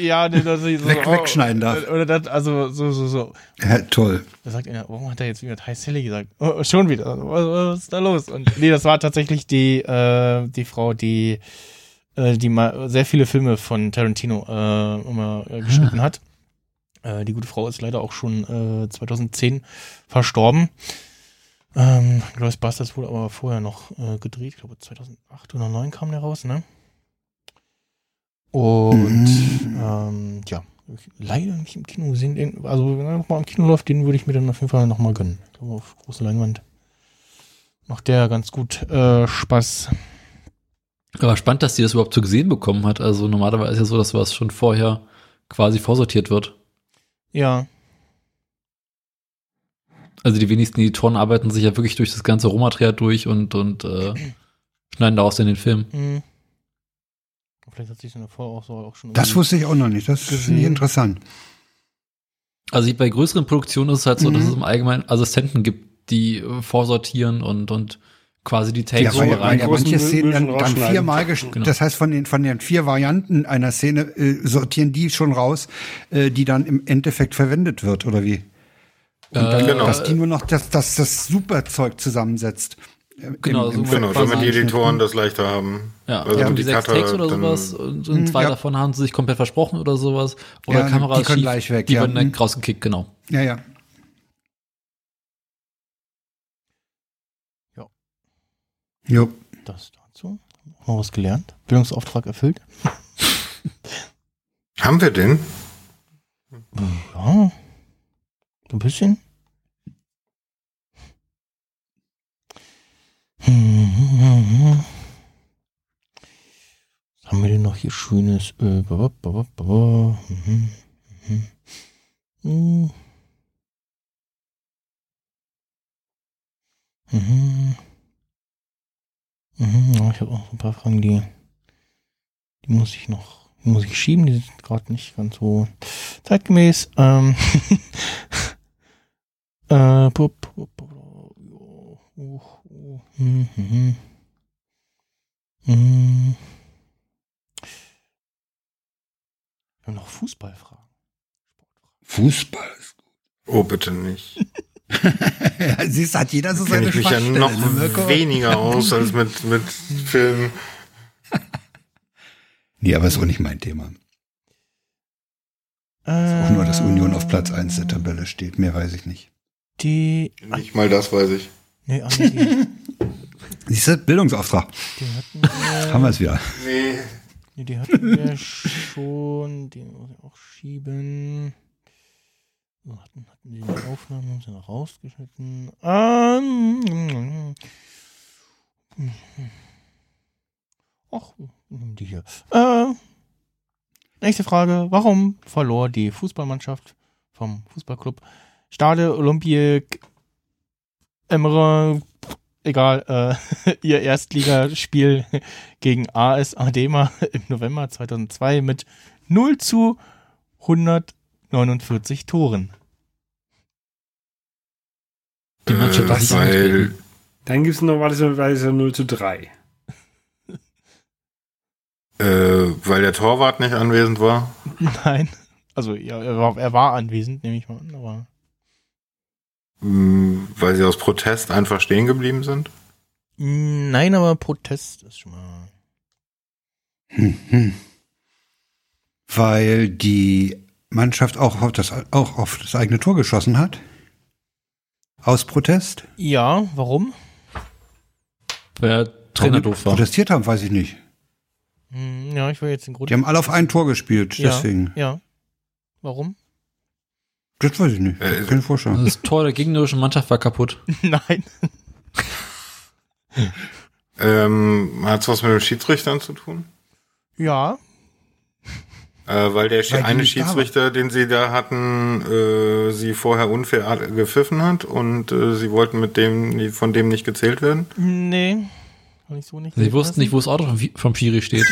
S2: ja, ne, dass ich so,
S4: Weg- wegschneiden darf.
S2: Oder das, also so, so, so.
S4: [LAUGHS] Ja, toll.
S2: Da sagt er, warum hat er jetzt wieder Hi Sally gesagt? Oh, schon wieder. Was, was ist da los? Und nee, das war tatsächlich die, äh, die Frau, die, äh, die mal sehr viele Filme von Tarantino äh, immer äh, geschnitten hat. Äh, die gute Frau ist leider auch schon äh, 2010 verstorben. Ähm, Glorious Bastards wurde aber vorher noch äh, gedreht. Ich glaube, 2008 oder 2009 kam der raus, ne? Und
S4: Mhm.
S2: ähm, ja, hab ich leider nicht im Kino gesehen. Den- Also, wenn er nochmal im Kino läuft, den würde ich mir dann auf jeden Fall nochmal gönnen. Ich glaube, auf große Leinwand macht der ganz gut äh, Spaß.
S6: Aber spannend, dass die das überhaupt zu gesehen bekommen hat. Also normalerweise ist ja so, dass was schon vorher quasi vorsortiert wird.
S2: Ja,
S6: Also die wenigsten Editoren arbeiten sich ja wirklich durch das ganze Rohmaterial durch und, und äh, [CLEARS THROAT] schneiden daraus dann den Film.
S2: mh. hm. Vielleicht hat sich in der Vorher auch so auch schon.
S3: Mhm.
S4: Das wusste ich auch noch nicht. Das finde ich
S2: Gesehen.
S4: interessant.
S6: Also bei größeren Produktionen ist es halt so,
S4: Mhm.
S6: dass es im Allgemeinen Assistenten gibt, die äh, vorsortieren und, und quasi die
S4: Ja,
S6: Takes
S4: weil, weil ja
S6: vorbereiten.
S4: manche Szenen dann, dann
S5: rausschneiden.
S4: viermal gesch-
S6: Genau.
S4: Das heißt, von den, von den vier Varianten einer Szene äh, sortieren die schon raus, äh, die dann im Endeffekt verwendet wird, oder wie? Und dann,
S6: Äh,
S4: dass
S6: genau.
S4: die nur noch das, das, das Superzeug zusammensetzt. Äh,
S6: Genau, so
S3: Genau, damit die
S6: Quasi-
S3: Editoren das leichter haben.
S6: Ja,
S3: Also
S6: also
S3: die
S6: die sechs
S3: Cutter
S6: Takes oder
S3: dann-
S6: sowas und, und
S4: Hm,
S6: zwei
S4: ja.
S6: davon haben sie sich komplett versprochen oder sowas. ne? Oder
S4: Ja,
S6: Kamera
S4: die
S6: ist
S4: können
S6: schief,
S4: gleich weg,
S6: die
S4: ja.
S6: werden dann
S4: Hm.
S6: rausgekickt, genau.
S4: ja, ja.
S2: Ja.
S4: Jo.
S2: Das dazu. Haben wir was gelernt? Bildungsauftrag erfüllt?
S3: Haben wir den?
S2: Ja. So ein bisschen. Hm. Was haben wir denn noch hier Schönes? Äh, ba, ba, ba, ba, ba, ba. Mhm. Mhm. Mhm. Mhm. Mhm. Ja, ich habe auch so ein paar Fragen, die, die muss ich noch, die muss ich schieben, die sind gerade nicht ganz so zeitgemäß. Ähm, [LAUGHS] äh, pup, pup, pup, oh, oh, oh, hm, hm, hm. Hm. Wir haben noch Fußballfragen.
S4: Fußball.
S3: Oh, bitte nicht.
S4: [LAUGHS] Siehst du, hat jeder so
S3: Kenne
S4: seine
S3: ich mich ja
S4: Schwachstellen.
S3: noch
S2: [LAUGHS]
S4: Mirko?
S3: weniger aus als mit, mit Filmen.
S4: Nee, aber ist auch nicht mein Thema. Auch nur, dass Union auf Platz 1 der Tabelle steht. Mehr weiß ich nicht.
S2: Die.
S3: Nicht mal das weiß ich.
S2: Nee, ah, nee, die,
S4: Siehst du, Bildungsauftrag.
S2: die hatten wir.
S4: [LAUGHS] Haben wir es wieder.
S3: Nee.
S2: Nee, die hatten wir schon. Den muss ich auch schieben. So, hatten, hatten die in der Aufnahme, haben sie noch rausgeschnitten. Ähm. Ach, nimm die hier. Äh. Ähm, Nächste Frage. Warum verlor die Fußballmannschaft vom Fußballclub Stade Olympique Emre, egal, äh, [LAUGHS] ihr Erstligaspiel gegen AS Adema [LAUGHS] im November 2002 mit 0 zu 149 Toren? [LAUGHS]
S6: Die Mannschaft hat
S3: äh,
S6: nicht
S3: weil
S6: angetreten.
S5: Dann gibt es noch was, weil es ja 0 zu 3.
S3: Äh, weil der Torwart nicht anwesend war.
S2: Nein. Also ja, er, war, er war anwesend, nehme ich mal an, aber
S3: Mh, Weil sie aus Protest einfach stehen geblieben sind.
S2: Mm, nein, aber Protest ist schon mal.
S4: Hm, hm. Weil die Mannschaft auch auf, das, auch auf das eigene Tor geschossen hat. Aus Protest.
S2: Ja, warum?
S6: Weil der Trainer doof war.
S4: Protestiert haben, weiß ich nicht.
S2: Hm, Ja, ich will jetzt den Grund.
S4: Die haben alle auf ein Tor gespielt,
S2: Ja.
S4: deswegen.
S2: Ja. Warum?
S4: [LAUGHS] Das weiß ich nicht.
S3: Äh,
S4: Keine Vorstellung.
S6: Das Tor der gegnerischen Mannschaft war kaputt.
S2: Nein.
S3: Ähm, Hat es was mit dem Schiedsrichtern zu tun?
S2: Ja.
S3: Äh, weil der Schi-
S4: Weil die
S3: eine
S4: nicht da waren.
S3: Schiedsrichter, den sie da hatten, äh, sie vorher unfair a- gepfiffen hat und äh, sie wollten mit dem von dem nicht gezählt werden.
S2: Nee. Kann ich so nicht.
S4: [LAUGHS]
S6: Sie wussten Also, nicht, wo das Auto vom Fi- vom Schiri steht.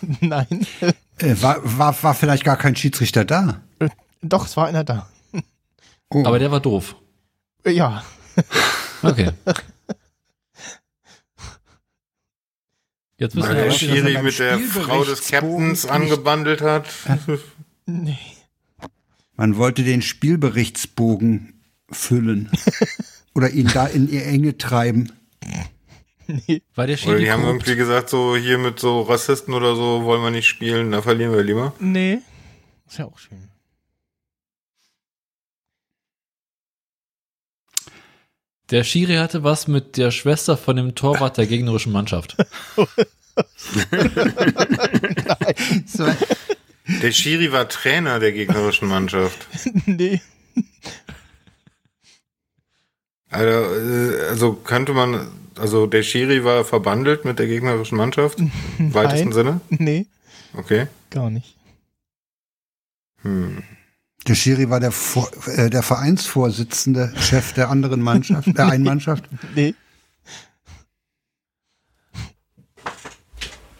S2: [LAUGHS] Nein.
S4: Äh, war, war, war vielleicht gar kein Schiedsrichter da.
S2: Doch, es war einer da.
S4: Oh.
S6: Aber der war doof.
S2: Ja.
S4: [LAUGHS]
S6: Okay. Jetzt müssen
S4: Ja, aber
S3: Weil der
S6: wir aber wieder-
S4: Schiri-
S3: Schiri
S4: beim
S3: mit der
S4: Spielbericht
S3: Frau des Captains
S4: nicht-
S3: angebandelt hat.
S2: Nee.
S4: Man wollte den Spielberichtsbogen
S6: [LAUGHS]
S4: füllen. Oder ihn da in ihr Enge treiben.
S6: weil der
S3: [LAUGHS] Oder
S6: Schiri
S3: die haben
S6: korrupt.
S3: irgendwie gesagt, so hier mit so Rassisten oder so wollen wir nicht spielen, da verlieren wir lieber.
S2: Nee. Ist ja auch schön. [LAUGHS]
S6: Der Schiri hatte was mit der Schwester von dem Torwart der gegnerischen Mannschaft.
S3: Der Schiri war Trainer der gegnerischen Mannschaft.
S2: nee.
S3: Also, äh, also könnte man, also der Schiri war verbandelt mit der gegnerischen Mannschaft,
S4: [LAUGHS]
S3: im weitesten Sinne.
S2: Nee.
S3: Okay.
S2: Gar nicht.
S3: Hm.
S4: Der Schiri war der, Vor äh, der Vereinsvorsitzende, Chef der anderen Mannschaft, der einen Mannschaft.
S2: Nee.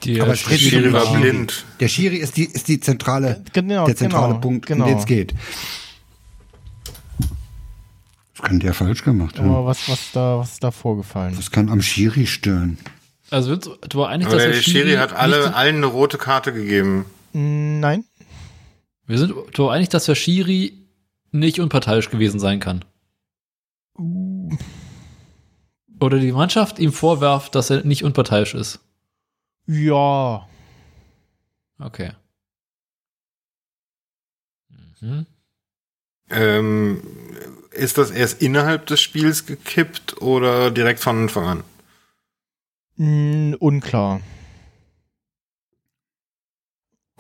S6: Der
S4: Aber es
S3: Der
S4: tritt
S6: Schiri
S3: Schiri
S4: wieder
S3: war
S4: Schiri.
S3: blind.
S4: Der Schiri ist die, ist die zentrale,
S2: Genau.
S4: der zentrale
S2: genau,
S4: Punkt,
S2: genau.
S4: um den es geht. Das kann der falsch gemacht haben.
S2: Aber was, was, da, was ist da vorgefallen?
S4: Das kann am Schiri stören.
S6: Also wir sind- du war einig,
S3: Aber
S6: dass
S3: der
S6: der
S3: Schiri hat alle,
S6: nicht-
S3: allen eine rote Karte gegeben.
S2: Hm, Nein.
S6: wir sind du war einig, dass der Schiri nicht unparteiisch gewesen sein kann. Oder die Mannschaft ihm vorwerft, dass er nicht unparteiisch ist.
S2: Ja.
S6: Okay. Mhm.
S3: Ähm, ist das erst innerhalb des Spiels gekippt oder direkt von Anfang an?
S2: Mm, unklar.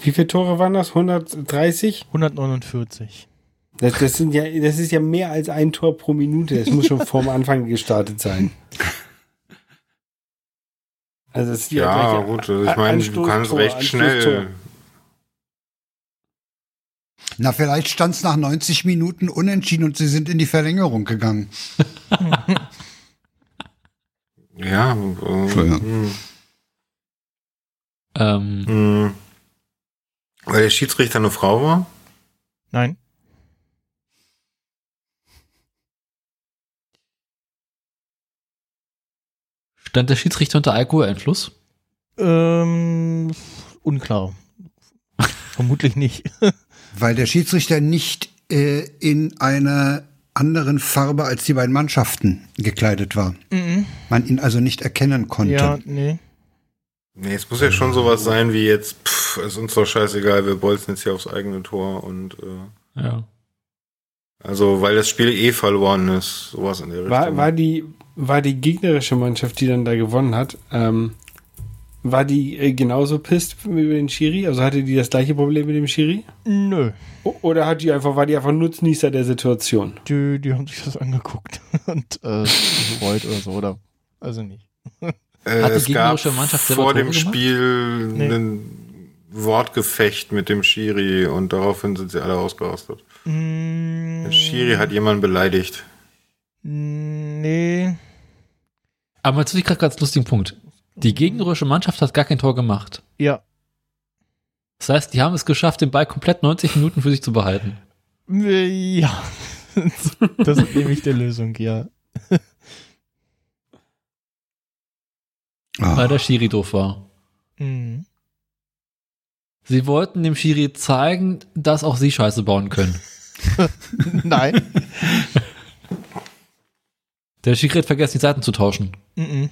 S5: Wie viele Tore waren das? 130?
S2: 149.
S5: Das, das, sind ja, das ist ja mehr als ein Tor pro Minute. Es muss schon vorm Anfang gestartet sein. Also das ist
S3: Ja,
S5: gleich-
S3: gut, also ich meine, du
S5: Anstoßtor,
S3: kannst recht schnell.
S5: Anstoßtor.
S4: Na, vielleicht stand es nach 90 Minuten unentschieden und sie sind in die Verlängerung gegangen.
S3: Ja,
S4: Entschuldigung.
S3: äh,
S6: Ähm,
S3: hm. weil der Schiedsrichter eine Frau war.
S2: Nein.
S6: Stand der Schiedsrichter unter Alkoholeinfluss?
S2: Ähm,
S4: [LAUGHS]
S2: unklar. Vermutlich nicht.
S4: Weil der Schiedsrichter nicht äh, in einer anderen Farbe als die beiden Mannschaften gekleidet war.
S2: Mhm.
S4: Man ihn also nicht erkennen konnte.
S2: Ja, nee.
S3: Nee, es muss ja schon sowas sein wie jetzt, pff, ist uns doch scheißegal, wir bolzen jetzt hier aufs eigene Tor und äh,
S6: Ja.
S3: also weil das Spiel eh verloren ist, sowas in der Richtung.
S5: War, war, die, war die gegnerische Mannschaft, die dann da gewonnen hat, ähm, war die äh, genauso pisst über den Schiri? Also hatte die das gleiche Problem mit dem Schiri?
S2: Nö.
S5: O- Oder hat die einfach, war die einfach Nutznießer der Situation?
S2: Die, die haben sich das angeguckt [LAUGHS] und äh, gefreut oder so, oder? Also nicht.
S3: Äh,
S6: Hat die
S3: es gab
S6: gegnerische Mannschaft selber
S3: vor
S6: Tore
S3: dem
S6: gemacht?
S3: Spiel
S2: Nee.
S3: einen, Wortgefecht mit dem Schiri und daraufhin sind sie alle ausgerastet.
S2: Hm,
S3: Der Schiri hat jemanden beleidigt.
S2: Nee.
S6: Aber jetzt finde ich gerade ganz lustigen Punkt. Die gegnerische Mannschaft hat gar kein Tor gemacht.
S2: Ja.
S6: Das heißt, die haben es geschafft, den Ball komplett 90 Minuten für sich zu behalten.
S2: Ja. [LAUGHS] Das ist nämlich der Lösung, ja.
S6: Weil
S4: Ah,
S6: der Schiri doof war.
S2: Mhm.
S6: Sie wollten dem Schiri zeigen, dass auch sie Scheiße bauen können.
S2: Nein.
S6: Der Schiri hat vergessen, die Seiten zu tauschen.
S2: Mhm.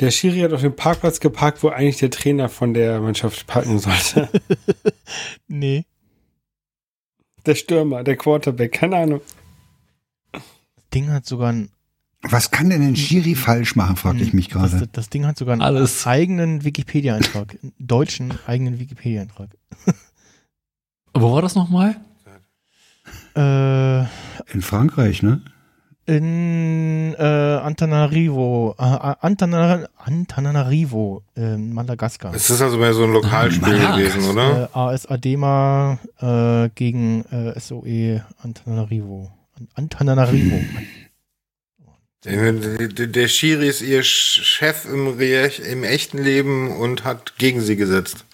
S5: Der Schiri hat auf dem Parkplatz geparkt, wo eigentlich der Trainer von der Mannschaft parken
S3: [LAUGHS]
S5: sollte.
S2: nee.
S5: Der Stürmer, der Quarterback, keine Ahnung.
S2: Ding hat sogar einen Mhm.
S4: was kann denn ein Schiri falsch machen, fragte ich mich
S2: Das,
S4: gerade.
S2: das Ding hat sogar einen
S6: Alles.
S2: eigenen Wikipedia-Eintrag, einen deutschen eigenen Wikipedia-Eintrag.
S6: Wo war das nochmal?
S2: Äh,
S4: In Frankreich, ne?
S2: in äh, Antananarivo, äh, Antanan Antananarivo, äh, Madagaskar.
S3: Es ist ne? also mehr so ein Lokalspiel
S6: Mann,
S3: gewesen, oder?
S2: Äh, AS Adema äh, gegen äh, SOE Antananarivo. An- Antananarivo.
S3: Der, der- der Schiri ist ihr Sch- Chef im, Reech, im echten Leben und hat gegen sie gesetzt.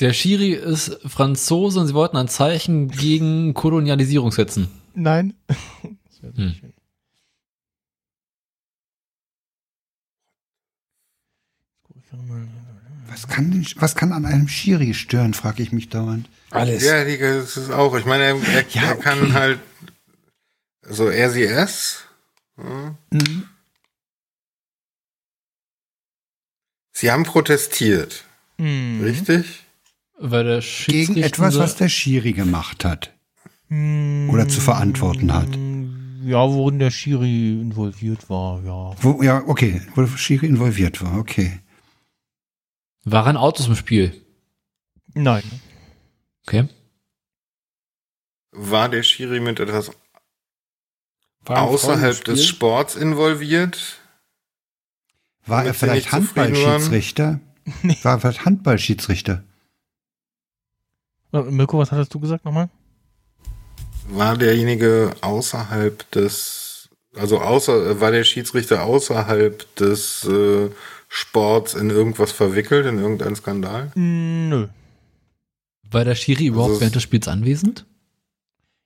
S6: Der Schiri ist Franzose und sie wollten ein Zeichen gegen Kolonialisierung setzen.
S2: Nein. [LAUGHS] Das wär so
S6: Hm.
S2: schön.
S4: Was kann, denn, was kann an einem Schiri stören, frage ich mich dauernd.
S5: Alles.
S3: Ja, die- das ist auch. Ich meine, er, er,
S4: Ja,
S3: er kann
S4: okay.
S3: halt also so RCS. Hm. Sie haben protestiert,
S2: Mhm.
S3: richtig?
S6: Weil der
S4: Gegen
S6: Schiedsrichter
S4: etwas, was der Schiri gemacht hat. Oder zu verantworten hat.
S2: Hm. Ja, worin der Schiri involviert war, ja.
S4: Wo, ja, okay, wo der Schiri involviert war, okay.
S6: waren Autos im Spiel.
S2: Nein.
S6: Okay.
S3: War der Schiri mit etwas
S5: War ein
S3: außerhalb des
S5: Frauenspiel.
S3: Sports involviert?
S4: War
S3: Damit
S4: er
S3: sie
S4: vielleicht
S3: nicht zufrieden waren? [LAUGHS]
S4: Handballschiedsrichter?
S2: Nee.
S4: War er vielleicht Handballschiedsrichter?
S2: Äh, Mirko, was hattest du gesagt nochmal?
S3: War derjenige außerhalb des, also außer, war der Schiedsrichter außerhalb des äh, Sports in irgendwas verwickelt, in irgendeinen Skandal?
S2: Nö.
S6: War der Schiri überhaupt
S3: Also es-
S6: während des Spiels anwesend?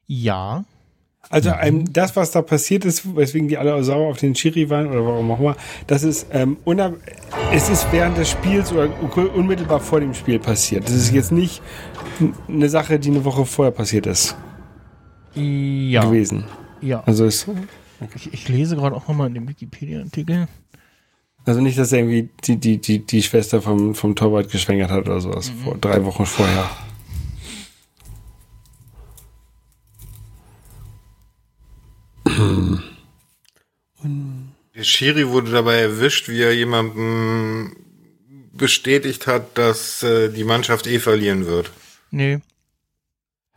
S2: Ja.
S5: Also
S3: Mhm.
S5: ähm, das, was da passiert ist, weswegen die alle sauer auf den Schiri waren oder warum auch immer, das ist ähm, unab es ist während des Spiels oder unmittelbar vor dem Spiel passiert. Das ist jetzt nicht n- eine Sache, die eine Woche vorher passiert ist
S2: Ja.
S5: gewesen.
S2: Ja.
S5: Also es,
S2: Ich, ich lese gerade auch nochmal in dem Wikipedia-Artikel.
S5: also nicht, dass er irgendwie die die die die Schwester vom vom Torwart geschwängert hat oder sowas
S3: Mhm.
S5: vor drei Wochen vorher.
S3: Der Schiri wurde dabei erwischt, wie er jemandem bestätigt hat, dass äh, die Mannschaft eh verlieren wird.
S2: Nee.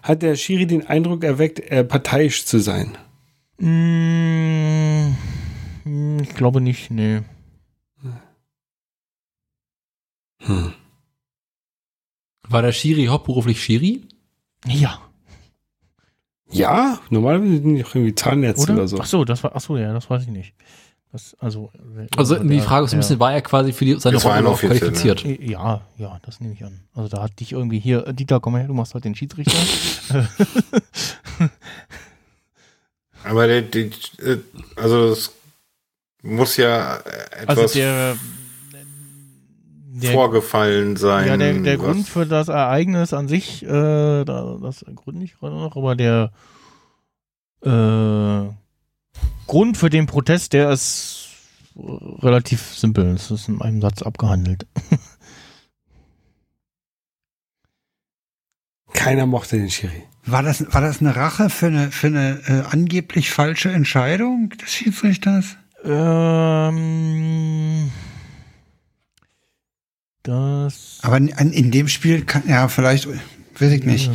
S5: Hat der Schiri den Eindruck erweckt, äh, parteiisch zu sein?
S2: Mm, Hm, Ich glaube nicht, nee.
S5: Hm.
S6: War der Schiri hauptberuflich Schiri?
S2: Ja,
S5: Ja, normalerweise sind die auch irgendwie Zahnärzte
S2: oder?
S5: oder, so.
S2: Ach so, das war, ach so, ja, das weiß ich nicht. Das, also, äh,
S6: Also die
S2: der-
S6: Frage ist ein
S2: der-
S6: bisschen, war er quasi für die, seine
S3: Das war
S6: Rolle
S3: ein
S6: überhaupt
S3: Offizier,
S6: qualifiziert?
S2: Äh, Ja, ja, das nehme ich an. Also da hat dich irgendwie hier, äh, Dieter, komm mal her, du machst heute den
S5: [LAUGHS]
S2: Schiedsrichter.
S3: Aber der, die, äh, also das muss ja äh, etwas
S2: also der, der
S3: vorgefallen sein.
S2: Ja, der, der
S3: was-
S2: Grund für das Ereignis an sich, äh, da, das gründe ich gerade noch, aber der äh, Grund für den Protest, der ist äh, relativ simpel. Es ist in einem Satz abgehandelt.
S5: Keiner mochte den Schiri.
S4: War das, war das eine Rache für eine, für eine äh, angeblich falsche Entscheidung des Schiedsrichters?
S2: Ähm, das.
S4: Aber in, in dem Spiel kann, ja, vielleicht, weiß ich nicht.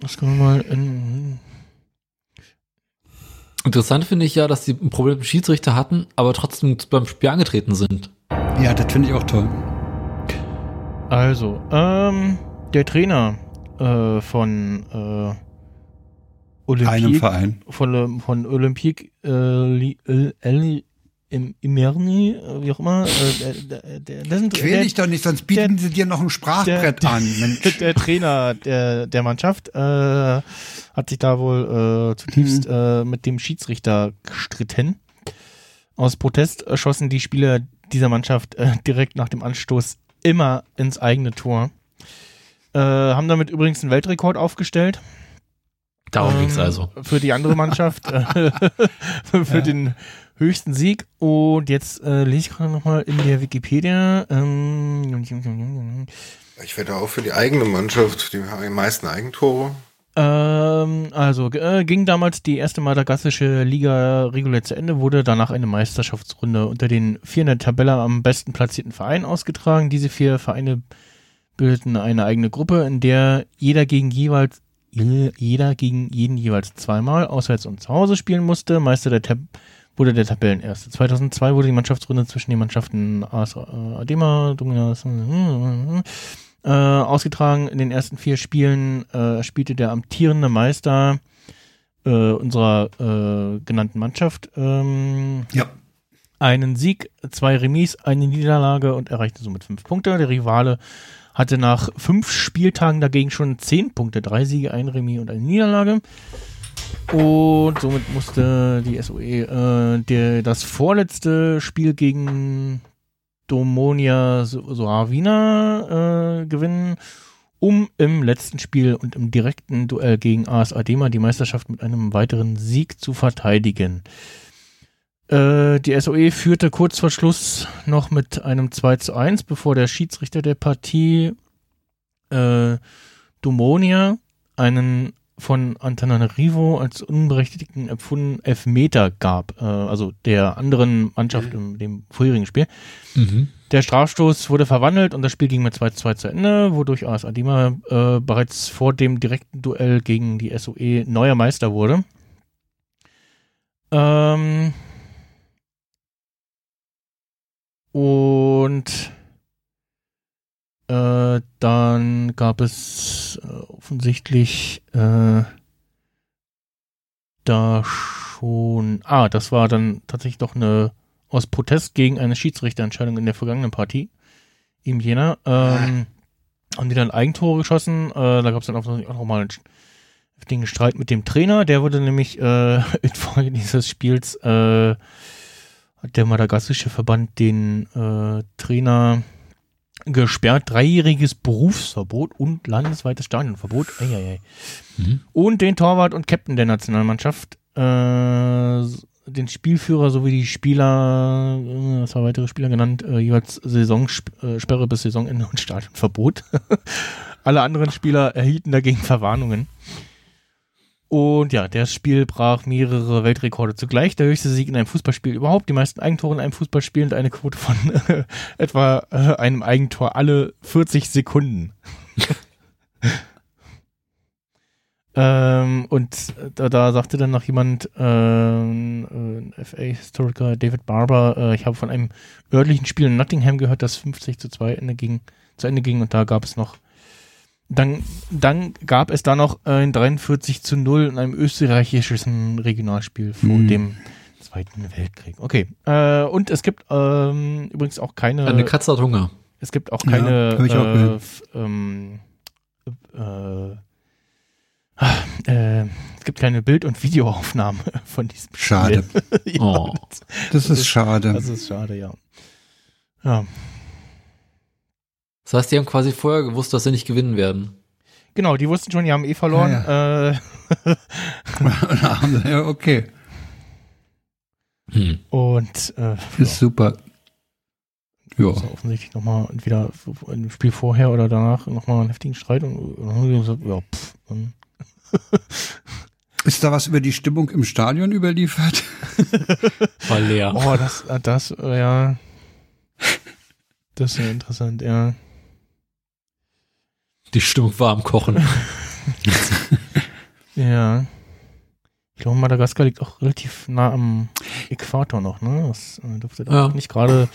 S2: Das können wir mal in.
S6: Interessant finde ich ja, dass sie ein Problem mit dem Schiedsrichter hatten, aber trotzdem beim Spiel angetreten sind.
S4: Ja, das finde ich auch toll.
S2: Also, ähm, der Trainer äh, von äh,
S4: Einem
S2: Olympique,
S4: Verein.
S2: von, Le- von Olympique äh, Li- El- El- im Imerni, äh, wie auch immer, äh, der, der, der, dessen-
S4: Quäl
S2: der-
S4: dich doch nicht, sonst bieten sie dir noch ein Sprachbrett
S2: der-
S4: an.
S2: der,
S4: Mensch.
S2: [LAUGHS] der Trainer der, der Mannschaft äh, hat sich da wohl äh,
S6: Mhm.
S2: zutiefst äh, mit dem Schiedsrichter gestritten. Aus Protest schossen die Spieler dieser Mannschaft äh, direkt nach dem Anstoß immer ins eigene Tor. Äh, haben damit übrigens einen Weltrekord aufgestellt.
S6: Darum
S2: Ähm,
S6: ging's also.
S2: Für die andere Mannschaft, äh, für für den höchsten Sieg. Und jetzt äh, lese ich gerade nochmal in der Wikipedia. Ähm,
S3: Ich wette auch für die eigene Mannschaft, die haben die meisten Eigentore.
S2: Ähm, also g- äh, ging damals die erste madagassische Liga regulär zu Ende, wurde danach eine Meisterschaftsrunde unter den vier in der Tabelle am besten platzierten Vereinen ausgetragen. Diese vier Vereine bildeten eine eigene Gruppe, in der jeder gegen jeweils je- jeder gegen jeden jeweils zweimal auswärts und zu Hause spielen musste. Meister der Tab wurde der Tabellenerste. 2002 wurde die Mannschaftsrunde zwischen den Mannschaften AS, äh, Adema, Dominas, hm, äh, ausgetragen. In den ersten vier Spielen äh, spielte der amtierende Meister äh, unserer äh, genannten Mannschaft ähm,
S4: Ja.
S2: einen Sieg, zwei Remis, eine Niederlage und erreichte somit fünf Punkte. Der Rivale hatte nach fünf Spieltagen dagegen schon zehn Punkte, drei Siege, ein Remis und eine Niederlage. Und somit musste die SOE äh, der, das vorletzte Spiel gegen Domonia So- Soavina äh, gewinnen, um im letzten Spiel und im direkten Duell gegen AS Adema die Meisterschaft mit einem weiteren Sieg zu verteidigen. Äh, die SOE führte kurz vor Schluss noch mit einem 2 zu 1, bevor der Schiedsrichter der Partie äh, Dumonia einen von Antananarivo als unberechtigten empfundenen Elfmeter gab, äh, also der anderen Mannschaft in dem vorherigen Spiel.
S6: Mhm.
S2: Der Strafstoß wurde verwandelt und das Spiel ging mit 2 zu 2 zu Ende, wodurch AS Adima äh, bereits vor dem direkten Duell gegen die SOE neuer Meister wurde. Ähm und äh, dann gab es äh, offensichtlich äh, da schon. Ah, das war dann tatsächlich doch eine aus Protest gegen eine Schiedsrichterentscheidung in der vergangenen Partie im Jena. Ähm, haben die dann Eigentore geschossen. Äh, da gab es dann auch noch auch noch mal einen sch- heftigen Streit mit dem Trainer. Der wurde nämlich äh, [LAUGHS] infolge dieses Spiels äh, hat der madagassische Verband den äh, Trainer gesperrt, dreijähriges Berufsverbot und landesweites Stadionverbot. Eieiei.
S6: Mhm.
S2: Und den Torwart und Captain der Nationalmannschaft, äh, den Spielführer sowie die Spieler, äh, das war weitere Spieler genannt, äh, jeweils Saisonsperre bis Saisonende und Stadionverbot. [LAUGHS] Alle anderen Spieler erhielten dagegen Verwarnungen. Und ja, das Spiel brach mehrere Weltrekorde zugleich. Der höchste Sieg in einem Fußballspiel überhaupt, die meisten Eigentore in einem Fußballspiel und eine Quote von [LAUGHS] äh, etwa äh, einem Eigentor alle 40 Sekunden. [LAUGHS] ähm, und da, da sagte dann noch jemand, ähm, äh, FA-Historiker David Barber, äh, ich habe von einem örtlichen Spiel in Nottingham gehört, das 50 zu 2 Ende ging, zu Ende ging und da gab es noch dann, dann gab es da noch ein 43 zu 0 in einem österreichischen Regionalspiel vor
S4: Hm.
S2: dem Zweiten Weltkrieg. Okay. Äh, und es gibt ähm, übrigens auch keine.
S6: Eine Katze hat Hunger.
S2: Es gibt auch
S4: Ja,
S2: keine
S4: hab ich auch
S2: äh,
S4: gehört.
S2: f- ähm, äh, ah, äh, es gibt keine Bild- und Videoaufnahmen [LAUGHS] von diesem Spiel.
S4: Schade.
S2: ja,
S6: Oh.
S4: Das ist schade.
S2: Das ist also- schade, ja. Ja,
S6: Das heißt, die haben quasi vorher gewusst, dass sie nicht gewinnen werden.
S2: genau, die wussten schon, die haben eh verloren. Äh,
S4: [LAUGHS] Ja, okay.
S6: Hm.
S2: und äh, ja.
S4: Ist super. Ja.
S2: Also offensichtlich nochmal entweder im Spiel vorher oder danach nochmal einen heftigen Streit und ja, pff, und
S4: Ist da was über die Stimmung im Stadion überliefert? [LAUGHS]
S6: War leer.
S2: oh, das, das, äh, ja. Das ist ja interessant, ja.
S6: Die Stimmung war am Kochen.
S2: Ja. Ich glaube, Madagaskar liegt auch relativ nah am Äquator noch, ne? Das äh, dürfte dann
S6: Ja.
S2: auch nicht gerade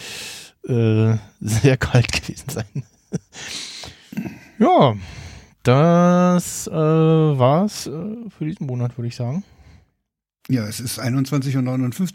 S2: äh, sehr kalt [LAUGHS] gewesen sein. ja, das äh, war's äh, für diesen Monat, würde ich sagen.
S4: Ja, es ist 21.59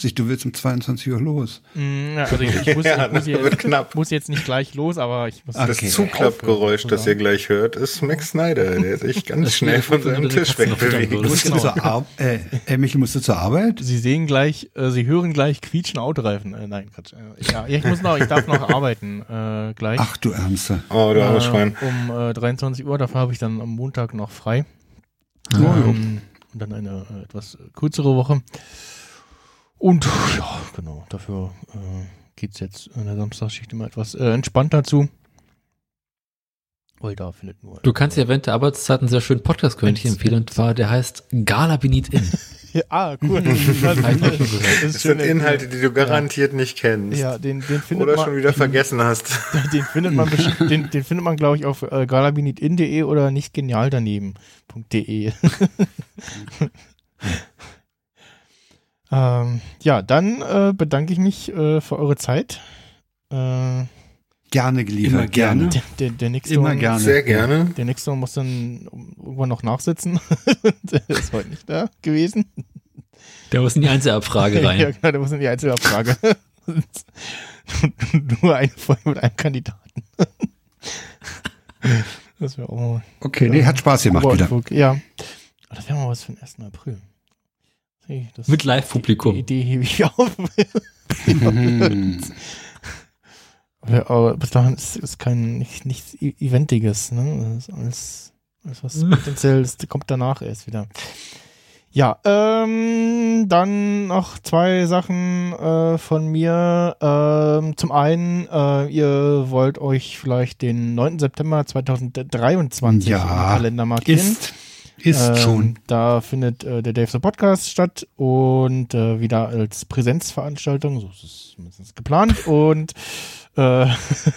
S4: Uhr, du willst um 22 Uhr los.
S2: Mm, ja, also ich,
S3: [LAUGHS]
S2: ich muss,
S3: Ja,
S2: ich muss,
S3: das wird
S2: jetzt,
S3: knapp.
S2: muss jetzt nicht gleich los, aber ich muss.
S3: Das
S4: Okay.
S3: Zuklappgeräusch,
S2: Aufhören,
S3: das ihr gleich hört, ist Max Snyder, der sich
S2: [LAUGHS]
S3: ganz
S6: Das
S3: schnell
S6: wäre
S3: von
S6: gut, wenn
S3: seinem
S6: du deine
S3: Tisch
S6: Katzen noch füttern
S3: wegbewegt.
S6: würdest.
S4: Musst du
S2: genau.
S4: zur Ar äh, äh, Michel, musst du zur Arbeit?
S2: Sie sehen gleich, äh, Sie hören gleich quietschen Autoreifen. Äh, nein, Quatsch. Äh, ja, ja, ich muss noch, ich darf
S3: [LAUGHS]
S2: noch arbeiten äh, gleich.
S4: Ach du Ärmste.
S3: Oh, du armes
S2: äh,
S3: Schwein.
S2: Um äh, 23 Uhr, dafür habe ich dann am Montag noch frei.
S3: Oh,
S2: Ähm, und dann eine äh, etwas kürzere Woche. Und ja, genau, dafür äh, geht es jetzt in der Samstagsschicht immer etwas äh, entspannter zu. Weil da findet nur.
S6: [LAUGHS] Du kannst ja während der Arbeitszeit einen sehr schönen Podcast hören, den ich empfehle, und zwar der heißt Gala Beneath In.
S2: [LAUGHS] Ja, ah, cool. das
S3: Das sind Inhalte, die du garantiert nicht kennst.
S2: Ja, den, den findet
S3: Oder
S2: man, [LAUGHS]
S3: schon wieder vergessen hast.
S2: Den findet man,
S4: [LAUGHS]
S2: bestimmt- den, den findet man glaube ich, auf äh, galabinitin.de oder nichtgenialdaneben.de. [LAUGHS] ähm, ja, dann äh, bedanke ich mich äh, für eure Zeit. Äh,
S4: Gerne geliefert.
S5: Immer gerne.
S2: der, der, der nächste
S4: Immer
S2: One-
S4: gerne.
S3: Sehr gerne.
S2: Der nächste One muss dann irgendwann noch nachsitzen. [LAUGHS] der ist heute nicht da gewesen.
S6: Da muss in die Einzelabfrage
S2: [LAUGHS] Ja,
S6: rein.
S2: genau, da muss in die Einzelabfrage. [LAUGHS] Nur eine Folge mit einem Kandidaten. [LAUGHS] das wäre auch mal
S4: Okay, nee, hat Spaß gemacht wieder.
S2: Oberfug, Ja. Aber Das wäre mal was für den 1. April. Hey, Das
S6: Mit
S2: Die
S6: Live-Publikum.
S2: Idee hebe ich [LAUGHS] auf. [LAUGHS]
S4: Mhm.
S2: Ja, Aber bis dahin ist, ist kein nicht, nichts E- Eventiges, ne? Das ist alles, alles was
S4: [LAUGHS]
S2: potenziell ist, kommt danach erst wieder. Ja, ähm, dann noch zwei Sachen äh, von mir. Ähm, zum einen, äh, ihr wollt euch vielleicht den 9. September 2023
S4: Ja,
S2: im Kalender markieren.
S4: [LAUGHS] Ist, ist
S2: Ähm,
S4: schon.
S2: Da findet äh, der Dave the Podcast statt und äh, wieder als Präsenzveranstaltung, so ist es zumindest geplant. Und äh,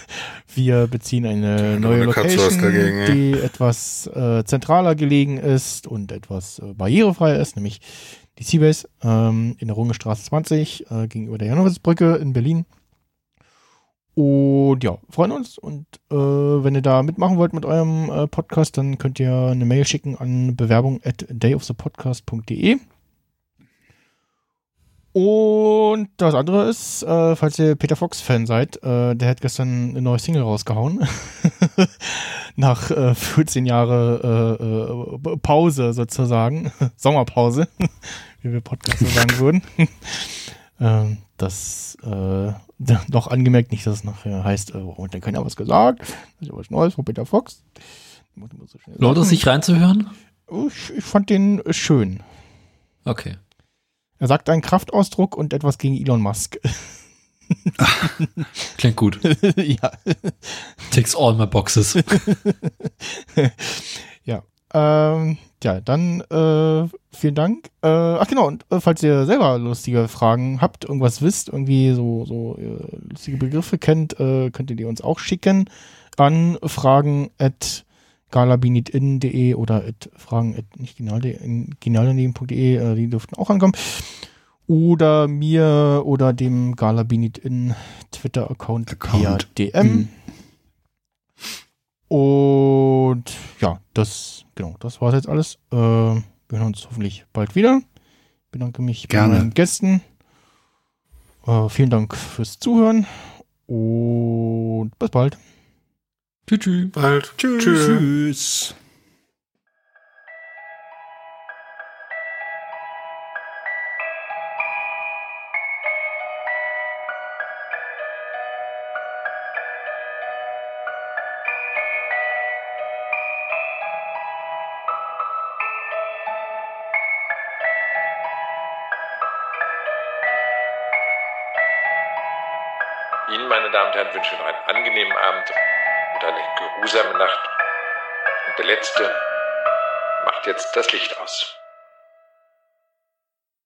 S2: [LAUGHS] wir beziehen eine neue
S3: genau, eine Katze
S2: Location,
S3: was dagegen, ja.
S2: die etwas äh, zentraler gelegen ist und etwas äh, barrierefrei ist, nämlich die Seabase ähm, in der Rungestraße 20 äh, gegenüber der Janowitzbrücke in Berlin. Und ja, freuen uns. Und äh, wenn ihr da mitmachen wollt mit eurem äh, Podcast, dann könnt ihr eine Mail schicken an bewerbung at dayofthepodcast.de. Und das andere ist, äh, falls ihr Peter Fox-Fan seid, äh, der hat gestern eine neue Single rausgehauen. [LAUGHS] Nach äh, 14 Jahre äh, äh, Pause sozusagen. [LAUGHS] Sommerpause, wie wir Podcaster sagen würden. [LAUGHS] Ähm, das äh, [LAUGHS] d- noch angemerkt, nicht, dass es nachher heißt, äh, und dann keiner was gesagt. Das ist ja was Neues von Peter Fox. Muss man so schnell
S6: Lohnt es
S2: sagen.
S6: sich reinzuhören?
S2: Ich, ich fand den äh, schön.
S6: Okay.
S2: Er sagt einen Kraftausdruck und etwas gegen Elon Musk. [LAUGHS]
S6: Klingt gut.
S2: ja.
S6: Ticks all my boxes.
S2: Ähm, ja, dann äh, vielen Dank. Äh, ach genau, und äh, falls ihr selber lustige Fragen habt, irgendwas wisst, irgendwie so, so äh, lustige Begriffe kennt, äh, könnt ihr die uns auch schicken an fragen at galabinitin.de oder at fragen at nicht genialdaneben.de, äh, die dürften auch ankommen. Oder mir oder dem galabinitin Twitter-Account per
S4: Account.
S2: DM. Und ja, das, genau, das war's jetzt alles. Äh, wir hören uns hoffentlich bald wieder. Ich bedanke mich
S4: Gerne.
S2: bei meinen Gästen. Äh, vielen Dank fürs Zuhören und bis bald.
S6: Tschüss. [LAUGHS] tschüss.
S3: Bald. Tschüss.
S4: Tschüss.
S8: Ihnen, meine Damen und Herren, wünsche ich noch einen angenehmen Abend und eine geruhsame Nacht. Und der Letzte macht jetzt das Licht aus.